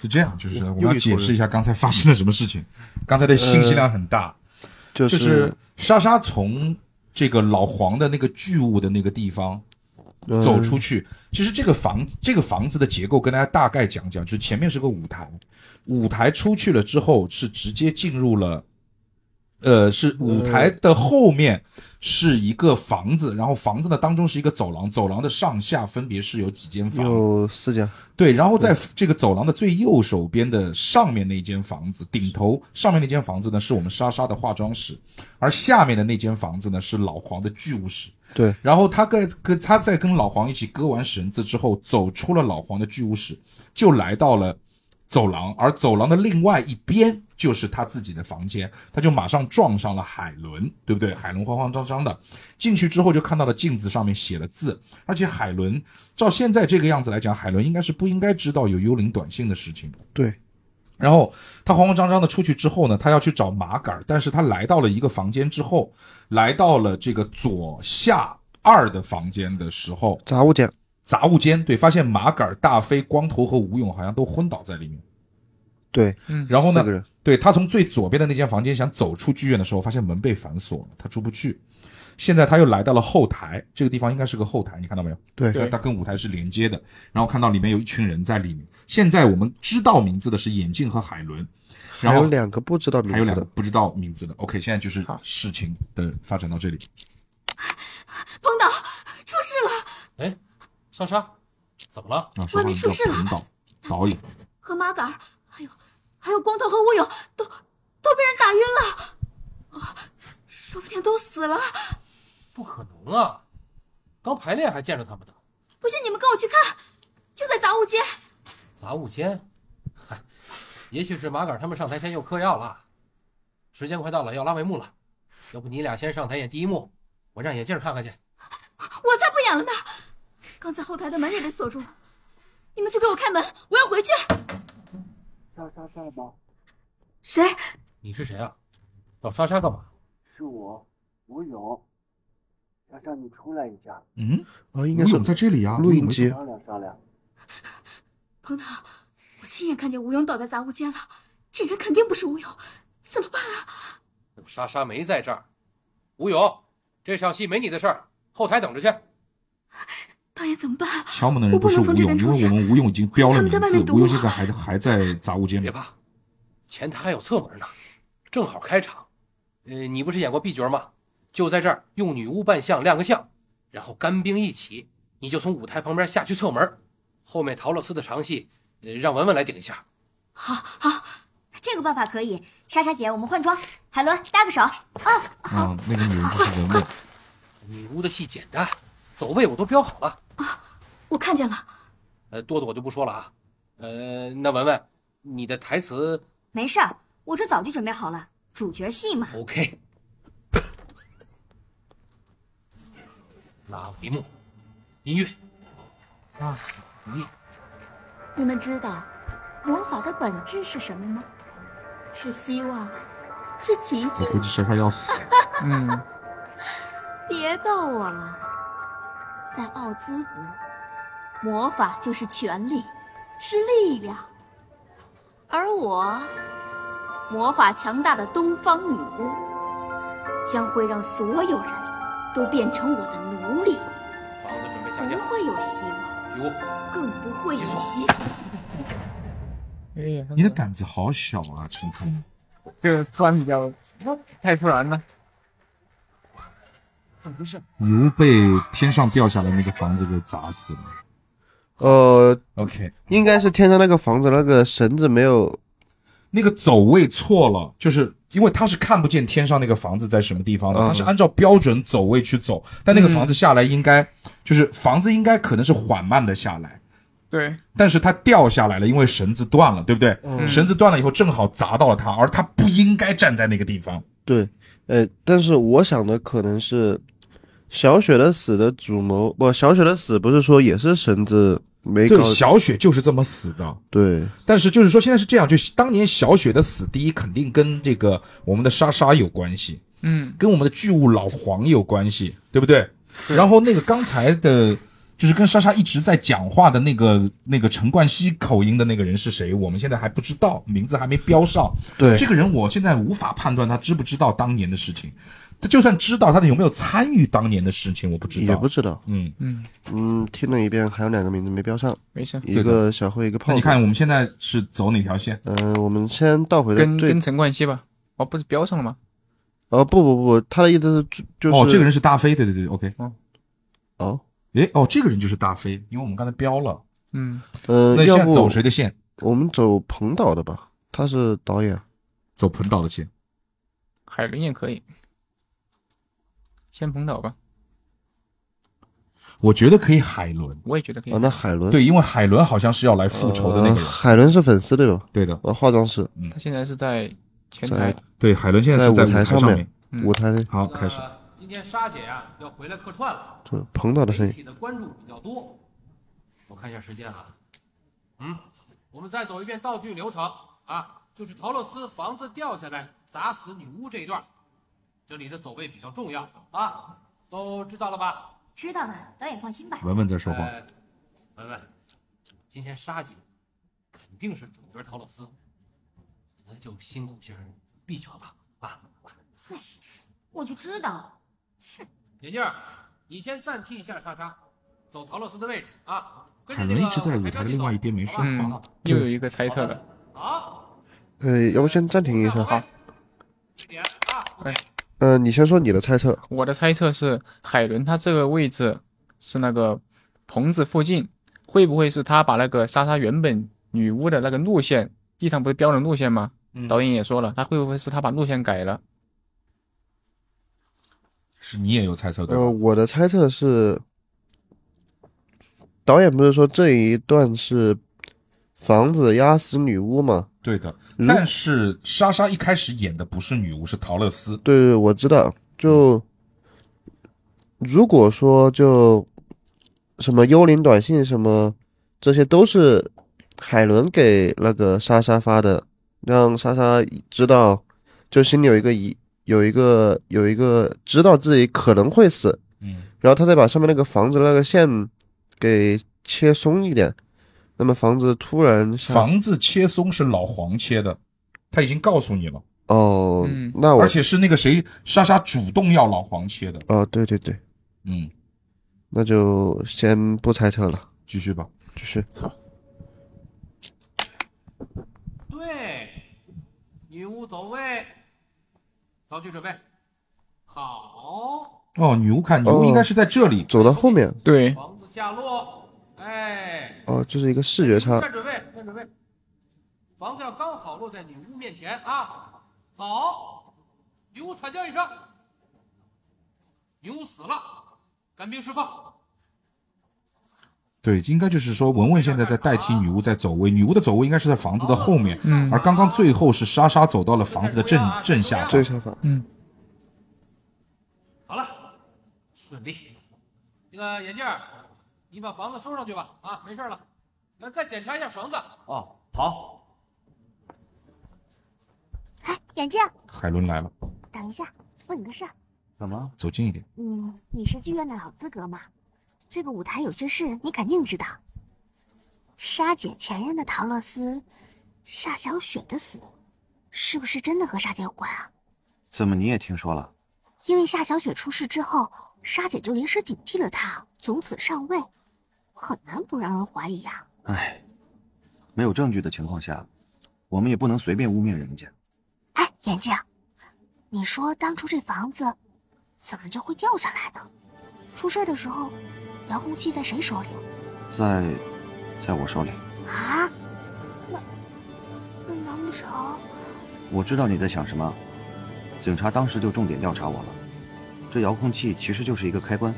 S1: 是这样，就是我们要解释一下刚才发生了什么事情。刚才的信息量很大，
S3: 就
S1: 就是莎莎从这个老黄的那个巨物的那个地方
S3: 呃
S1: 走出去。其实这个房这个房子的结构跟大家大概讲讲，就是前面是个舞台，舞台出去了之后是直接进入了。呃，是舞台的后面是一个房子，然后房子呢当中是一个走廊，走廊的上下分别是有几间房，
S3: 有四家，
S1: 对，然后在这个走廊的最右手边的上面那间房子，顶头上面那间房子呢是我们莎莎的化妆室，而下面的那间房子呢是老黄的剧务室。
S3: 对，
S1: 然后他跟跟他在跟老黄一起割完绳子之后，走出了老黄的剧务室，就来到了走廊，而走廊的另外一边就是他自己的房间，他就马上撞上了海伦，对不对？海伦慌慌张张的进去之后，就看到了镜子上面写了字，而且海伦照现在这个样子来讲，海伦应该是不应该知道有幽灵短信的事情的。
S3: 对，
S1: 然后他慌慌张张的出去之后呢，他要去找马杆儿，但是他来到了一个房间之后，来到了这个左下二的房间的时候，
S3: 杂物间，
S1: 杂物间，对，发现马杆儿、大飞、光头和吴勇好像都昏倒在里面。
S3: 对，
S10: 嗯
S1: 嗯然后
S3: 四个
S1: 呢
S3: 人，
S1: 对他从最左边的那间房间想走出剧院的时候，发现门被反锁了，他出不去。现在他又来到了后台，这个地方应该是个后台，你看到没有？
S3: 对
S1: 它跟舞台是连接的。然后看到里面有一群人在里面。现在我们知道名字的是眼镜和海伦，然
S3: 还
S1: 后
S3: 有两个不知道名
S1: 还有
S3: 字
S1: 两个
S3: 的，
S1: 不知道名字的。OK，现在就是事情的发展到这里。
S10: 彭导，出事了，
S12: 哎，莎莎，怎么了？
S1: 啊，
S10: 外面出事了
S1: 导导演，
S10: 和马杆儿，还有还有光头和吴勇都都被人打晕了，啊，说不定都死了。
S12: 不可能啊！刚排练还见着他们呢。
S10: 不信你们跟我去看，就在杂物间。
S12: 杂物间，嗨也许是马杆他们上台前又嗑药了。时间快到了，要拉帷幕了，要不你俩先上台演第一幕，我让眼镜看看去。
S10: 我才不演了呢！刚才后台的门也被锁住了，你们去给我开门，我要回去。
S9: 莎莎在吗？
S10: 谁？
S12: 你是谁啊？找莎莎干嘛？
S9: 是我，吴勇。想让你出来一下，
S1: 嗯，
S3: 哦，应
S9: 该是
S1: 吴勇在这里啊，
S3: 录音机
S9: 商量商量。
S10: 彭导，我亲眼看见吴勇倒在杂物间了，这人肯定不是吴勇，怎么办啊？
S12: 莎莎没在这儿。吴勇，这场戏没你的事儿，后台等着去。
S10: 导演怎么办啊？
S1: 敲门的人
S10: 我不
S1: 不是
S10: 能从
S1: 吴
S10: 这
S1: 勇，
S10: 边
S1: 因
S10: 出
S1: 为
S10: 去
S1: 我。们吴勇已经标了
S10: 他
S1: 名
S10: 们在外面
S1: 字，
S10: 堵
S1: 吴勇
S10: 我
S1: 现在还还在杂物间里。
S12: 前台还有侧门呢，正好开场。呃，你不是演过 B 角吗？就在这儿用女巫扮相亮个相，然后干冰一起，你就从舞台旁边下去侧门。后面陶乐斯的长戏，呃，让文文来顶一下。
S26: 这个办法可以。莎莎姐，我们换装，海伦搭个手啊！
S1: 啊，那个女人就是
S10: (laughs)
S1: 文文。
S12: 女巫的戏简单，走位我都标好了。
S10: 我看见了，
S12: 呃，多的我就不说了啊。呃，那文文，你的台词
S26: 没事儿，我这早就准备好了，主角戏嘛。
S12: OK。拉帷幕，音乐。啊，你
S10: 你们知道魔法的本质是什么吗？是希望，是奇迹
S1: 我。估计莎莎要死。嗯，
S10: 别逗我了，在奥兹国，魔法就是权力，是力量。而我，魔法强大的东方女巫，将会让所有人都变成我的奴隶，
S12: 房子准备下
S10: 不
S12: 降，
S10: 会有希望，
S12: 女巫。
S10: 更不会有希
S2: 哎呀，
S1: 你的胆子好小啊，陈凯。
S2: 这个突然比较太突然了。
S26: 怎么回事？
S1: 女巫被天上掉下来那个房子给砸死了。
S3: 呃
S1: ，OK，
S3: 应该是天上那个房子那个绳子没有，
S1: 那个走位错了，就是因为他是看不见天上那个房子在什么地方的，
S3: 嗯
S1: 他是按照标准走位去走，但那个房子下来应该、就是房子应该可能是缓慢的下来，
S2: 对，
S1: 但是它掉下来了，因为绳子断了，对不对？
S3: 嗯
S1: 绳子断了以后正好砸到了他，而他不应该站在那个地方。
S3: 对，呃，但是我想的可能是小雪的死的主谋，不，小雪的死不是说也是绳子没
S1: 对
S3: 搞，
S1: 小雪就是这么死的。
S3: 对，
S1: 但是就是说现在是这样，就是当年小雪的死，第一肯定跟这个我们的莎莎有关系，
S2: 嗯，
S1: 跟我们的巨物老黄有关系，对不对？然后那个刚才的，就是跟莎莎一直在讲话的那个那个陈冠希口音的那个人是谁？我们现在还不知道，名字还没标上。
S3: 对
S1: 这个人我现在无法判断他知不知道当年的事情，他就算知道，他有没有参与当年的事情，我不知道。
S3: 也不知道，
S1: 嗯
S2: 嗯
S3: 嗯，听了一遍，还有两个名字没标上，
S2: 没事
S3: 一个小慧，一个
S1: 那
S3: 胖
S1: 你
S3: 子。
S1: 看我们现在是走哪条线？
S3: 嗯、我们先倒回来
S2: 跟
S3: 对
S2: 跟，陈冠希吧，哦，不是标上了吗？
S3: 哦不不不，他的意思是就就是
S1: 哦，这个人是大飞，对对对，OK。
S3: 哦，
S1: 诶，哦，这个人就是大飞，因为我们刚才标了。
S2: 嗯，
S3: 呃，
S1: 那你
S3: 要
S1: 现在
S3: 不
S1: 走谁的线？
S3: 我们走彭导的吧，他是导演。
S1: 走彭导的线。
S2: 海伦也可以，先彭导吧。
S1: 我觉得可以海伦。
S2: 我也觉得可以。
S3: 哦，那海伦
S1: 对，因为海伦好像是要来复仇的那个人
S3: 呃海伦是粉丝对吧？
S1: 对的，嗯
S3: 呃，化妆师，
S2: 他现在是在前台
S3: 在，
S1: 对海伦现在是
S3: 在
S1: 在舞台
S3: 台
S1: 上面
S3: 面，舞台
S1: 好开始，
S12: 呃今天沙姐呀、要回来客串了，
S3: 这彭导的声
S12: 媒体
S3: 音，
S12: 的关注比较多。我看一下时间啊，嗯，我们再走一遍道具流程啊，就是陶乐斯房子掉下来砸死女巫这一段，这里的走位比较重要啊，都知道了吧？
S27: 知道了，导演放心吧。
S1: 文文在说话，
S12: 呃文文，今天沙姐肯定是主角陶乐斯，那就辛苦些儿闭角吧啊！
S27: 我就知道，
S12: 眼镜儿，你先暂替一下莎莎，走陶乐斯的位置啊。跟着
S1: 海
S12: 那
S1: 伦一
S12: 个
S1: 直在舞台的另外一边没说话，
S2: 又有一个猜测了。
S12: 啊
S3: 呃，要不先暂停一下哈，
S2: 哎，
S3: 呃，你先说你的猜测，
S2: 我的猜测是，海伦她这个位置是那个棚子附近，会不会是她把那个莎莎原本女巫的那个路线，地上不是标了路线吗？导演也说了，她会不会是她把路线改了？
S1: 是你也有猜测对吧？
S3: 呃，我的猜测是，导演不是说这一段是房子压死女巫吗？
S1: 对的，但是莎莎一开始演的不是女巫，是陶乐斯。
S3: 对对，我知道。
S1: 嗯
S3: 就如果说就什么幽灵短信什么，这些都是海伦给那个莎莎发的，让莎莎知道，就心里有一个疑，有一个有一个知道自己可能会死，
S1: 嗯，
S3: 然后他再把上面那个房子那个线给切松一点，那么房子突然下
S1: 房子切松是老黄切的，他已经告诉你了。
S3: 哦，
S2: 嗯
S3: 那我
S1: 嗯而且是那个谁，莎莎主动要老黄切的。
S3: 哦，对对对，
S1: 嗯，
S3: 那就先不猜测了，
S1: 继续吧，
S3: 继续。
S12: 对，女巫走位，道具准备，好，
S1: 哦，女巫看女巫应该是在这里，
S3: 走到后面。
S2: 对，
S12: 房子下落，哎，
S3: 哦，这是一个视觉差。
S12: 站准备，站准备，房子要刚好落在女巫面前啊！好，女巫惨叫一声，女巫死了，干冰释放。
S1: 对，应该就是说文文现在在代替女巫在走位，女巫的走位应该是在房子的后面，
S2: 嗯
S1: 而刚刚最后是莎莎走到了房子的正正下方，
S3: 正下方，
S2: 嗯，
S12: 好了，顺利。那个眼镜儿，你把房子收上去吧，啊，没事了。那再检查一下绳子。
S15: 哦，好。
S26: 眼镜，
S1: 海伦来了，
S26: 等一下，问你个事儿。
S1: 怎么了？走近一点，
S26: 嗯，你是剧院的老资格嘛，这个舞台有些事你肯定知道。沙姐前任的陶乐斯，夏小雪的死，是不是真的和沙姐有关啊？
S24: 怎么你也听说了？
S26: 因为夏小雪出事之后，沙姐就临时顶替了她，从此上位，很难不让人怀疑呀、
S24: 唉，哎没有证据的情况下，我们也不能随便污蔑人家。
S26: 哎，眼镜，你说当初这房子怎么就会掉下来呢？出事的时候，遥控器在谁手里？
S24: 在，在我手里，
S26: 啊？那那难不成？
S24: 我知道你在想什么。警察当时就重点调查我了。这遥控器其实就是一个开关，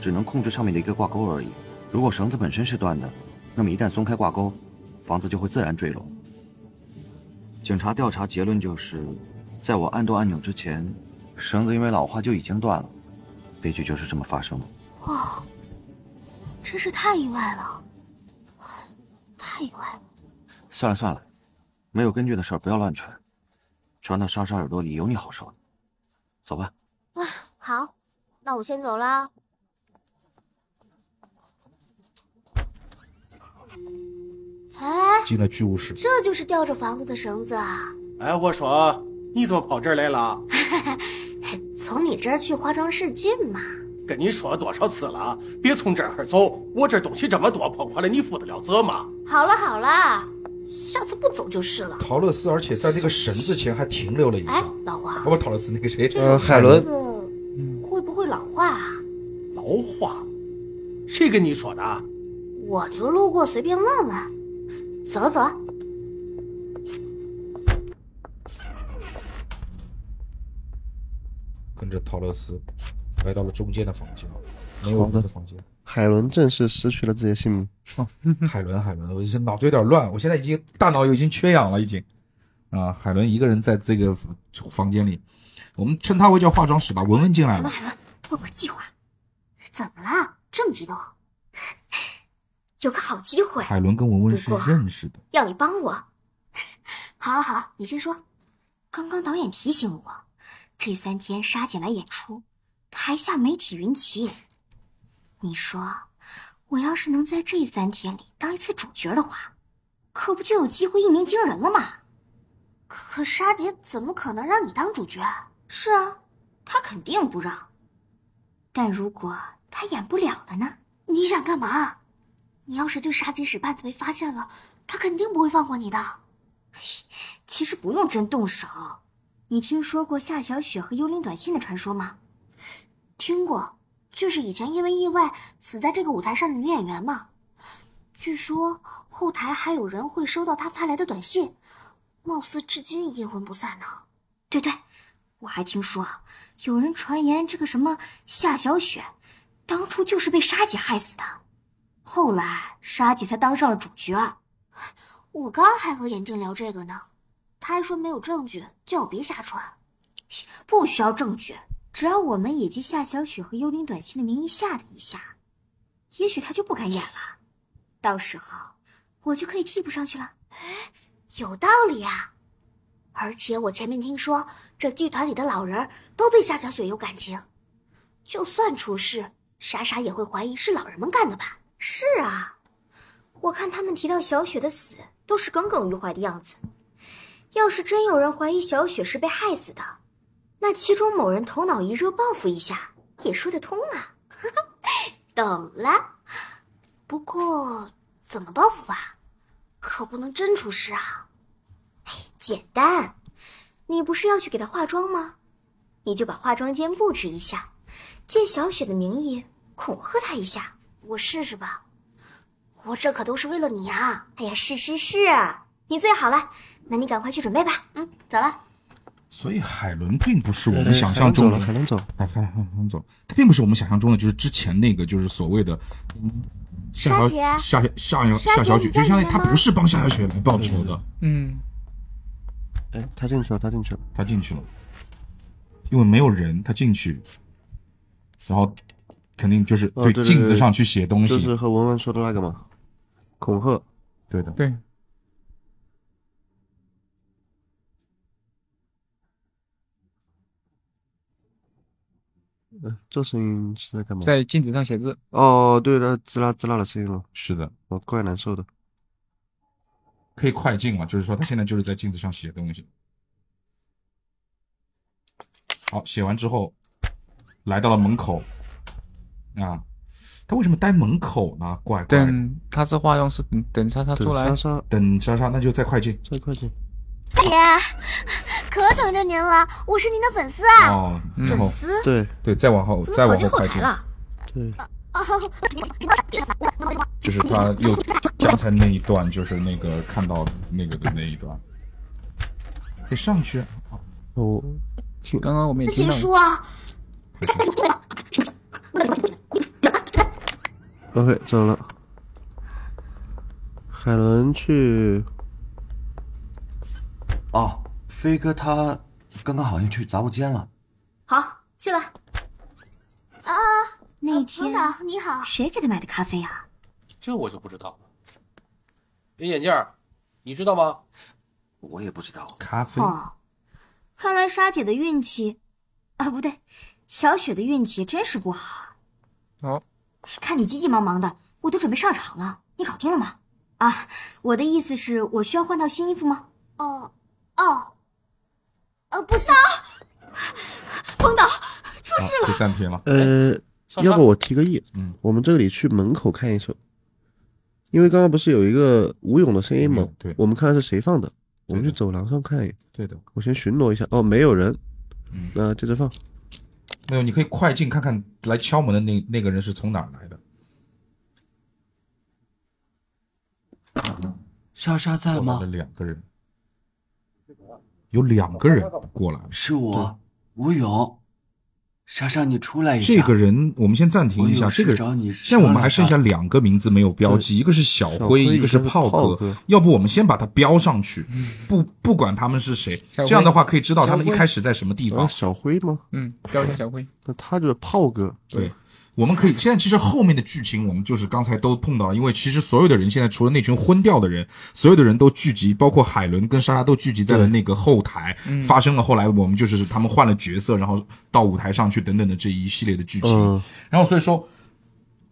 S24: 只能控制上面的一个挂钩而已。如果绳子本身是断的，那么一旦松开挂钩，房子就会自然坠落。警察调查结论就是，在我按动按钮之前，绳子因为老化就已经断了。悲剧就是这么发生的。
S26: 哇，真是太意外了，太意外了。
S24: 算了算了，没有根据的事儿不要乱传，传到莎莎耳朵里有你好受的。走吧，
S26: 啊，好，那我先走啦。哎，
S1: 进了剧务室。
S26: 这就是吊着房子的绳子啊！
S21: 哎，我说你怎么跑这儿来了？
S26: 从你这儿去化妆室近嘛？
S21: 跟你说多少次了啊，别从这儿走，我这东西这么多，碰坏了你负得了责吗？
S26: 好了好了，下次不走就是了。
S1: 陶乐斯，而且在那个绳子前还停留了一下。
S26: 哎，老王，
S1: 不，陶乐斯那个谁，
S26: 这
S1: 呃，
S26: 个
S1: 海
S26: 房
S1: 伦
S26: 子，会不会老化啊？
S21: 老话，谁跟你说的啊？
S26: 我就路过随便问问。走了走了，
S1: 跟着陶乐斯来到了中间的房间，没
S3: 好
S1: 有
S3: 的
S1: 的房间。哦嗯
S3: 海伦正式失去了自己的性命。
S1: 海伦，海伦，我这脑子有点乱，我现在已经大脑已经缺氧了，已经。啊，海伦一个人在这个房间里，我们称她为叫化妆师吧。文文进来
S26: 海
S1: 了
S26: 伦，，海伦，问我计划，怎么了？这么激动？ (laughs) 有个好啊机会，
S1: 海伦跟文文是认识的。
S26: 要你帮我。 (laughs) 好，好，好，你先说。刚刚导演提醒我，这三天沙姐来演出，台下媒体云集。你说，我要是能在这三天里当一次主角的话，可不就有机会一鸣惊人了吗？可沙姐怎么可能让你当主角？是啊，她肯定不让。但如果她演不了了呢？你想干嘛？你要是对沙姐使绊子被发现了，她肯定不会放过你的。哎其实不用真动手，你听说过夏小雪和幽灵短信的传说吗？听过，就是以前因为意外死在这个舞台上的女演员嘛。据说后台还有人会收到她发来的短信，貌似至今阴魂不散呢。对对，我还听说啊有人传言这个什么夏小雪，当初就是被沙姐害死的，后来沙姐才当上了主角。我刚还和眼镜聊这个呢，他还说没有证据，叫我别瞎传。不需要证据，只要我们以及夏小雪和幽灵短信的名义吓他一下，也许他就不敢演了。到时候我就可以替补上去了。有道理呀、而且我前面听说，这剧团里的老人都对夏小雪有感情，就算出事，莎莎也会怀疑是老人们干的吧？是啊，我看他们提到小雪的死，都是耿耿于怀的样子。要是真有人怀疑小雪是被害死的，那其中某人头脑一热报复一下，也说得通啊。 (laughs) 懂了。不过怎么报复啊？可不能真出事啊。哎简单，你不是要去给她化妆吗？你就把化妆间布置一下，借小雪的名义恐吓她一下。我试试吧。我这可都是为了你啊！哎呀，是是是，啊你最好了，那你赶快去准备吧。嗯，走了。
S1: 所以海伦并不是我们想象中的，
S3: 海伦走了，
S1: 海伦海伦走，她并不是我们想象中的，就是之前那个，就是所谓的嗯
S26: 莎
S1: 夏小
S26: 姐
S1: 夏夏小
S26: 莎姐
S1: 夏小雪，
S26: 你在
S1: 就相当于
S26: 里面
S1: 她
S26: 吗
S1: 不是帮夏小雪来报仇的，
S2: 嗯，
S3: 哎，他进去了，他进去了，
S1: 她进去了，因为没有人，她进去，然后肯定就是
S3: 哦，对
S1: 镜子上去写东西，
S3: 就是和文文说的那个嘛，恐吓。
S1: 对的，
S2: 对。
S3: 呃，这声音是在干嘛？
S2: 在镜子上写字。
S3: 哦，对了，滋啦滋啦的声音了。
S1: 是的，
S3: 我怪难受的。
S1: 可以快进嘛，就是说她现在就是在镜子上写东西。好，写完之后，来到了门口，啊，她为什么待门口呢？怪怪的。
S2: 等他是化妆师，等等莎莎出来。
S1: 等莎莎，那就再快进，
S3: 再快进。
S26: 姐，哎可等着您了，我是您的粉丝啊！
S1: 哦，嗯
S26: 粉丝
S3: 对
S1: 对，再往后，
S26: 怎
S1: 再
S26: 么跑
S1: 往
S26: 进后
S1: 快
S26: 台
S1: 进，
S26: 了？哦
S3: 对，
S1: 就是他又刚才那一段，就是那个看到那个的那一段，可以上去。啊
S3: 哦，
S2: 刚刚我们也
S26: 那
S2: 听
S26: 结
S2: 到
S26: 束
S2: 了，
S26: 啊！
S3: (laughs) OK，走了。海伦去，
S24: 哦，飞哥他刚刚好像去杂物间了。
S26: 好，谢了。啊，
S27: 那天
S26: 领导你好，
S27: 谁给他买的咖啡啊？
S12: 这我就不知道了。别眼镜儿，你知道吗？
S24: 我也不知道。
S1: 咖啡
S27: 哦，看来莎姐的运气，啊不对，小雪的运气真是不好。
S2: 哦，
S27: 看你急急忙忙的，我都准备上场了，你搞定了吗？啊，我的意思是，我需要换套新衣服吗？
S26: 哦，哦，呃，不行，彭导啊出事了，
S1: 暂停了。哎
S3: 呃，
S26: 上
S3: 要
S26: 山
S3: 不我提个议，嗯，我们这里去门口看一首，因为刚刚不是有一个吴勇的声音吗？
S1: 嗯对，
S3: 我们看看是谁放的，我们去走廊上看一眼。
S1: 对的，
S3: 我先巡逻一下。哦，没有人，
S1: 嗯
S3: 那接着放。
S1: 没有，你可以快进看看来敲门的那那个人是从哪儿来的。
S24: 莎莎在
S1: 吗？两个人，有两个人过来了。
S24: 是我，吴勇，莎莎，你出来一下。
S1: 这个人，我们先暂停一下。
S24: 哎我有
S1: 这
S24: 事
S1: 个
S24: 找你
S1: 现在我们还剩
S24: 商量
S1: 下两个名字没有标记，一个是小
S24: 小
S1: 辉，
S24: 辉
S1: 一个是
S24: 一个是
S1: 炮
S24: 炮
S1: 哥
S24: 哥。
S1: 要不我们先把它标上去，不不管他们是谁，
S2: 小辉
S1: 这样的话可以知道他们一
S2: 小辉
S1: 开始在什么地
S24: 哦
S1: 方。
S3: 小辉吗？
S2: 嗯，标下小辉。
S3: 那他就是炮哥。
S1: 对，我们可以现在其实后面的剧情我们就是刚才都碰到了，因为其实所有的人现在除了那群昏掉的人，所有的人都聚集，包括海伦跟莎莎都聚集在了那个后台，
S3: 嗯
S1: 发生了后来我们就是他们换了角色，然后到舞台上去等等的这一系列的剧情，
S3: 嗯
S1: 然后所以说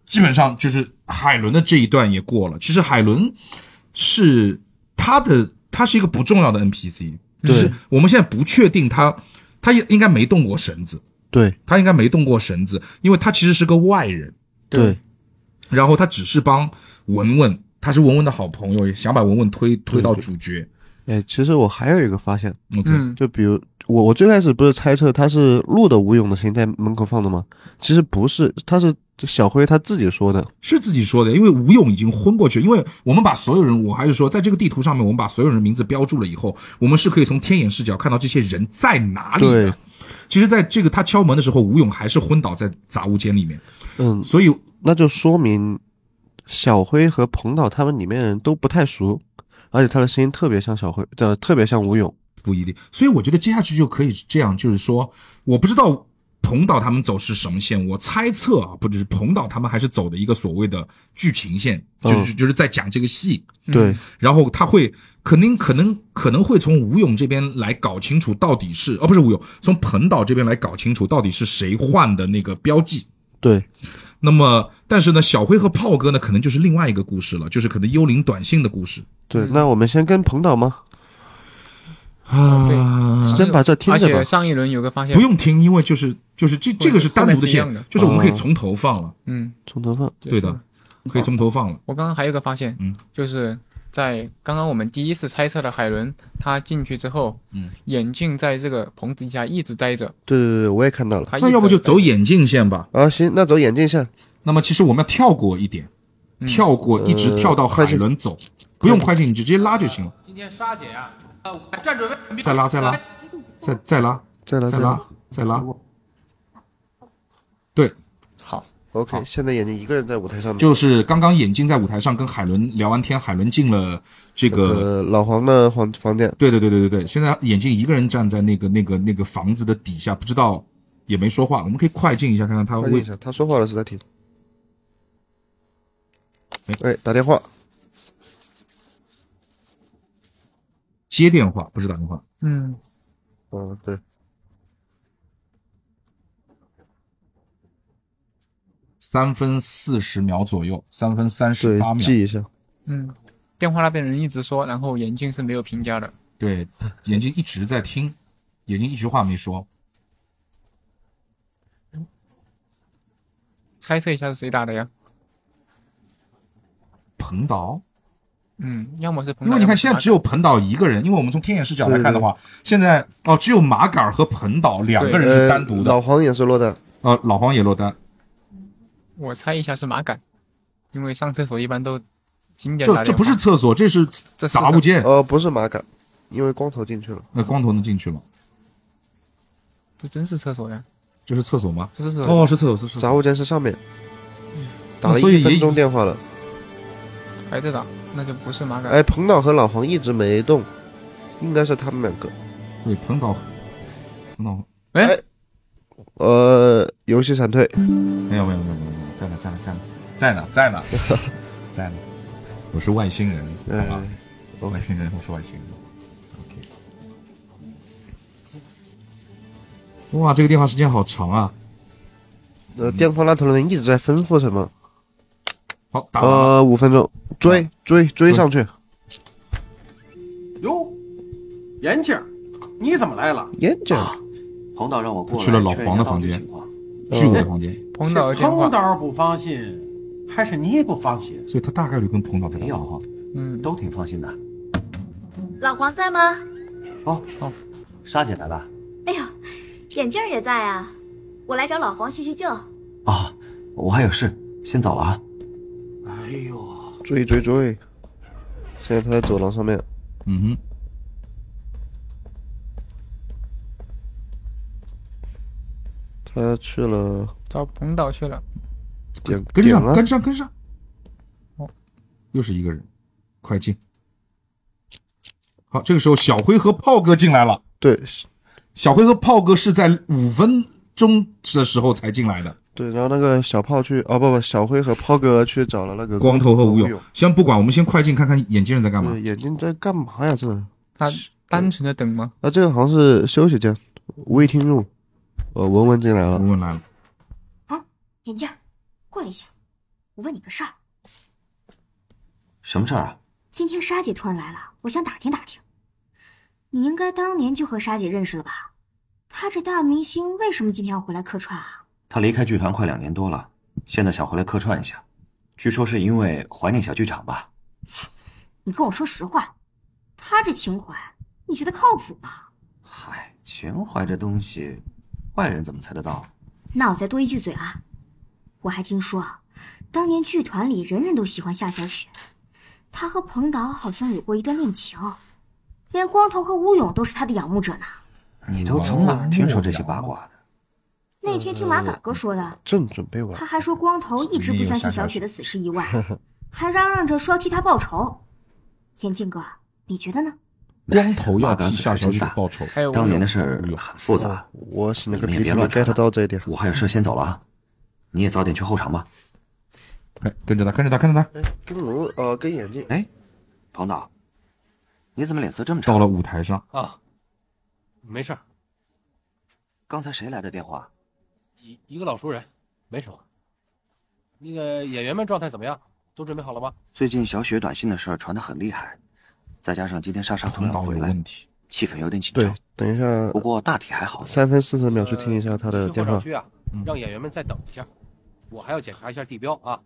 S1: 基本上就是海伦的这一段也过了。其实海伦是他的，他是一个不重要的 NPC，就是我们现在不确定他，他也应该没动过绳子。
S3: 对
S1: 他应该没动过绳子，因为他其实是个外人，
S3: 对，
S1: 然后他只是帮文文，他是文文的好朋友，也想把文文推推到主角。
S3: 哎，其实我还有一个发现
S1: OK 嗯
S3: 就比如我我最开始不是猜测他是录的吴勇的声音在门口放的吗？其实不是，他是小辉他自己说的。
S1: 是自己说的，因为吴勇已经昏过去了。因为我们把所有人，我还是说，在这个地图上面，我们把所有人名字标注了以后，我们是可以从天眼视角看到这些人在哪里的。其实，在这个他敲门的时候，吴勇还是昏倒在杂物间里面。
S3: 嗯，
S1: 所以
S3: 那就说明小辉和彭导他们里面的人都不太熟，而且他的声音特别像小辉，呃，特别像吴勇。
S1: 不一定，所以我觉得接下去就可以这样，就是说，我不知道彭导他们走是什么线，我猜测啊，不只是彭导他们还是走的一个所谓的剧情线，
S3: 嗯
S1: 就是就是在讲这个戏。
S3: 对
S1: 嗯然后他会肯定可能可能会从吴勇这边来搞清楚到底是，哦，不是吴勇，从彭导这边来搞清楚到底是谁换的那个标记。
S3: 对，
S1: 那么但是呢，小辉和炮哥呢，可能就是另外一个故事了，就是可能幽灵短信的故事。
S3: 对，那我们先跟彭导吗？
S1: 啊
S3: 先把这听
S2: 而
S3: 着吧
S2: 且。上一轮有个发现，
S1: 不用听，因为就是就是这这个是单独
S2: 后面是一
S1: 线
S2: 样的，
S1: 就是我们可以
S2: 哦
S1: 从头放了。
S2: 嗯，
S3: 从头放，
S1: 对的，可以从头放了。
S2: 我刚刚还有个发现，嗯，就是在刚刚我们第一次猜测的海伦，他进去之后，
S1: 嗯，
S2: 眼镜在这个棚子底下一直待着，
S3: 对对对，我也看到了
S2: 他。一那要不直就在走
S1: 眼镜线吧？
S3: 啊，行，那走眼镜线。
S1: 那么其实我们要跳过一点，跳过一直跳到海伦走，不用快进，你直接拉就行了。
S12: 今天莎姐呀、啊，呃，我站准备，
S1: 再拉，再拉，再再拉，
S3: 再拉
S1: 再
S3: 再拉
S1: 拉，再拉。对，
S2: 好
S3: ，OK，现在眼睛一个人在舞台上面，
S1: 就是刚刚眼镜在舞台上跟海伦聊完天，海伦进了这个
S3: 呃老黄的房房间。
S1: 对对对对对对，现在眼镜一个人站在那个那个那个房子的底下，不知道也没说话了。我们可以快进一下，看看他
S3: 快进
S1: 为
S3: 一下，他说话了，是在听。哎，打电话，
S1: 接电话，不是打电话。
S2: 嗯，
S3: 嗯，对，
S1: 三分四十秒左右，三分三十
S3: 对
S1: 八，秒。
S3: 记一下。
S2: 嗯，电话那边人一直说，然后眼镜是没有评价的，
S1: 对，眼睛一直在听，眼睛一句话没说。
S2: 猜测一下是谁打的呀？
S1: 彭导，
S2: 嗯，要么是彭
S1: 因
S2: 导，
S1: 为你
S2: 要么
S1: 看
S2: 是
S1: 现在只有彭导一个人，因为我们从天眼视角来看的话，现在哦只有马杆儿和彭导两个人是单独的。
S3: 呃老黄也是落单，
S1: 呃，老黄也落单。
S2: 我猜一下是马杆，因为上厕所一般都经典
S1: 这
S2: 打
S1: 这
S2: 电话
S1: 不是厕所，这是
S2: 这是
S1: 杂物间。
S3: 呃，不是马杆，因为光头进去了。
S1: 那光头能进去吗？
S2: 这真是厕所呀！
S1: 这是厕所吗？
S2: 这是厕所
S1: 哦，是厕所，是厕所。
S3: 杂物间是上面，打
S1: 那
S3: 了
S1: 所以
S3: 一
S1: 也
S3: 分钟电话了。
S2: 还在打，那就不是马杆。
S3: 哎，彭导和老黄一直没动，应该是他们两个。
S1: 对，彭导，彭导，
S2: 哎，
S3: 呃，游戏闪退。
S1: 没有没有没有没有，在呢在呢在呢在呢在 (laughs) 呢在呢，我是外星人，好吧？外星人，我是外星人。OK。哇，这个电话时间好长啊！
S3: 呃，电话那头的人一直在吩咐什么？
S1: 好，打完了。
S3: 呃，五分钟，追追追上去。
S25: 哟，眼镜儿，你怎么来了？
S3: 眼镜，
S21: 啊
S24: 彭导让我过来
S1: 去了老黄的房间，去我的房间，
S2: 彭导的
S25: 是
S2: 电话
S25: 彭导不放心，还是你不放心？
S1: 所以他大概率跟彭导在打电话。
S2: 嗯，
S24: 都挺放心的。
S10: 老黄在吗？
S24: 哦哦，莎姐来了。
S10: 哎呦，眼镜儿也在啊！我来找老黄叙叙旧。
S24: 啊，我还有事，先走了啊。
S3: 哎呦，追追追！现在他在走廊上面。
S1: 嗯
S3: 哼。他去了，
S2: 找彭导去了。
S3: 点
S1: 跟
S3: 点
S1: 上，
S3: 了
S1: 跟上，跟上。哦，又是一个人，快进。好，这个时候小辉和炮哥进来了。
S3: 对，
S1: 小辉和炮哥是在五分钟的时候才进来的。
S3: 对，然后那个小炮去，哦不不，小辉和炮哥去找了那个
S1: 光头和吴
S3: 吴
S1: 勇，先不管，我们先快进看看眼镜人在干嘛
S3: 对。眼睛在干嘛呀？这
S2: 他单纯的等吗？
S3: 啊，这个好像是休息间，未听入。呃，文文进来了，文
S1: 文来了，
S26: 眼镜儿，过来一下，我问你个事儿。
S24: 什么事儿啊？
S26: 今天沙姐突然来了，我想打听打听。你应该当年就和沙姐认识了吧？她这大明星为什么今天要回来客串啊？
S24: 他离开剧团快两年多了，现在想回来客串一下，据说是因为怀念小剧场吧？
S26: 你跟我说实话，她这情怀，你觉得靠谱吗？
S24: 情怀这东西，外人怎么猜得到？
S26: 那我再多一句嘴啊，我还听说啊，当年剧团里人人都喜欢夏小雪，她和彭导好像有过一段恋情，连光头和吴勇都是她的仰慕者呢。
S1: 嗯
S24: 你都从哪儿听说这些八卦的？
S26: 那天听马杆哥说
S1: 嗯
S26: 的，
S3: 正准
S9: (laughs)
S3: 备完
S26: 他，还说光头一直不相信小雪的死是意外，还嚷嚷着说要替她报仇。眼镜哥，你觉得呢？
S24: 哎
S1: 光头要
S24: 替夏小雪报
S1: 仇哎
S2: 还有
S24: 当年的事儿很复杂，
S3: 我是
S24: 那
S3: 个
S24: 你们也
S3: 鼻
S24: 别
S3: 子
S24: 乱
S3: 没
S24: 扯
S3: get 到这一点。
S24: 我还有事先走了啊，你也早点去后场吧。
S1: 哎，跟着他，跟着他，跟着他。
S3: 跟龙呃跟眼镜，
S24: 哎，彭导，你怎么脸色这么差？
S1: 到了舞台上，
S12: 啊，没事儿，
S24: 刚才谁来的电话？
S12: 一一个老熟人，没什么。那个演员们状态怎么样？都准备好了吗？
S24: 最近小雪短信的事儿传得很厉害，再加上今天莎莎突然回来，气氛有点紧
S3: 对
S24: 张。，
S3: 等一下，
S24: 不过大体还好。
S3: 三分四十秒去听一下他的
S12: 进
S3: 电
S12: 后场
S3: 话。嗯
S12: 区啊，让演员们再等一下，我还要检查一下地标啊。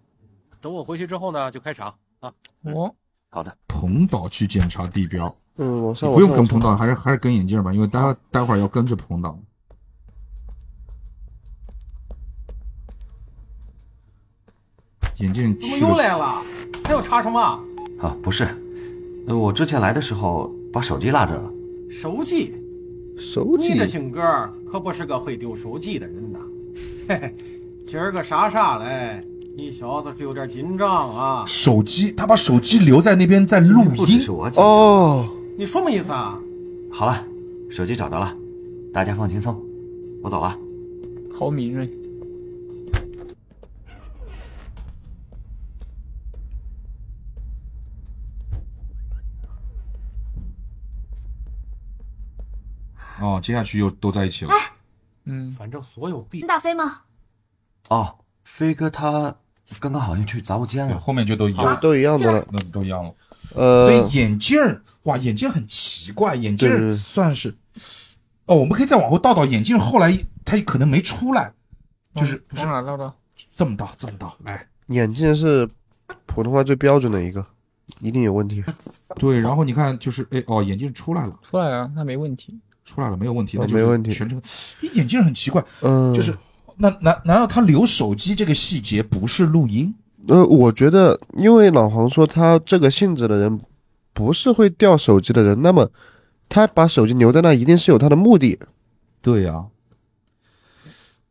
S12: 等我回去之后呢，就开场啊。
S2: 哦，
S24: 好的。
S1: 彭导去检查地标，
S3: 嗯，往
S1: 你不用跟彭导，还是还是跟眼镜吧，因为待会待会儿要跟着彭导。眼镜
S12: 怎么
S1: 去
S12: 又
S1: 了，
S12: 来了？还要查什么？
S24: 啊，不是，呃我之前来的时候把手机落这了。
S12: 手机，
S3: 手
S12: 你这性格儿可不是个会丢手机的人呐。 (laughs) 嘿嘿，今儿个啥啥来，你小子是有点紧张啊？
S1: 手机，他把手机留在那边在录音。
S3: 哦，
S12: 你什么意思啊？
S24: 嗯好了，手机找着了，大家放轻松，我走了。
S2: 好敏锐。
S1: 哦，接下去又都在一起了。
S2: 嗯，
S12: 反正所有必
S26: 你打飞吗？
S24: 哦，飞哥他刚刚好像去杂物间了，
S1: 后面就都一
S3: 样都都一样的了，
S1: 那都一样了。
S3: 呃
S1: 所以眼镜儿，哇，眼镜很奇怪，眼镜
S3: 对
S1: 儿
S3: 对对
S1: 算是，哦，我们可以再往后倒倒，眼镜后来他可能没出来，就是不是
S2: 哦往哪绕绕？
S1: 这么倒，这么哎倒，来，
S3: 眼镜是普通话最标准的一个，一定有问题。
S1: 对，然后你看就是，哎，哦，眼镜出来了，
S2: 出来了，那没问题。
S1: 出来了，没有问题，
S3: 哦
S1: 那就
S3: 没
S1: 是
S3: 问题
S1: 全程，哎眼镜很奇怪，
S3: 嗯，
S1: 就是那难难道他留手机这个细节不是录音？
S3: 呃，我觉得，因为老黄说他这个性质的人不是会掉手机的人，那么他把手机留在那一定是有他的目的。
S1: 对呀、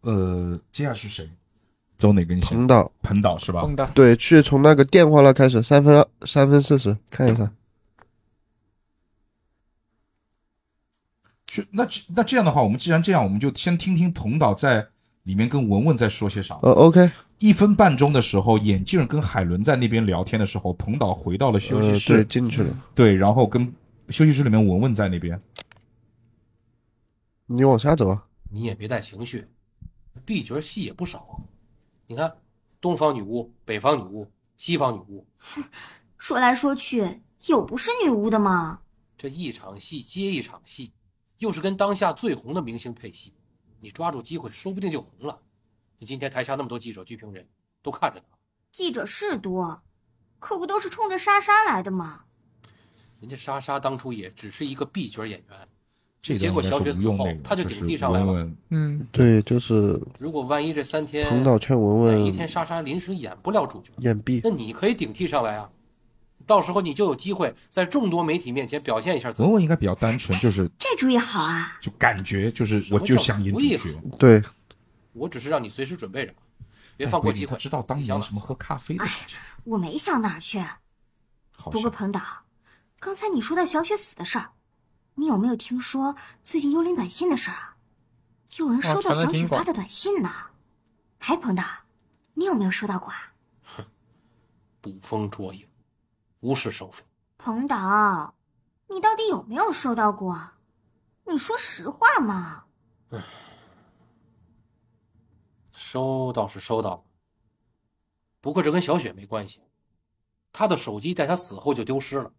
S1: 呃，接下去谁？走哪根线？
S3: 彭导，
S1: 彭导是吧？
S2: 彭导
S3: 对，去从那个电话那开始，三分三分四十，看一下。
S1: 去，那这那这样的话，我们既然这样，我们就先听听彭导在里面跟文文在说些啥。
S3: 呃，OK，
S1: 一分半钟的时候，眼镜儿跟海伦在那边聊天的时候，彭导回到了休息室，
S3: 呃对进去了。
S1: 对，然后跟休息室里面文文在那边，
S3: 你往下走啊。
S12: 你也别带情绪，B 角戏也不少。你看，东方女巫、北方女巫、西方女巫，
S26: 说来说去，有不是女巫的吗？
S12: 这一场戏接一场戏，又是跟当下最红的明星配戏，你抓住机会，说不定就红了。你今天台下那么多记者、剧评人都看着呢，
S26: 记者是多，可不都是冲着莎莎来的吗？
S12: 人家莎莎当初也只是一个 B 角演员，
S1: 这
S12: 结
S1: 段
S12: 果
S1: 应该
S12: 小雪
S1: 是不
S12: 死
S1: 用
S12: 后
S1: 那个，，
S12: 她就
S1: 就
S12: 顶
S1: 是
S12: 替上来
S1: 文
S12: 了。
S1: 文，
S2: 嗯，
S3: 对，就是
S12: 如果万一这三天
S3: 彭导劝文
S12: 哎哪一
S3: 文
S12: 天莎莎临时演不了主角，
S3: 眼嗯闭。
S12: 那你可以顶替上来啊，到时候你就有机会在众多媒体面前表现一下自己。
S1: 文文应该比较单纯，就是
S26: 这主意好啊！
S1: 就感觉就是我就想演主角，
S3: 对，
S12: 我只是让你随时准备着，
S1: 哎
S12: 别放过机会。
S1: 知道当年什么喝咖啡的事情。
S27: 我没想哪儿去。啊
S1: 好
S27: 不过彭导，刚才你说到小雪死的事儿，你有没有听说最近幽灵短信的事儿啊？有人收到
S12: 哦传得
S27: 小雪
S12: 挺广
S27: 发的短信呢。哎，彭导，你有没有收到过啊？
S12: 捕风捉影，无事生非。
S27: 彭导，你到底有没有收到过啊？你说实话嘛。
S12: 收到是收到了，不过这跟小雪没关系。她的手机在她死后就丢失了，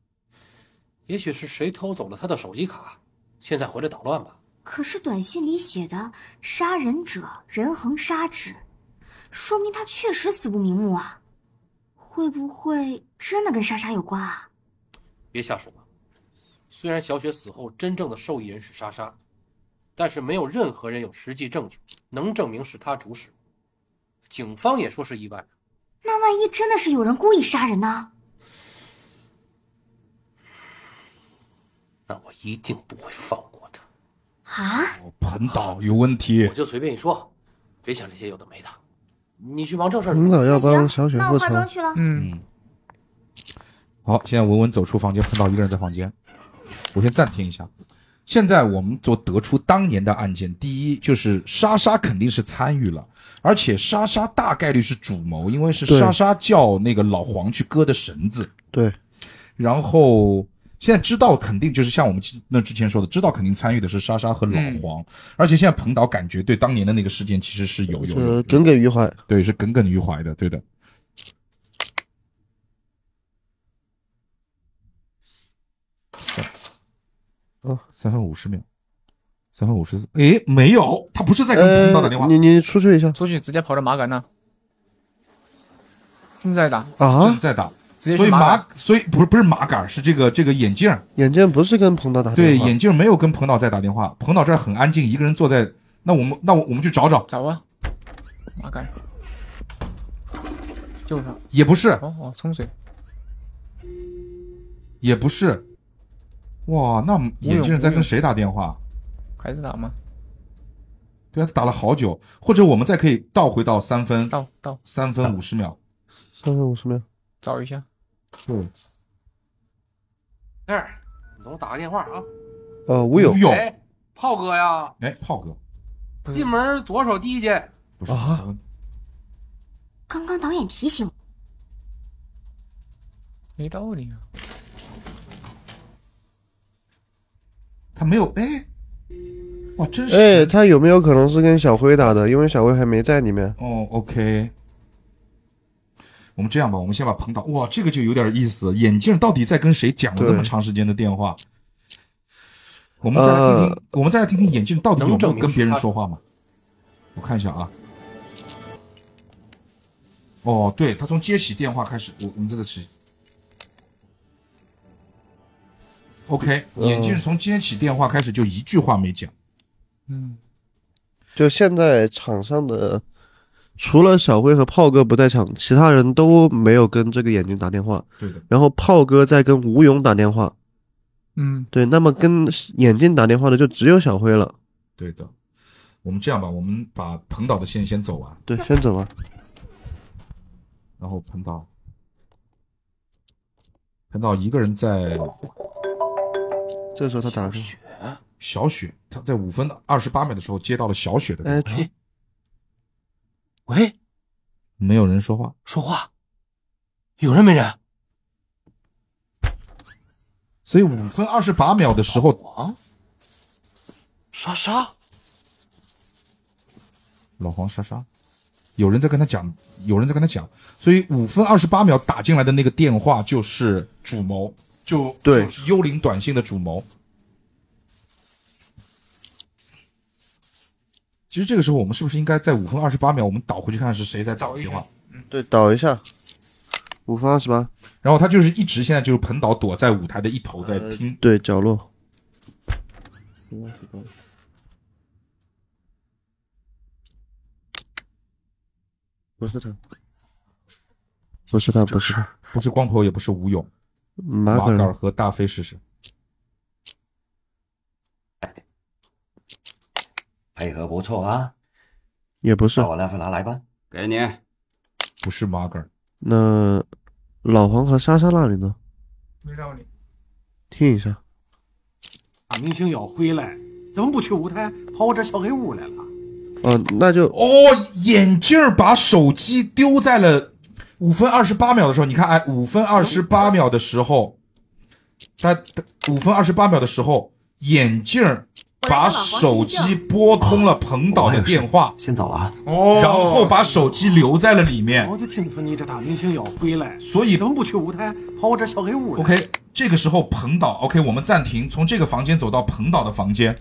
S12: 也许是谁偷走了她的手机卡，现在回来捣乱吧。
S27: 可是短信里写的“杀人者人恒杀之”，说明他确实死不瞑目啊！会不会真的跟莎莎有关啊？
S12: 别瞎说。虽然小雪死后真正的受益人是莎莎，但是没有任何人有实际证据能证明是她主使。警方也说是意外，
S27: 那万一真的是有人故意杀人呢？
S12: 那我一定不会放过。
S27: 啊？
S1: 哦彭导有问题
S12: 我，就随便一说，别想这些有的没的。你去忙正事儿去。
S3: 领导要帮小雪
S27: 那
S3: 复
S27: 我
S3: 仇
S27: 化。妆去了。
S12: 嗯，
S1: 好，现在文文走出房间，碰到一个人在房间。我先暂停一下。现在我们所得出当年的案件，第一就是莎莎肯定是参与了，而且莎莎大概率是主谋，因为是
S3: 对
S1: 莎莎叫那个老黄去割的绳子。
S3: 对，
S1: 然后现在知道肯定就是像我们那之前说的，知道肯定参与的是莎莎和老黄，而且现在彭导感觉对当年的那个事件其实是有有
S3: 呃
S1: 有，
S3: 耿耿于怀。
S1: 对，是耿耿于怀的，对的。
S3: 哦，
S1: 三分五十秒，三分五十四，诶，没有，他不是在
S3: 呃
S1: 跟彭导打电话，
S3: 你你出去一下。
S2: 出去直接跑到马杆那，正在打
S3: 啊
S1: 正在打，
S2: 直接
S1: 所以
S2: 去马杆
S1: 马，所以不是不是马杆，是这个这个眼镜儿，
S3: 眼镜不是跟彭导打
S1: 对，
S3: 电话。
S1: 眼镜儿没有跟彭导在打电话，彭导这儿很安静，一个人坐在，那我们那我我们去找找，
S2: 找啊，马杆，救他。
S1: 也不是，
S2: 哦哦，冲水，
S1: 也不是，哇，那眼镜儿在跟谁打电话？
S2: 还是打吗？
S1: 对啊，他打了好久，或者我们再可以倒回到三分，
S2: 倒倒
S1: 三分五十秒，
S3: 三分五十秒。
S2: 找一下。
S1: 嗯，
S12: 那儿，你等我打个电话啊。
S3: 呃，吴勇。嗯
S12: 哎，炮哥呀，
S1: 哎，炮哥，
S12: 进门左手第一间。
S1: 不是啊，
S27: 刚刚导演提醒我，
S2: 没道理啊。
S1: 他没有，哎，哇，真是，
S3: 哎，他有没有可能是跟小辉打的？因为小辉还没在里面。
S1: 哦，OK。我们这样吧，我们先把彭导，哇，这个就有点意思，眼镜到底在跟谁讲了
S3: 对
S1: 这么长时间的电话？我们再来听听，
S3: 呃
S1: 我们再来听听眼镜到底
S3: 能
S1: 有没有
S3: 证明
S1: 跟
S3: 是
S1: 别人
S3: 他
S1: 说话吗？我看一下啊。哦，对他从接起电话开始，我我们这个是 OK，
S3: 嗯
S1: 眼镜从接起电话开始就一句话没讲。
S2: 嗯，
S3: 就现在场上的，除了小辉和炮哥不在场，其他人都没有跟这个眼镜打电话。
S1: 对的。
S3: 然后炮哥在跟吴勇打电话。
S2: 嗯，
S3: 对，那么跟眼镜打电话的就只有小辉了。
S1: 对的，我们这样吧，我们把彭导的线先走完，
S3: 对，先走吧。
S1: 然后彭导，彭导一个人在
S3: 这时候他打了个
S1: 小雪，他在五分二十八秒的时候接到了小雪的电话，
S12: 呃
S3: 哎，
S12: 喂，
S1: 没有人说话，
S12: 说话，有人没人？
S1: 所以五分二十八秒的时候，
S12: 莎莎，
S1: 老黄莎莎，有人在跟他讲，有人在跟他讲，所以五分二十八秒打进来的那个电话就是主谋，就对，就是幽灵短信的主谋。其实这个时候，我们是不是应该在五分二十八秒，我们倒回去看是谁在打电话？
S3: 对，倒一下，五分二十八，
S1: 然后他就是一直现在就是彭导躲在舞台的一头在听，
S3: 呃对，角落。不是他，不是他，不是他，
S1: 不是光头，也不是吴勇，
S3: 马可
S1: 马
S3: 人
S1: 盖尔和大飞试试。
S24: 配合不错啊。
S3: 也不是
S28: 那。我来份拿来吧，给你。
S1: 不是 Margaret。
S3: 那老黄和莎莎那里呢？
S12: 没道理，
S3: 听一下，
S12: 把明星咬回来，怎么不去舞台，跑我这小黑屋来了？
S3: 嗯、那就
S1: 哦，眼镜儿把手机丢在了五分二十八秒的时候，你看，哎，五分二十八秒的时候，他他五分二十八秒的时候，眼镜儿把手机拨通了彭导的电话，
S28: 先走了啊，哦
S12: 哦
S1: 然后把手机留在了里面。
S12: 我就听说你这大明星咬回来，
S1: 所以
S12: 怎么不去舞台，跑我这小黑屋来
S1: OK，这个时候彭导，OK，我们暂停，从这个房间走到彭导的房间，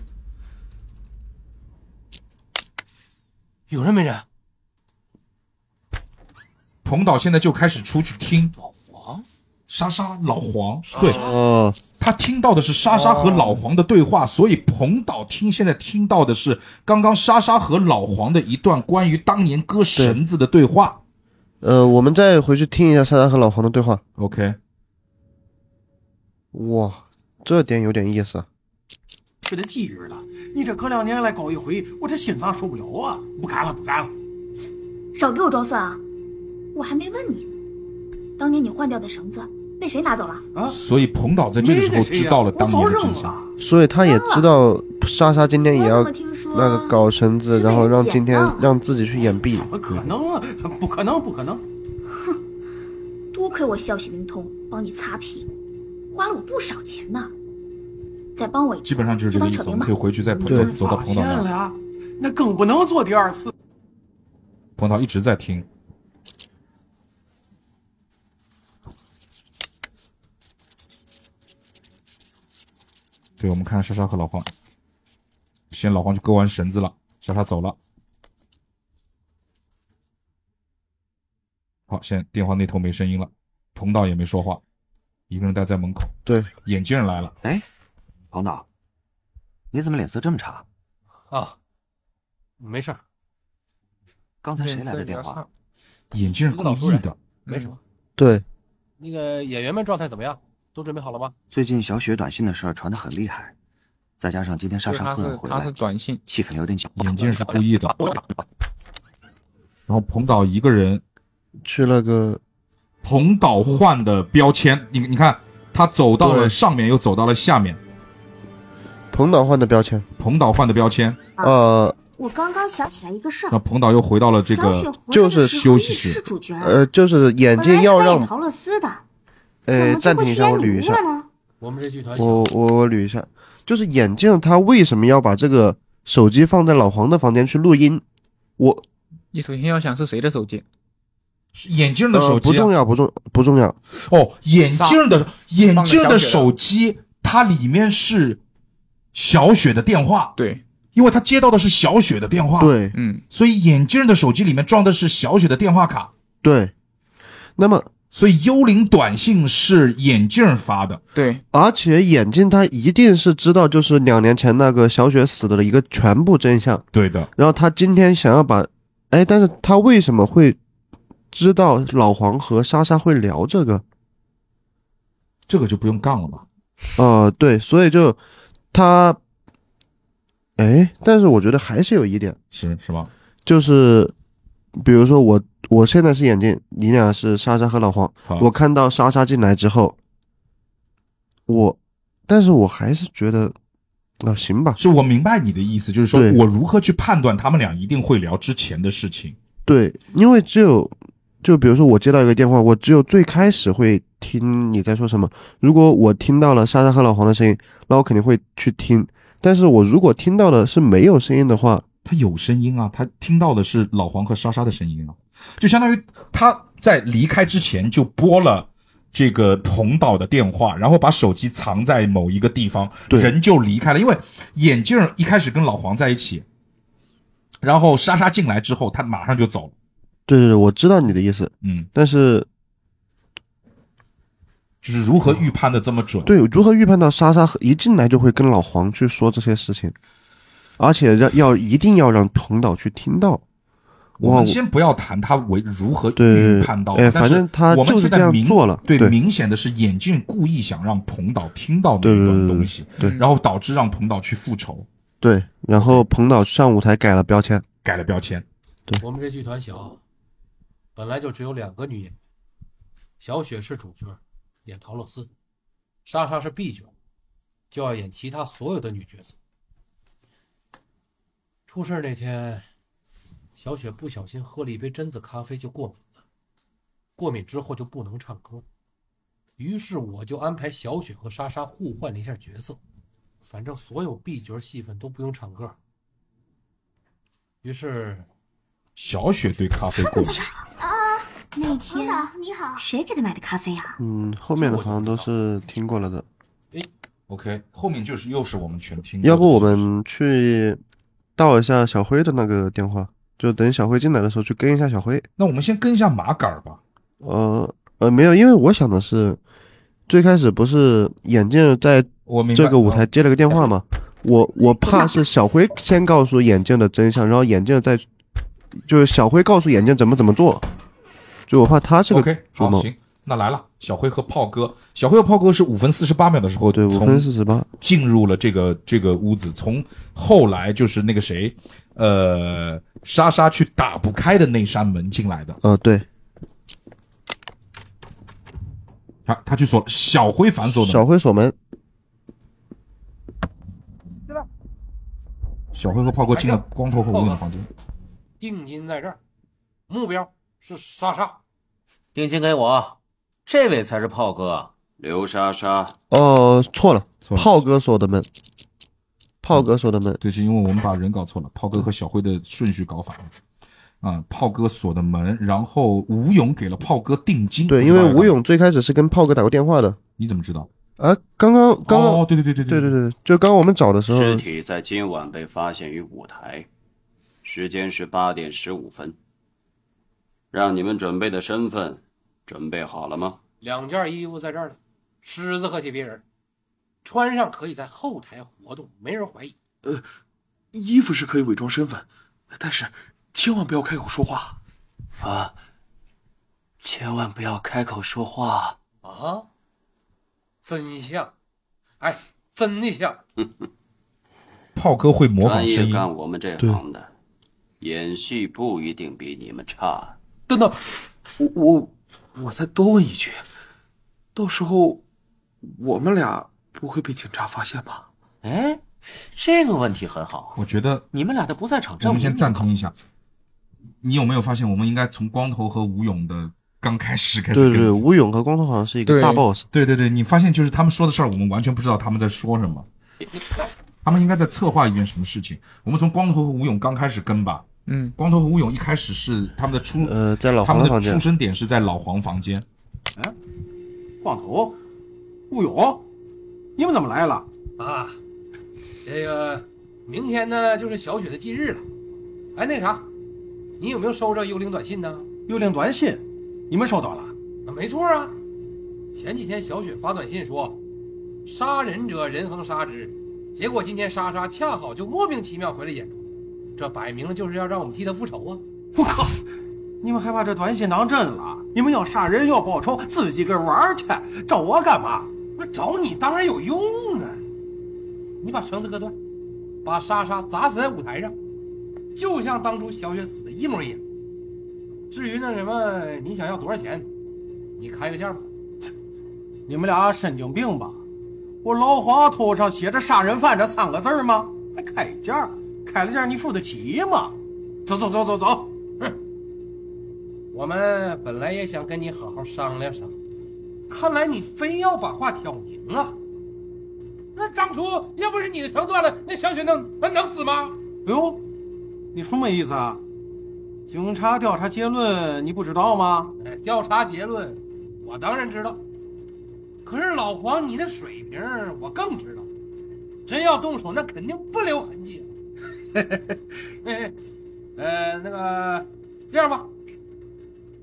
S12: 有人没人？
S1: 彭导现在就开始出去听
S12: 黄
S1: 莎莎老黄，
S12: 莎哦
S1: 对，
S3: 哦，
S1: 他听到的是莎莎和老黄的对话，所以彭导听现在听到的是刚刚莎莎和老黄的一段关于当年割绳子的对话。
S3: 呃，我们再回去听一下莎莎和老黄的对话。
S1: OK。
S3: 哇，这点有点意思啊。
S12: 去的忌日了，你这隔两年来搞一回，我这心脏受不了啊！不干了，不干了。
S26: 少给我装蒜啊！我还没问你呢，当年你换掉的绳子被谁拿走了？
S12: 啊，
S1: 所以彭导在这个时候知道了当年的真相。
S3: 所以他也知道莎莎今天也要
S26: 啊我怎么听说
S3: 那个搞绳子，然后让今天
S26: 捡到
S3: 让自己去掩蔽。
S12: 怎么可能啊？不可能，不可能！
S26: 多亏我消息灵通，帮你擦屁股，花了我不少钱呢。再帮我一次，
S1: 基本上就是这个意思，
S26: 就当扯
S1: 我
S26: 平
S1: 们
S26: 吧
S1: 可以回去再彭
S26: 对
S1: 走走到彭导
S12: 见
S1: 那
S12: 了
S1: 儿。
S12: 呀，那更不能做第二次。
S1: 彭导一直在听，对，我们看莎莎和老黄，先老黄去割完绳子了，莎莎走了。好，现在电话那头没声音了，彭导也没说话，一个人待在门口。
S3: 对，
S1: 眼镜来了。
S28: 哎，
S1: 彭导，
S28: 你怎么脸色这么差？
S12: 啊，没事儿。
S28: 刚才谁来的电话？
S1: 眼镜故意的，
S12: 没
S3: 嗯
S12: 什么。
S3: 对，
S12: 那个演员们状态怎么样？都准备好了吗？
S28: 最近小雪短信的事儿传得很厉害，再加上今天莎莎突然回来，
S12: 对她是她是
S28: 短
S2: 信，
S28: 气氛有点紧。
S1: 眼镜是故意的。然后彭导一个人
S3: 去了个
S1: 彭导换的标签，你你看他走到了
S3: 对
S1: 上面，又走到了下面。
S3: 彭导换的标签，
S1: 彭导换的标签，
S3: 呃，
S26: 我刚刚想起来一个事
S1: 那
S26: 儿，
S1: 彭导又回到了这
S26: 小雪
S1: 个
S26: 活着的时候
S1: 休息
S26: 是
S1: 室。
S26: 主角，
S3: 呃，就是眼镜要
S26: 本来是
S3: 让
S26: 为陶乐斯的，
S3: 呃，
S26: 怎
S3: 暂
S26: 么
S3: 停一
S26: 就
S3: 下，
S26: 会
S3: 我
S26: 去
S3: 捋
S26: 演
S3: 一
S26: 女
S3: 下
S26: 巫。了呢？
S12: 我们这剧团
S3: 我我我捋一下，就是眼镜他为什么要把这个手机放在老黄的房间去录音？我
S2: 你首先要想是谁的手机，
S1: 眼镜
S3: 呃不重要，不重不重要。
S1: 哦，眼镜的眼镜
S3: 放了小雪
S1: 的
S3: 的
S1: 手机，它里面是小雪的电话。
S2: 对，
S1: 因为他接到的是小雪的电话。
S3: 对，
S2: 嗯，
S1: 所以眼镜的手机里面装的是小雪的电话卡。
S3: 对，那么
S1: 所以幽灵短信是眼镜发的。
S2: 对，
S3: 而且眼镜他一定是知道，就是两年前那个小雪死的一个全部真相。
S1: 对的。
S3: 然后他今天想要把，哎，但是他为什么会知道老黄和莎莎会聊这个？
S1: 这个就不用杠了吧？
S3: 呃，对，所以就他，哎，但是我觉得还是有一点，
S1: 是是吗？
S3: 就是比如说我我现在是眼镜，你俩是莎莎和老黄
S1: 好，
S3: 我看到莎莎进来之后，我，但是我还是觉得啊、行吧，
S1: 是我明白你的意思，就是说
S3: 对
S1: 我如何去判断他们俩一定会聊之前的事情。
S3: 对，因为只有就比如说我接到一个电话，我只有最开始会听你在说什么。如果我听到了莎莎和老黄的声音，那我肯定会去听。但是我如果听到的是没有声音的话，
S1: 他有声音啊，他听到的是老黄和莎莎的声音啊，就相当于他在离开之前就拨了这个彭导的电话，然后把手机藏在某一个地方，人就离开了。因为眼镜儿一开始跟老黄在一起，然后莎莎进来之后，他马上就走了。
S3: 对对对，我知道你的意思，
S1: 嗯，
S3: 但是
S1: 就是如何预判的这么准？
S3: 对如何预判到莎莎和一进来就会跟老黄去说这些事情，而且让要一定要让彭导去听到。
S1: 我
S3: 哇
S1: 们，先不要谈他为如何
S3: 对
S1: 预判到的，
S3: 哎
S1: 但是
S3: 反正他
S1: 我们
S3: 就是
S1: 现在
S3: 这样
S1: 明
S3: 做了
S1: 对，
S3: 对
S1: 明显的是眼镜故意想让彭导听到那
S3: 对对
S1: 段
S3: 对
S1: 东西，
S3: 对
S1: 然后导致让彭导去复仇，
S3: 对，然后彭导上舞台改了标签，
S1: 改了标签。
S12: 我们这剧团小，本来就只有两个女演员，小雪是主角，演陶乐斯；莎莎是 B 角，就要演其他所有的女角色。出事那天，小雪不小心喝了一杯榛子咖啡就过敏了，过敏之后就不能唱歌，于是我就安排小雪和莎莎互换了一下角色，反正所有 B 角戏份都不用唱歌。于是
S1: 小雪对咖啡过敏，
S26: 啊！那天
S27: 啊你好，谁给他买的咖啡啊？
S3: 嗯，后面的好像都是听过了的。
S1: OK，后面就是又是我们全听过
S3: 嗯
S1: 的。
S3: 要不我们去盗一下小辉的那个电话，就等小辉进来的时候去跟一下小辉。
S1: 那我们先跟一下马杆儿吧。
S3: 呃呃，没有，因为我想的是，最开始不是眼镜在这个舞台接了个电话吗？
S1: 哦哎
S3: 我我怕是小辉先告诉眼镜的真相，然后眼镜再就是小辉告诉眼镜怎么怎么做，就我怕他是个
S1: OK，
S3: 做
S1: 好，
S3: 梦。
S1: 行，那来了，小辉和炮哥，小辉和炮哥是五分四十八秒的时候，对，五
S3: 5分48
S1: 进入了这个这个屋子，从后来就是那个谁，呃，莎莎去打不开的那扇门进来的，
S3: 呃，对，
S1: 他他去锁小辉反锁的，
S3: 小辉锁门，
S1: 小辉和炮哥进了光头和无影的房间，
S12: 定金在这儿，目标是莎莎。
S6: 定金给我，这位才是炮哥刘莎莎。
S3: 哦，错了，炮哥锁的门，炮哥锁的门，
S1: 对，是因为我们把人搞错了，炮哥和小辉的顺序搞反了。啊、炮哥锁的门，然后吴勇给了炮哥定金。
S3: 对，因为吴勇最开始是跟炮哥打过电话的。
S1: 你怎么知道？
S3: 啊，刚刚刚刚，
S1: 哦对对对
S3: 对
S1: 对
S3: 对对，就刚刚我们找的
S1: 嗯
S3: 时候，
S6: 尸体在今晚被发现于舞台，时间是八点十五分。让你们准备的身份准备好了吗？
S12: 两件衣服在这儿呢，狮子和铁皮人，穿上可以在后台活动，没人怀疑。
S8: 呃，衣服是可以伪装身份，但是千万不要开口说话。
S6: 啊，千万不要开口说话。
S12: 啊，真像，哎，真的像。
S1: (laughs) 炮哥会模仿
S6: 专业
S1: 声音，
S6: 干我们这行的，演戏不一定比你们差。
S8: 等等，我我我再多问一句，到时候我们俩不会被警察发现吧？
S6: 哎，这个问题很好。
S1: 我觉得
S6: 你们俩的不在场证
S1: 我
S6: 明
S1: 们先暂停一下。你有没有发现，我们应该从光头和吴勇的刚开始开
S3: 对
S1: 始跟
S3: 对对，吴勇和光头好像是一个大 boss。。
S1: 对对对，你发现就是他们说的事儿，我们完全不知道他们在说什么。他们应该在策划一件什么事情。我们从光头和吴勇刚开始跟吧。
S2: 嗯，
S1: 光头和吴勇一开始是他们的出
S3: 呃，在老
S1: 他
S3: 黄
S1: 们
S3: 的
S1: 的
S3: 房
S1: 出
S3: 间。
S1: 生点是在老黄房间。
S25: 光头，顾勇，你们怎么来了？
S12: 啊，这个明天呢就是小雪的忌日了。哎，那啥，你有没有收着幽灵短信呢？
S25: 又领短信，你们收到了？
S12: 啊，没错啊。前几天小雪发短信说，杀人者人恒杀之，结果今天莎莎恰好就莫名其妙回来演出，这摆明了就是要让我们替她复仇啊！
S25: 你们还把这短信当真了？你们要杀人要报仇，自己个玩儿去，找我干嘛？
S12: 那找你当然有用啊！你把绳子割断，把莎莎砸死在舞台上，就像当初小雪死的一模一样。至于那什么，你想要多少钱，你开个价吧。
S25: 你们俩神经病吧？我老黄头上写着“杀人犯”这三个字儿吗？还开价，开了价你付得起吗？走走走走走，
S12: 我们本来也想跟你好好商量商量，看来你非要把话挑明啊。那当初要不是你的绳断了，那小雪能那能死吗？
S25: 哎呦，你什么意思啊？警察调查结论你不知道吗？
S12: 哎，调查结论，我当然知道。可是老黄，你的水平儿我更知道。真要动手，那肯定不留痕迹。啊 (laughs) 哎呃，那个，这样吧，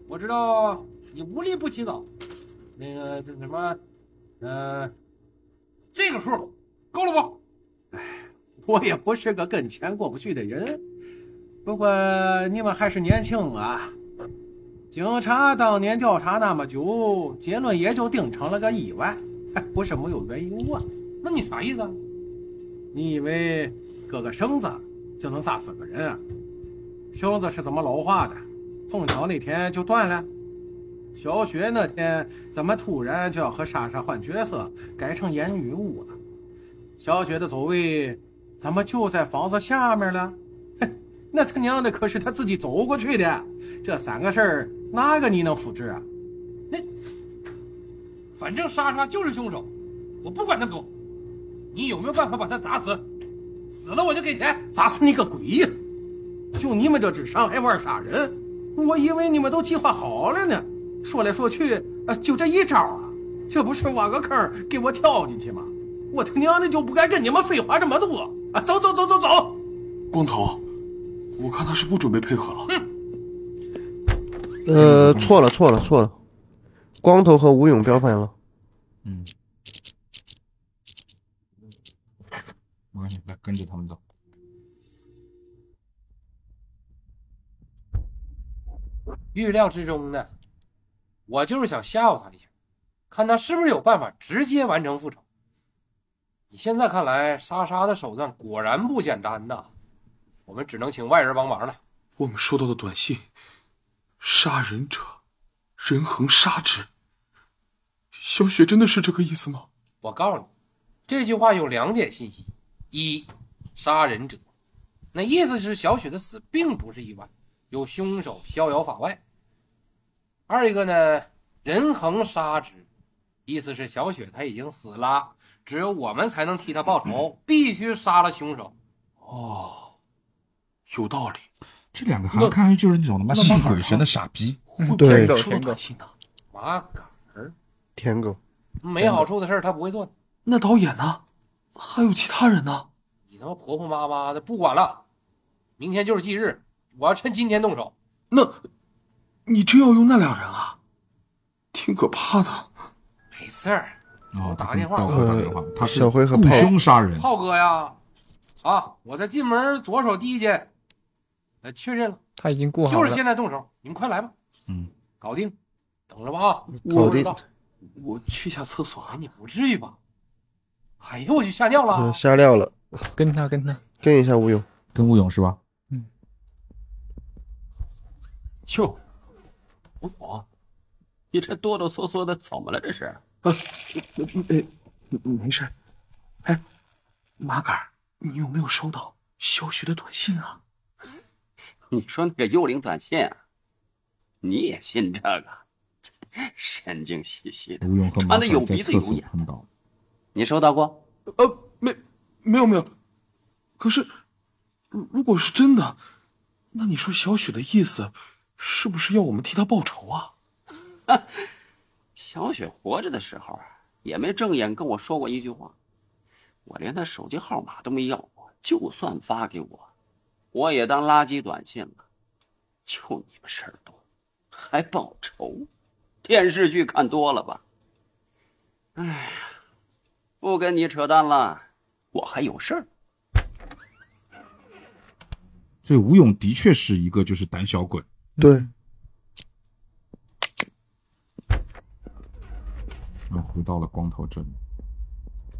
S12: 我知道你无利不起早，那个这什么，呃，这个数够了不？
S25: (laughs) 我也不是个跟钱过不去的人，不过你们还是年轻啊。警察当年调查那么久，结论也就定成了个意外， (laughs) 还不是没有缘由啊。
S12: 那你啥意思啊？
S25: 你以为割个绳子就能砸死个人啊？绳子是怎么老化的，碰巧那天就断了。小雪那天怎么突然就要和莎莎换角色，改成演女巫了？小雪的走位怎么就在房子下面了？哼，那他娘的可是他自己走过去的，这三个事儿哪个你能复制啊？
S12: 反正莎莎就是凶手，我不管那么多。你有没有办法把他砸死？死了我就给钱。
S25: 砸死你个鬼呀！就你们这智商还玩杀人？我以为你们都计划好了呢。说来说去，啊，就这一招啊，这不是挖个坑给我跳进去吗？我他娘的就不该跟你们废话这么多啊！走走走走走，
S11: 光头，我看他是不准备配合了。
S3: 呃，错了错了错了，光头和吴勇标反了。
S1: 嗯，没关系，来跟着他们走。
S12: 预料之中的，我就是想吓唬他一下，看他是不是有办法直接完成复仇。你现在看来，莎莎的手段果然不简单呐，我们只能请外人帮忙了。
S11: 我们收到的短信，杀人者，人恒杀之。小雪真的是这个意思吗？
S12: 我告诉你，这句话有两点信息：一，杀人者，那意思是小雪的死并不是意外，有凶手逍遥法外；二一个呢，人恒杀之，意思是小雪她已经死了，只有我们才能替她报 (clears throat) 仇，必须杀了凶手。
S11: 哦，有道理。
S1: 这两个韩看上去就是那种他妈信鬼神的傻逼，
S12: 嗯
S3: 对，
S11: 收到短信呢？
S12: 麻杆儿，
S3: 舔狗。
S12: 没好处的事儿他不会做的。
S11: 那导演呢？还有其他人呢？
S12: 你他妈婆婆妈妈的，不管了，明天就是忌日，我要趁今天动手。
S11: 那，你真要用那俩人啊？挺可怕的。
S12: 没事儿，
S1: 哦，
S12: 打个电话
S1: 到
S3: 呃
S1: 我打电话，他是
S3: 小辉和
S1: 雇
S3: 炮
S1: 凶杀人。
S12: 炮哥呀，啊，我在进门左手第一间，呃，确认了，
S2: 他已经过好
S12: 就
S2: 了，
S12: 是现在动手，你们快来吧。
S1: 嗯，
S12: 搞定，等着吧啊。
S11: 我
S12: 知道，
S11: 我去下厕所。
S12: 啊你不至于吧？哎呦，我去吓尿了
S11: 啊
S3: 嗯，。瞎撂了。
S2: 跟他跟他
S3: 跟一下吴勇，
S1: 跟吴勇是吧？
S6: 就我我，你这哆哆嗦嗦的怎么了？这是？
S11: 呃哎，没事。哎，麻杆儿，你有没有收到小雪的短信啊？
S6: (laughs) 你说那个幽灵短信、啊，你也信这个？ (laughs) 神经兮兮的
S1: 吴勇和，马
S6: 穿的
S1: 凯
S6: 有
S1: 在
S6: 鼻子
S1: 厕
S6: 有
S1: 所
S6: 眼。
S1: 碰到，
S6: 你收到过？
S11: 呃，没，没有没有。可是，如如果是真的，那你说小雪的意思，是不是要我们替她报仇啊？
S6: 小雪活着的时候啊，也没正眼跟我说过一句话，我连她手机号码都没要过，就算发给我，我也当垃圾短信了。就你们事儿多，还报仇？电视剧看多了吧？哎呀，不跟你扯淡了，我还有事儿。
S1: 所以吴勇的确是一个就是胆小鬼。
S3: 对，
S11: 嗯
S1: 又回到了光头这里。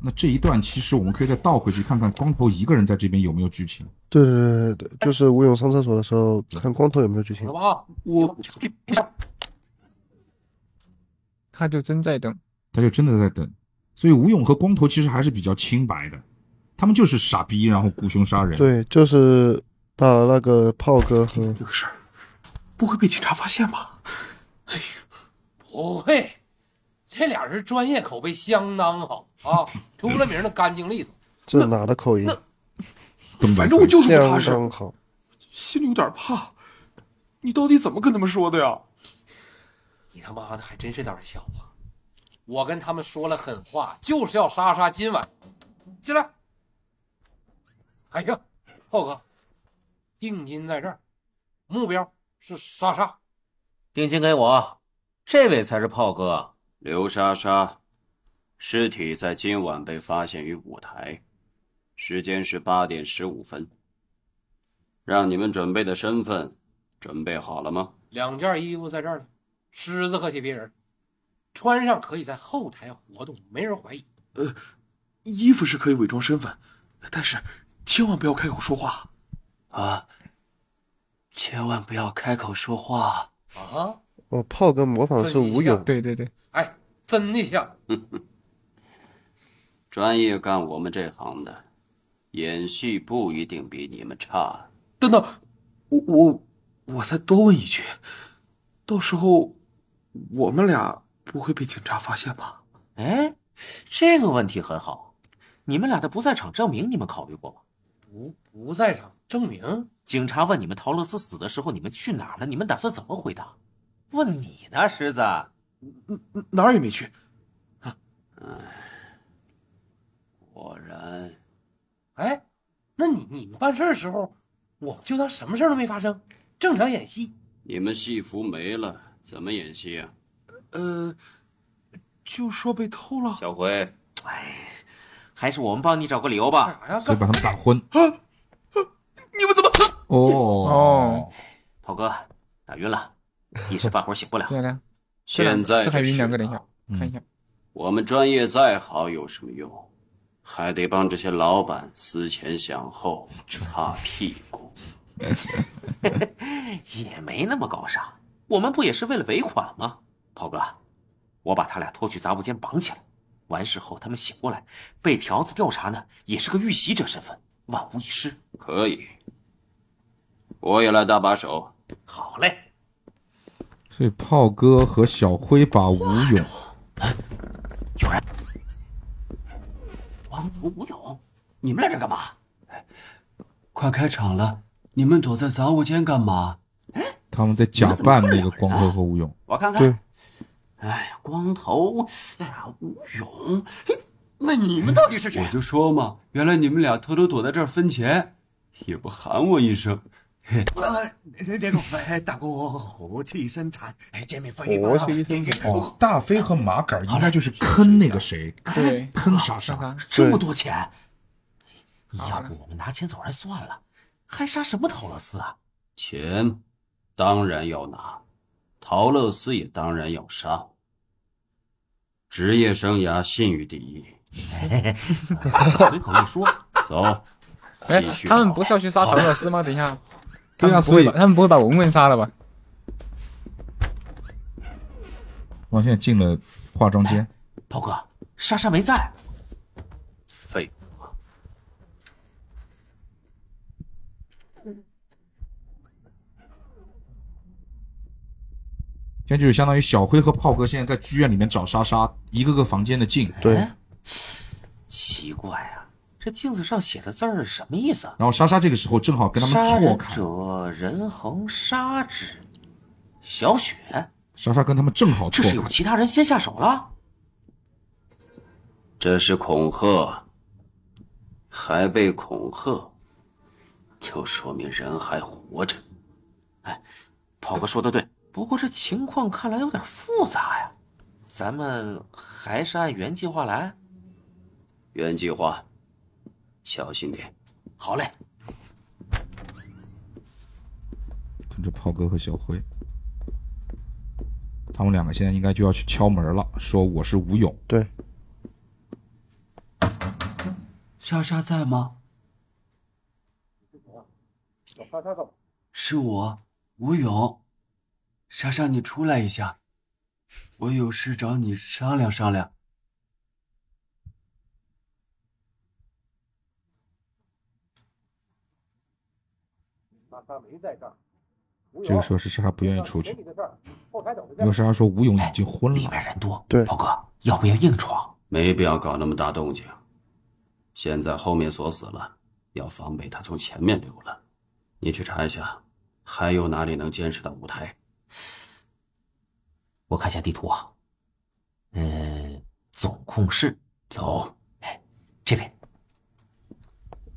S1: 那这一段其实我们可以再倒回去看看光头一个人在这边有没有剧情。
S3: 对对对对对，就是吴勇上厕所的时候，
S11: 哎
S3: 看光头有没有剧情。
S11: 嗯
S12: 啊，
S11: 我
S2: 他就真在等。
S1: 他就真的在等。所以吴勇和光头其实还是比较清白的，他们就是傻逼，然后雇凶杀人。，
S3: 对，就是把那个炮哥和
S11: 这个事儿不会被警察发现吧？
S12: 不会，这俩人专业口碑相当好
S2: (laughs)
S12: 啊，出了名的干净利索。
S3: 这哪的口音？
S1: 反
S11: 正我就是不踏
S3: 相
S11: 实，
S3: 当好。
S11: 心里有点怕。你到底怎么跟他们说的呀？
S12: 你他妈的还真是胆儿小啊！我跟他们说了狠话，就是要莎莎今晚进来。哎呀，浩哥，定金在这儿，目标是莎莎。
S9: 定金给我，这位才是炮哥。
S6: 刘莎莎，尸体在今晚被发现于舞台，时间是八点十五分。让你们准备的身份准备好了吗？
S12: 两件衣服在这儿呢，狮子和铁皮人，穿上可以在后台活动，没人怀疑。
S11: 呃，衣服是可以伪装身份，但是千万不要开口说话。
S9: 啊，
S6: 千万不要开口说话。
S12: 啊，
S3: 哦，炮哥模仿是吴勇，
S2: 对对对，
S12: 哎，真内向，
S6: (laughs) 专业干我们这行的，演戏不一定比你们差。
S8: 等等，我我我再多问一句，到时候我们俩不会被警察发现吧？
S9: 哎，这个问题很好，你们俩的不在场证明你们考虑过吗？
S12: 不不在场证明，
S9: 警察问你们陶乐斯死的时候你们去哪儿了，你们打算怎么回答？问你呢，狮子。
S8: 哪儿也没去。啊
S6: 果然，
S12: 哎，那你你们办事儿时候，我就当什么事儿都没发生，正常演戏。
S6: 你们戏服没了，怎么演戏啊？
S8: 呃，就说被偷了。
S6: 小辉，
S9: 还是我们帮你找个理由吧。
S1: 所以把他们打昏。
S8: 你们怎么？
S1: 哦哦，
S9: 炮哥打晕了，一时半会儿醒不了。
S6: 现在啊
S2: 这还
S6: 这
S2: 晕
S6: 世
S2: 两个，等一下，看一
S6: 嗯
S2: 下。
S6: 我们专业再好有什么用？还得帮这些老板思前想后，擦屁股。
S9: (laughs) 也没那么高尚，我们不也是为了尾款吗？炮哥，我把他俩拖去杂物间绑起来，完事后他们醒过来，被条子调查呢，也是个遇袭者身份，万无一失。
S6: 可以，我也来搭把手。
S9: 好嘞，
S1: 所以炮哥和小辉把吴勇，
S9: 王图吴勇，
S6: 你们俩这干嘛？
S9: 快开场了，你们躲在杂物间干嘛？
S1: 他们在假扮那个光头和吴勇。
S9: 哎我看看
S1: 对，
S9: 哎呀，光头，哎呀，吴勇，嘿
S25: 那你们到底是谁
S6: 嗯
S9: 我？就说嘛，原来你们俩偷偷躲在这儿分钱，也不喊我一声。
S24: 哎
S25: 啊，你哋个大哥好似身残，
S24: 哎
S25: 姐妹飞
S1: 我是一声哦，大飞和马杆应该就是坑那个谁，
S2: 对，
S1: 坑傻傻，
S9: 这么多钱，要不我们拿钱走人算了，还杀什么陶乐斯啊？
S6: 钱当然要拿，陶乐斯也当然要杀。职业生涯信誉第一。 (laughs)
S9: 随口一说，
S6: 走，
S2: 哎
S6: 继，续
S2: 他们不是要去杀陶乐斯吗？等一下，
S1: 对
S2: 他们
S1: 啊
S2: 不会
S1: 所以
S2: 把他们不会把文文杀了吧？
S1: 哇，现在进了化妆间，
S9: 炮哥，莎莎没在，
S6: 废
S1: 现在就是相当于小辉和炮哥现在在剧院里面找莎莎，一个个房间的进。对，然
S9: 奇怪啊，这镜子上写的字儿什么意思啊？
S1: 后莎莎这个时候正好跟他
S9: 杀
S1: 们
S9: 人
S1: 错开，
S9: 者人恒杀之，小雪，
S1: 莎莎跟他们正好
S9: 这
S1: 错
S9: 是
S1: 开
S9: 有。其他人先下手了。
S6: 这是恐吓，还被恐吓，就说明人还活着。哎
S9: 炮哥说的对，不过这情况看来有点复杂呀，咱们还是按原计划来。
S6: 原计划，小心点。
S9: 好嘞，
S1: 跟着炮哥和小辉，他们两个现在应该就要去敲门了，说我是吴勇。对，
S9: 莎莎在吗？
S7: 莎莎怎么？
S9: 是我，吴勇。莎莎，你出来一下，我有事找你商量商量。
S7: 莎莎没在这儿。
S1: 这个时候是莎莎不愿意
S7: 啊
S1: 出去，
S7: 你的事儿，后台等着
S1: 因为莎莎说吴勇已经昏了，
S9: 里面人多。
S1: 对，
S9: 炮哥要不要硬闯？
S6: 没必要搞那么大动静。现在后面锁死了，要防备他从前面溜了。你去查一下，还有哪里能监视到舞台？
S9: 我看一下地图啊。嗯，总控室。哎
S6: 走，
S9: 这边。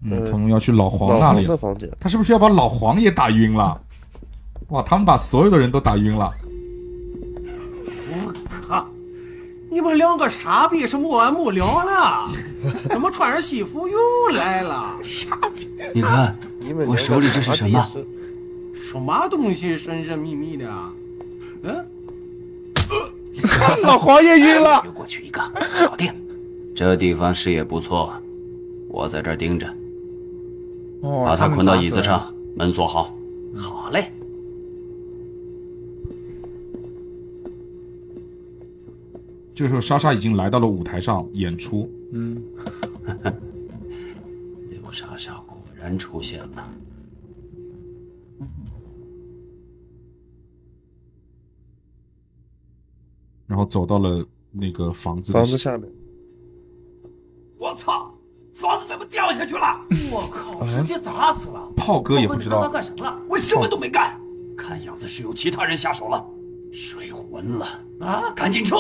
S1: 嗯，他们要去老黄那
S3: 老
S1: 里
S3: 黄的
S1: 了。
S3: 房间，
S1: 他是不是要把老黄也打晕了？哇，他们把所有的人都打晕了。
S25: 啊！你们两个傻逼是没完没了了，怎么穿上西服又来了？
S9: 你看，
S7: 呃
S3: 们
S9: 我手里这是什么？
S25: 什么东西神神秘秘的？啊嗯，
S7: (laughs)
S9: 啊
S2: 老黄也晕了。
S9: 过去一个，搞定。
S6: 这地方视野不错，我在这儿盯着，
S2: 哦，
S6: 把
S2: 他
S6: 他
S2: 们
S1: 哦
S6: 捆到椅
S2: 砸
S6: 子
S2: 死了
S6: 上，门锁好。
S9: 好嘞。
S1: 这个时候，莎莎已经来到了舞台上演
S9: (laughs)
S1: 出。
S2: 嗯，
S9: 刘莎莎果然出现了。
S1: 然后走到了那个房子的
S3: 房子下面。
S9: 我操！房子怎么掉下去了？我靠！直接砸死了！
S1: 炮哥嗯也不知道
S9: 我问他干什么了，我什么都没干。看样子是有其他人下手了，水浑了啊！赶紧撤！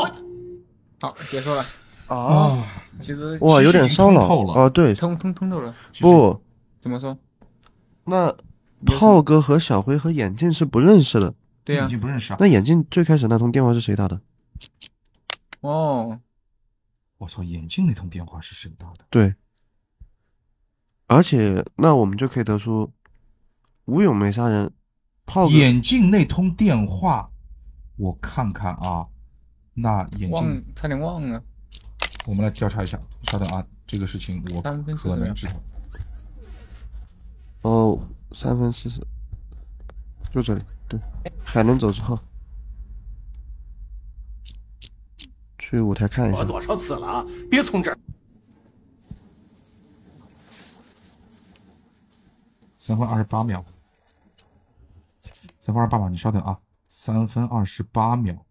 S2: 好，结束了。
S3: 哦，
S1: 啊
S2: 其实
S3: 哇，有点骚扰啊！对，
S2: 通通通透了。
S3: 不，
S2: 怎么说？
S3: 那炮哥和小辉和眼镜是不认识的。
S2: 对呀眼
S1: 镜不认识啊
S3: 那眼镜最开始那通电话是谁打的？
S2: 哦，
S1: 我操，眼镜那通电话是谁打的？
S3: 对，而且那我们就可以得出，吴勇没杀人，炮哥
S1: 眼镜那通电话，我看看啊，那眼
S2: 忘
S1: 镜，，
S2: 差点忘了。
S1: 我们来调查一下。稍等啊，这个事情我
S2: 三分四
S1: 可
S2: 十秒
S1: 能知道。
S3: 哦，三分四十，就这里。对，海伦走之后，去舞台看一
S25: 我
S3: 下。
S25: 多少次了啊！别从这儿。
S1: 三分二十八秒，三分二十八秒，你稍等啊，三分二十八秒，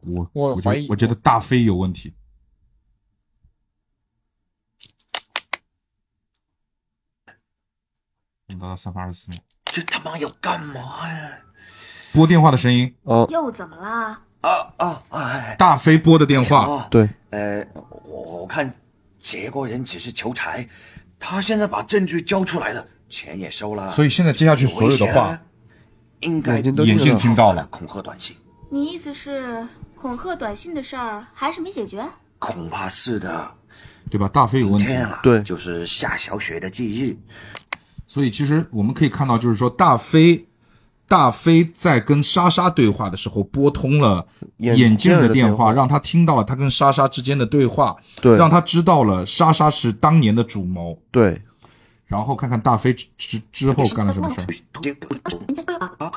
S1: 我
S2: 我
S1: 觉
S2: 怀疑
S1: 得我觉得大飞有问题，你到三分二十四秒，
S25: 这他妈要干嘛呀？
S1: 拨电话的声音哦
S26: 又怎么啦？
S25: 啊啊哎！
S1: 大飞拨的电
S25: 哦
S1: 话，
S3: 对，
S24: 呃，我我看这个人只是求财，他现在把证据交出来了，钱也收了，
S1: 所以现在接下去所有的话，
S24: 应该
S1: 眼睛都眼睛听到了
S24: 恐吓短信，
S10: 你意思是恐吓短信的事儿还是没解决？
S24: 恐怕是 (laughs) 的。
S1: 对吧？大飞有问题，
S24: 天啊，
S3: 对，
S24: 就是下小雪的忌日，
S1: 所以其实我们可以看到，就是说大飞，大飞在跟莎莎对话的时候，拨通了
S3: 眼
S1: 眼
S3: 镜
S1: 镜的
S3: 的
S1: 电
S3: 电
S1: 话，
S3: 话
S1: 让他听到了他跟莎莎之间的对话，
S3: 对
S1: 让他知道了莎莎是当年的主谋。
S3: 对，
S1: 然后看看大飞之之之后干了什么事儿。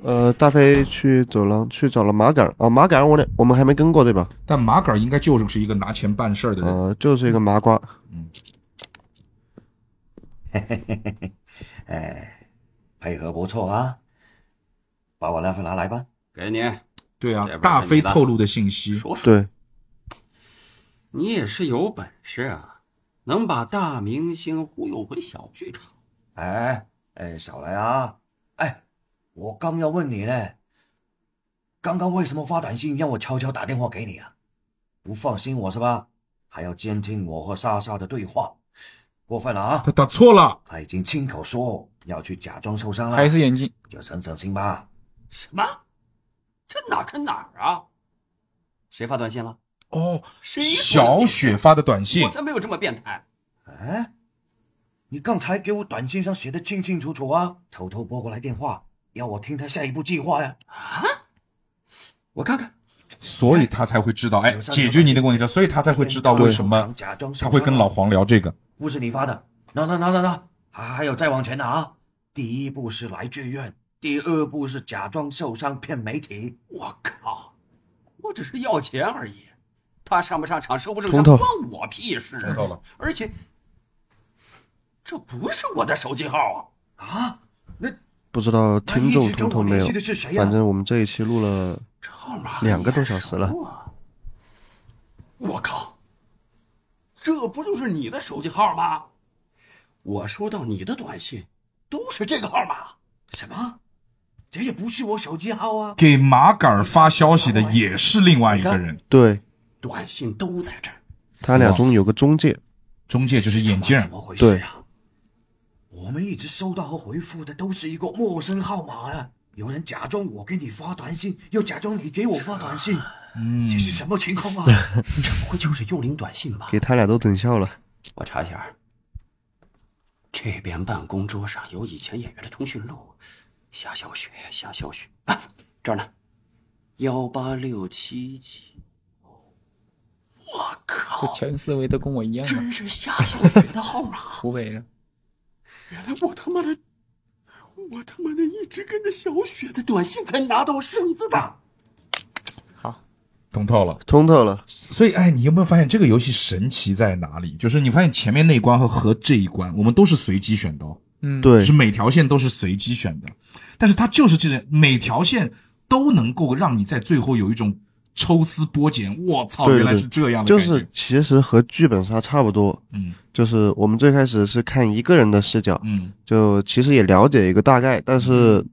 S3: 呃，大飞去走廊去找了马杆儿啊，马杆儿我俩我们还没跟过对吧？
S1: 但马杆儿应该就是一个拿钱办事儿的人，
S3: 呃，就是一个麻瓜。
S24: 嘿嘿嘿嘿嘿，哎，配合不错啊，把我那份拿来吧。
S28: 给你。
S1: 对啊
S28: 这本，
S1: 大
S28: 是你
S1: 飞
S28: 的
S1: 透露的信息，
S3: 对，
S28: 你也是有本事啊，能把大明星忽悠回小剧场。
S24: 哎哎，少来啊！哎，我刚要问你呢，刚刚为什么发短信让我悄悄打电话给你啊？不放心我是吧？还要监听我和莎莎的对话，过分了啊！
S1: 他打错了，
S24: 他已经亲口说要去假装受伤了，
S2: 还是眼镜？
S24: 有神省心吧？
S9: 什么？这哪儿跟哪儿啊？谁发短信了？
S1: 哦，
S9: 谁
S1: 小雪发的短信
S9: 我，才没有这么变态。
S24: 哎，你刚才给我短信上写的清清楚楚啊，偷偷拨过来电话，要我听他下一步计划呀？啊？我看看，
S1: 所以他才会知道，哎，解决你那个问题，所以他才会知道为什么他会跟老黄聊这个。
S24: 不是你发的，拿拿拿拿拿，还还有再往前的啊！第一步是来剧院，第二步是假装受伤骗媒体。
S9: 我靠！我只是要钱而已，他上不上场、受不受
S24: 通透
S9: 伤，关我屁事。
S24: 通透了，
S9: 而且这不是我的手机号啊！啊，
S3: 不知道听众
S9: 一直跟
S3: 通
S9: 我
S3: 通没有
S9: 联系的是谁，呀
S3: 反正我们这一期录了两个多小时了。
S9: 啊我靠！这不就是你的手机号吗？我收到你的短信，都是这个号码。
S24: 什么？这也不是我手机号啊！
S1: 给马杆儿发消息的也是另外一个人，
S3: 对
S9: 短信都在这儿，
S3: 他俩中有个中介，
S1: 中介就是眼镜。怎
S24: 么回
S3: 对，
S24: 我们一直收到和回复的都是一个陌生号码啊！有人假装我给你发短信，又假装你给我发短信，
S1: 嗯
S24: 这是什么情况啊？
S9: 这不会就是幽灵短信吧？
S3: 给他俩都整笑了。
S9: 我查一下，这边办公桌上有以前演员的通讯录，夏小雪，夏小雪啊，这儿呢，幺八六七几，
S2: 这前四位都跟我一样啊，
S9: 真 (laughs) 是夏小雪的号码，
S2: 湖北人。
S9: 原来我他妈的，
S25: 我他妈的一直跟着小雪的短信才拿到绳子的。
S2: 啊
S1: 通透了，
S3: 通透了。
S1: 所以，哎，你有没有发现这个游戏神奇在哪里？就是你发现前面那一关和和这一关，我们都是随机选刀，
S2: 嗯
S3: 对
S1: 是每条线都是随机选的，但是它就是这种每条线都能够让你在最后有一种抽丝剥茧，我操，
S3: 对
S1: 哦原来
S3: 对
S1: 是这样的
S3: 就
S1: 感觉。
S3: 是其实和剧本杀差不多。
S1: 嗯，
S3: 就是我们最开始是看一个人的视角，
S1: 嗯，
S3: 就其实也了解一个大概，但是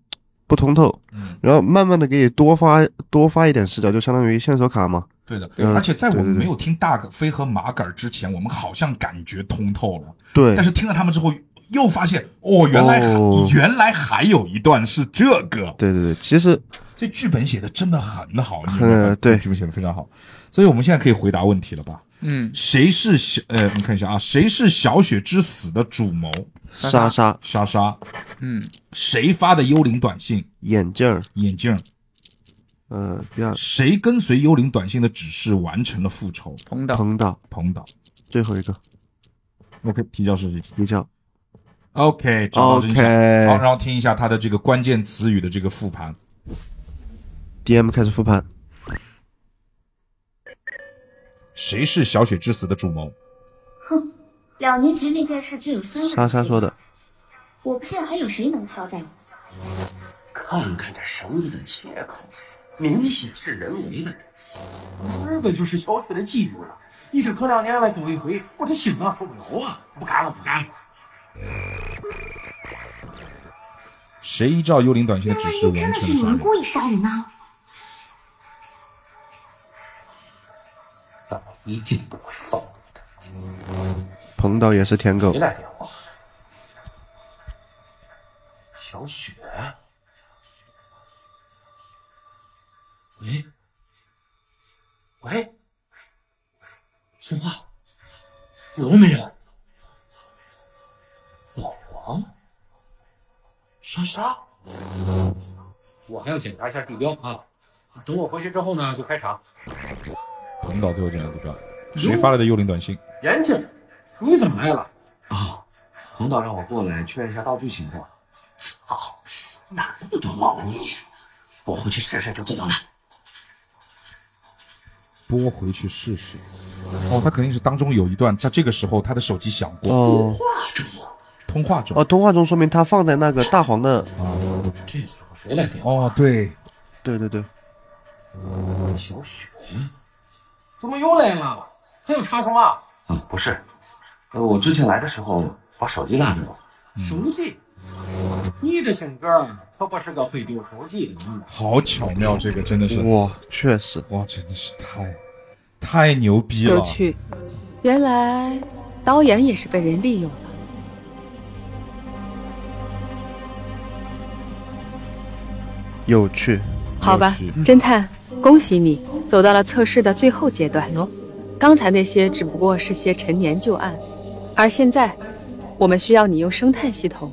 S3: 不通透。
S1: 嗯
S3: 然后慢慢的给你多发多发一点视角，就相当于线索卡嘛。
S1: 对的，
S3: 嗯
S1: 而且在我们
S3: 对对对
S1: 没有听大飞和马杆之前，我们好像感觉通透了，
S3: 对
S1: 但是听了他们之后，又发现哦，原来还、
S3: 哦
S1: 原来还有一段是这个，
S3: 对对对，其实
S1: 这剧本写的真的很好，你有没有发
S3: 很对
S1: 剧本写的非常好，所以我们现在可以回答问题了吧？
S2: 嗯，
S1: 谁是小呃，你看一下啊，谁是小雪之死的主谋？
S3: 莎莎
S1: 莎莎， (laughs)
S2: 嗯，
S1: 谁发的幽灵短信？
S3: 眼镜儿，
S1: 眼镜儿，
S3: 呃，第二
S1: 谁跟随幽灵短信的指示完成了复仇？
S2: 彭
S1: 导，
S3: 彭导，
S1: 彭导，
S3: 最后一个
S1: OK，提交是谁？
S3: 比较
S1: OK，找到真相。
S3: OK
S1: 好，然后听一下他的这个关键词语的这个复盘。
S3: DM 开始复盘，
S1: 谁是小雪之死的主谋？
S26: 哼，两年前那件事只有三个人
S3: 莎莎说的，
S26: 我不信还有谁能敲诈你。
S28: 看看这绳子的结构，明显是人为的。
S25: 根本就是小雪的觊觎了。一整隔两年来搞一回，我这心脏受不了啊！不干了，不干了。
S1: 谁依照幽灵短信的指示完
S26: 真的是
S1: 成
S26: 哎你
S1: 了
S26: 们
S1: 杀人？
S26: 故意杀人呢？
S28: 一定不会放过
S3: 彭导也是舔狗
S28: 谁。来电话？小雪？喂？喂？说话？有没有？老王？莎莎？
S12: 我还要检查一下地标啊。等我回去之后呢，就开场。
S1: 彭导最后进来的票，谁发来的幽灵短信？
S25: 严姐，你怎么来了？
S24: 啊
S9: 彭导让我过来确认一下道具情况。
S28: 操！哪那么多猫腻？我回去试试就知道了。
S1: 拨回去试试。哦，他肯定是当中有一段，在这个时候他的手机响过。
S3: 哦，
S1: 通话中
S3: 哦，通话中说明他放在那个大黄的
S1: 啊，
S28: 这时候谁来电啊话？
S1: 哦，对，
S3: 对对对，
S28: 嗯小雪？
S25: 怎么又来了？还有啊查什么？
S9: 嗯，不是，呃，我之前来的时候把手机落那了。
S25: 手机？
S9: 嗯
S25: 你这性格儿可不是个会丢手机的人。
S1: 好巧妙，这个真的是
S3: 哇，确实，
S1: 哇，真的是太太牛逼了
S4: 有。趣，原来导演也是被人利用了。
S3: 有趣。
S4: 好吧，侦探，恭喜你走到了测试的最后阶段。刚才那些只不过是些陈年旧案，而现在，我们需要你用生态系统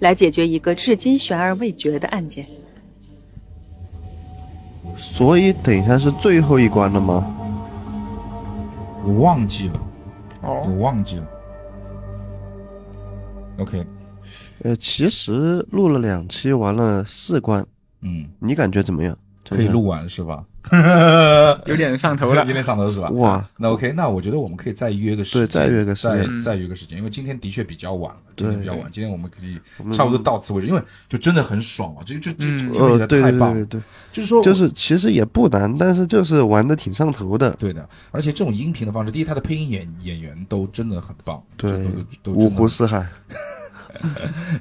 S4: 来解决一个至今悬而未决的案件。
S3: 所以等一下是最后一关了吗？
S1: 我忘记了，
S2: 哦
S1: 我忘记了。OK，
S3: 呃，其实录了两期，玩了四关，
S1: 嗯，
S3: 你感觉怎么样？
S1: 可以录
S3: 完。
S1: 完是吧？
S2: 有点上头了
S1: 有点上头是吧？
S3: 哇，
S1: 那 OK，那我觉得我们可以再约个时
S3: 对
S1: 间，
S3: 再约个时间
S4: 嗯
S1: 再再约个时间，因为今天的确比较晚了，今
S3: 对
S1: 天比较晚，今天我们可以
S3: 们
S1: 差不多到此为止，因为就真的很爽啊，这这这这
S3: 呃，
S1: 这
S3: 对
S1: 太
S3: 对
S1: 棒
S3: 对
S1: 了，
S3: 对，
S1: 就是说
S3: 就是其实也不难，但是就是玩的挺上头的。
S1: 对的，而且这种音频的方式，第一，它的配音演演员都真的很棒，
S3: 对
S1: 这都都
S3: 五湖四海，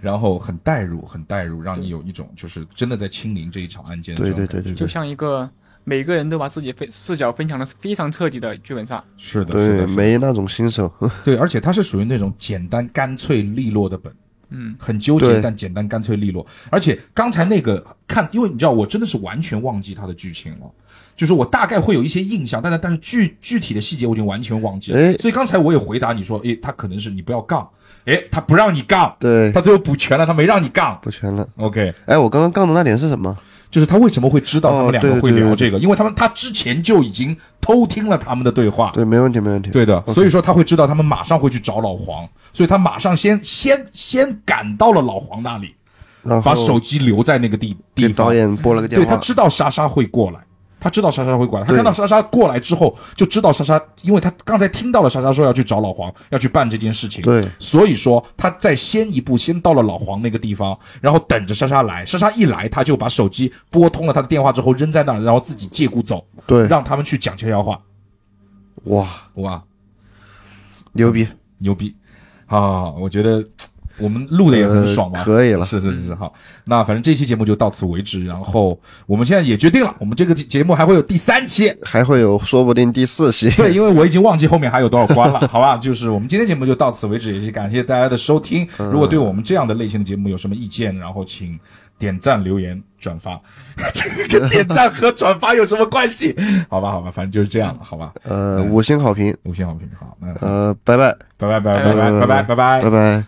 S1: 然后很代入，很代入，让你有一种就是真的在亲临这一场案件的
S3: 对
S1: 这种
S3: 对
S1: 感觉，
S3: 对对
S2: 就像一个每个人都把自己分视角分享的非常彻底的剧本杀。
S1: 是的，是
S3: 对，
S1: 的，是的
S3: 没那种新手。 (laughs)
S1: 对，而且它是属于那种简单、干脆、利落的本，
S2: 嗯，
S1: 很纠结
S3: 对，
S1: 但简单、干脆、利落。而且刚才那个看，因为你知道，我真的是完全忘记它的剧情了，就是我大概会有一些印象，但是但是具具体的细节我已经完全忘记了
S3: 哎。
S1: 所以刚才我也回答你说，诶，他可能是你不要杠，诶，他不让你杠，
S3: 对，
S1: 他最后补全了，他没让你杠。
S3: 补全了。
S1: OK，
S3: 哎，我刚刚杠的那点是什么？
S1: 就是他为什么会知道他们
S3: 哦
S1: 两
S3: 对
S1: 个
S3: 对
S1: 会
S3: 对
S1: 聊
S3: 对
S1: 这个？因为他们他之前就已经偷听了他们的对话，
S3: 对，没问题，没问题。
S1: 对的，
S3: OK
S1: 所以说他会知道他们马上会去找老黄，所以他马上先先先赶到了老黄那里，
S3: 然后
S1: 把手机留在那个地地
S3: 给
S1: 方。
S3: 导演拨了个电
S1: 对
S3: 话，
S1: 他知道莎莎会过来，他知道莎莎会过来，他
S3: 对
S1: 看到莎莎过来之后就知道莎莎，因为他刚才听到了莎莎说要去找老黄，要去办这件事情，
S3: 对
S1: 所以说他在先一步先到了老黄那个地方，然后等着莎莎来，莎莎一来他就把手机拨通了他的电话之后扔在那儿，然后自己借故走，
S3: 对
S1: 让他们去讲悄悄话，
S3: 哇
S1: 哇，
S3: 牛逼
S1: 牛逼啊！我觉得我们录的也很爽嘛、
S3: 呃可以了
S1: 是是是，好，那反正这期节目就到此为止。然后我们现在也决定了，我们这个节目还会有第三期。
S3: 还会有说不定第四期。
S1: (laughs) 对，因为我已经忘记后面还有多少关了， (laughs) 好吧？就是我们今天节目就到此为止，也是感谢大家的收听。
S3: 嗯
S1: 如果对我们这样的类型的节目有什么意见，然后请点赞、留言、转发。 (laughs) 这个跟点赞和转发有什么关系？好吧，好吧，反正就是这样了，好吧？
S3: 呃，五星好评，
S1: 五星好评，好，
S3: 呃，拜拜，呃
S1: 拜拜，拜拜，拜拜，拜拜，拜拜，
S3: 拜拜。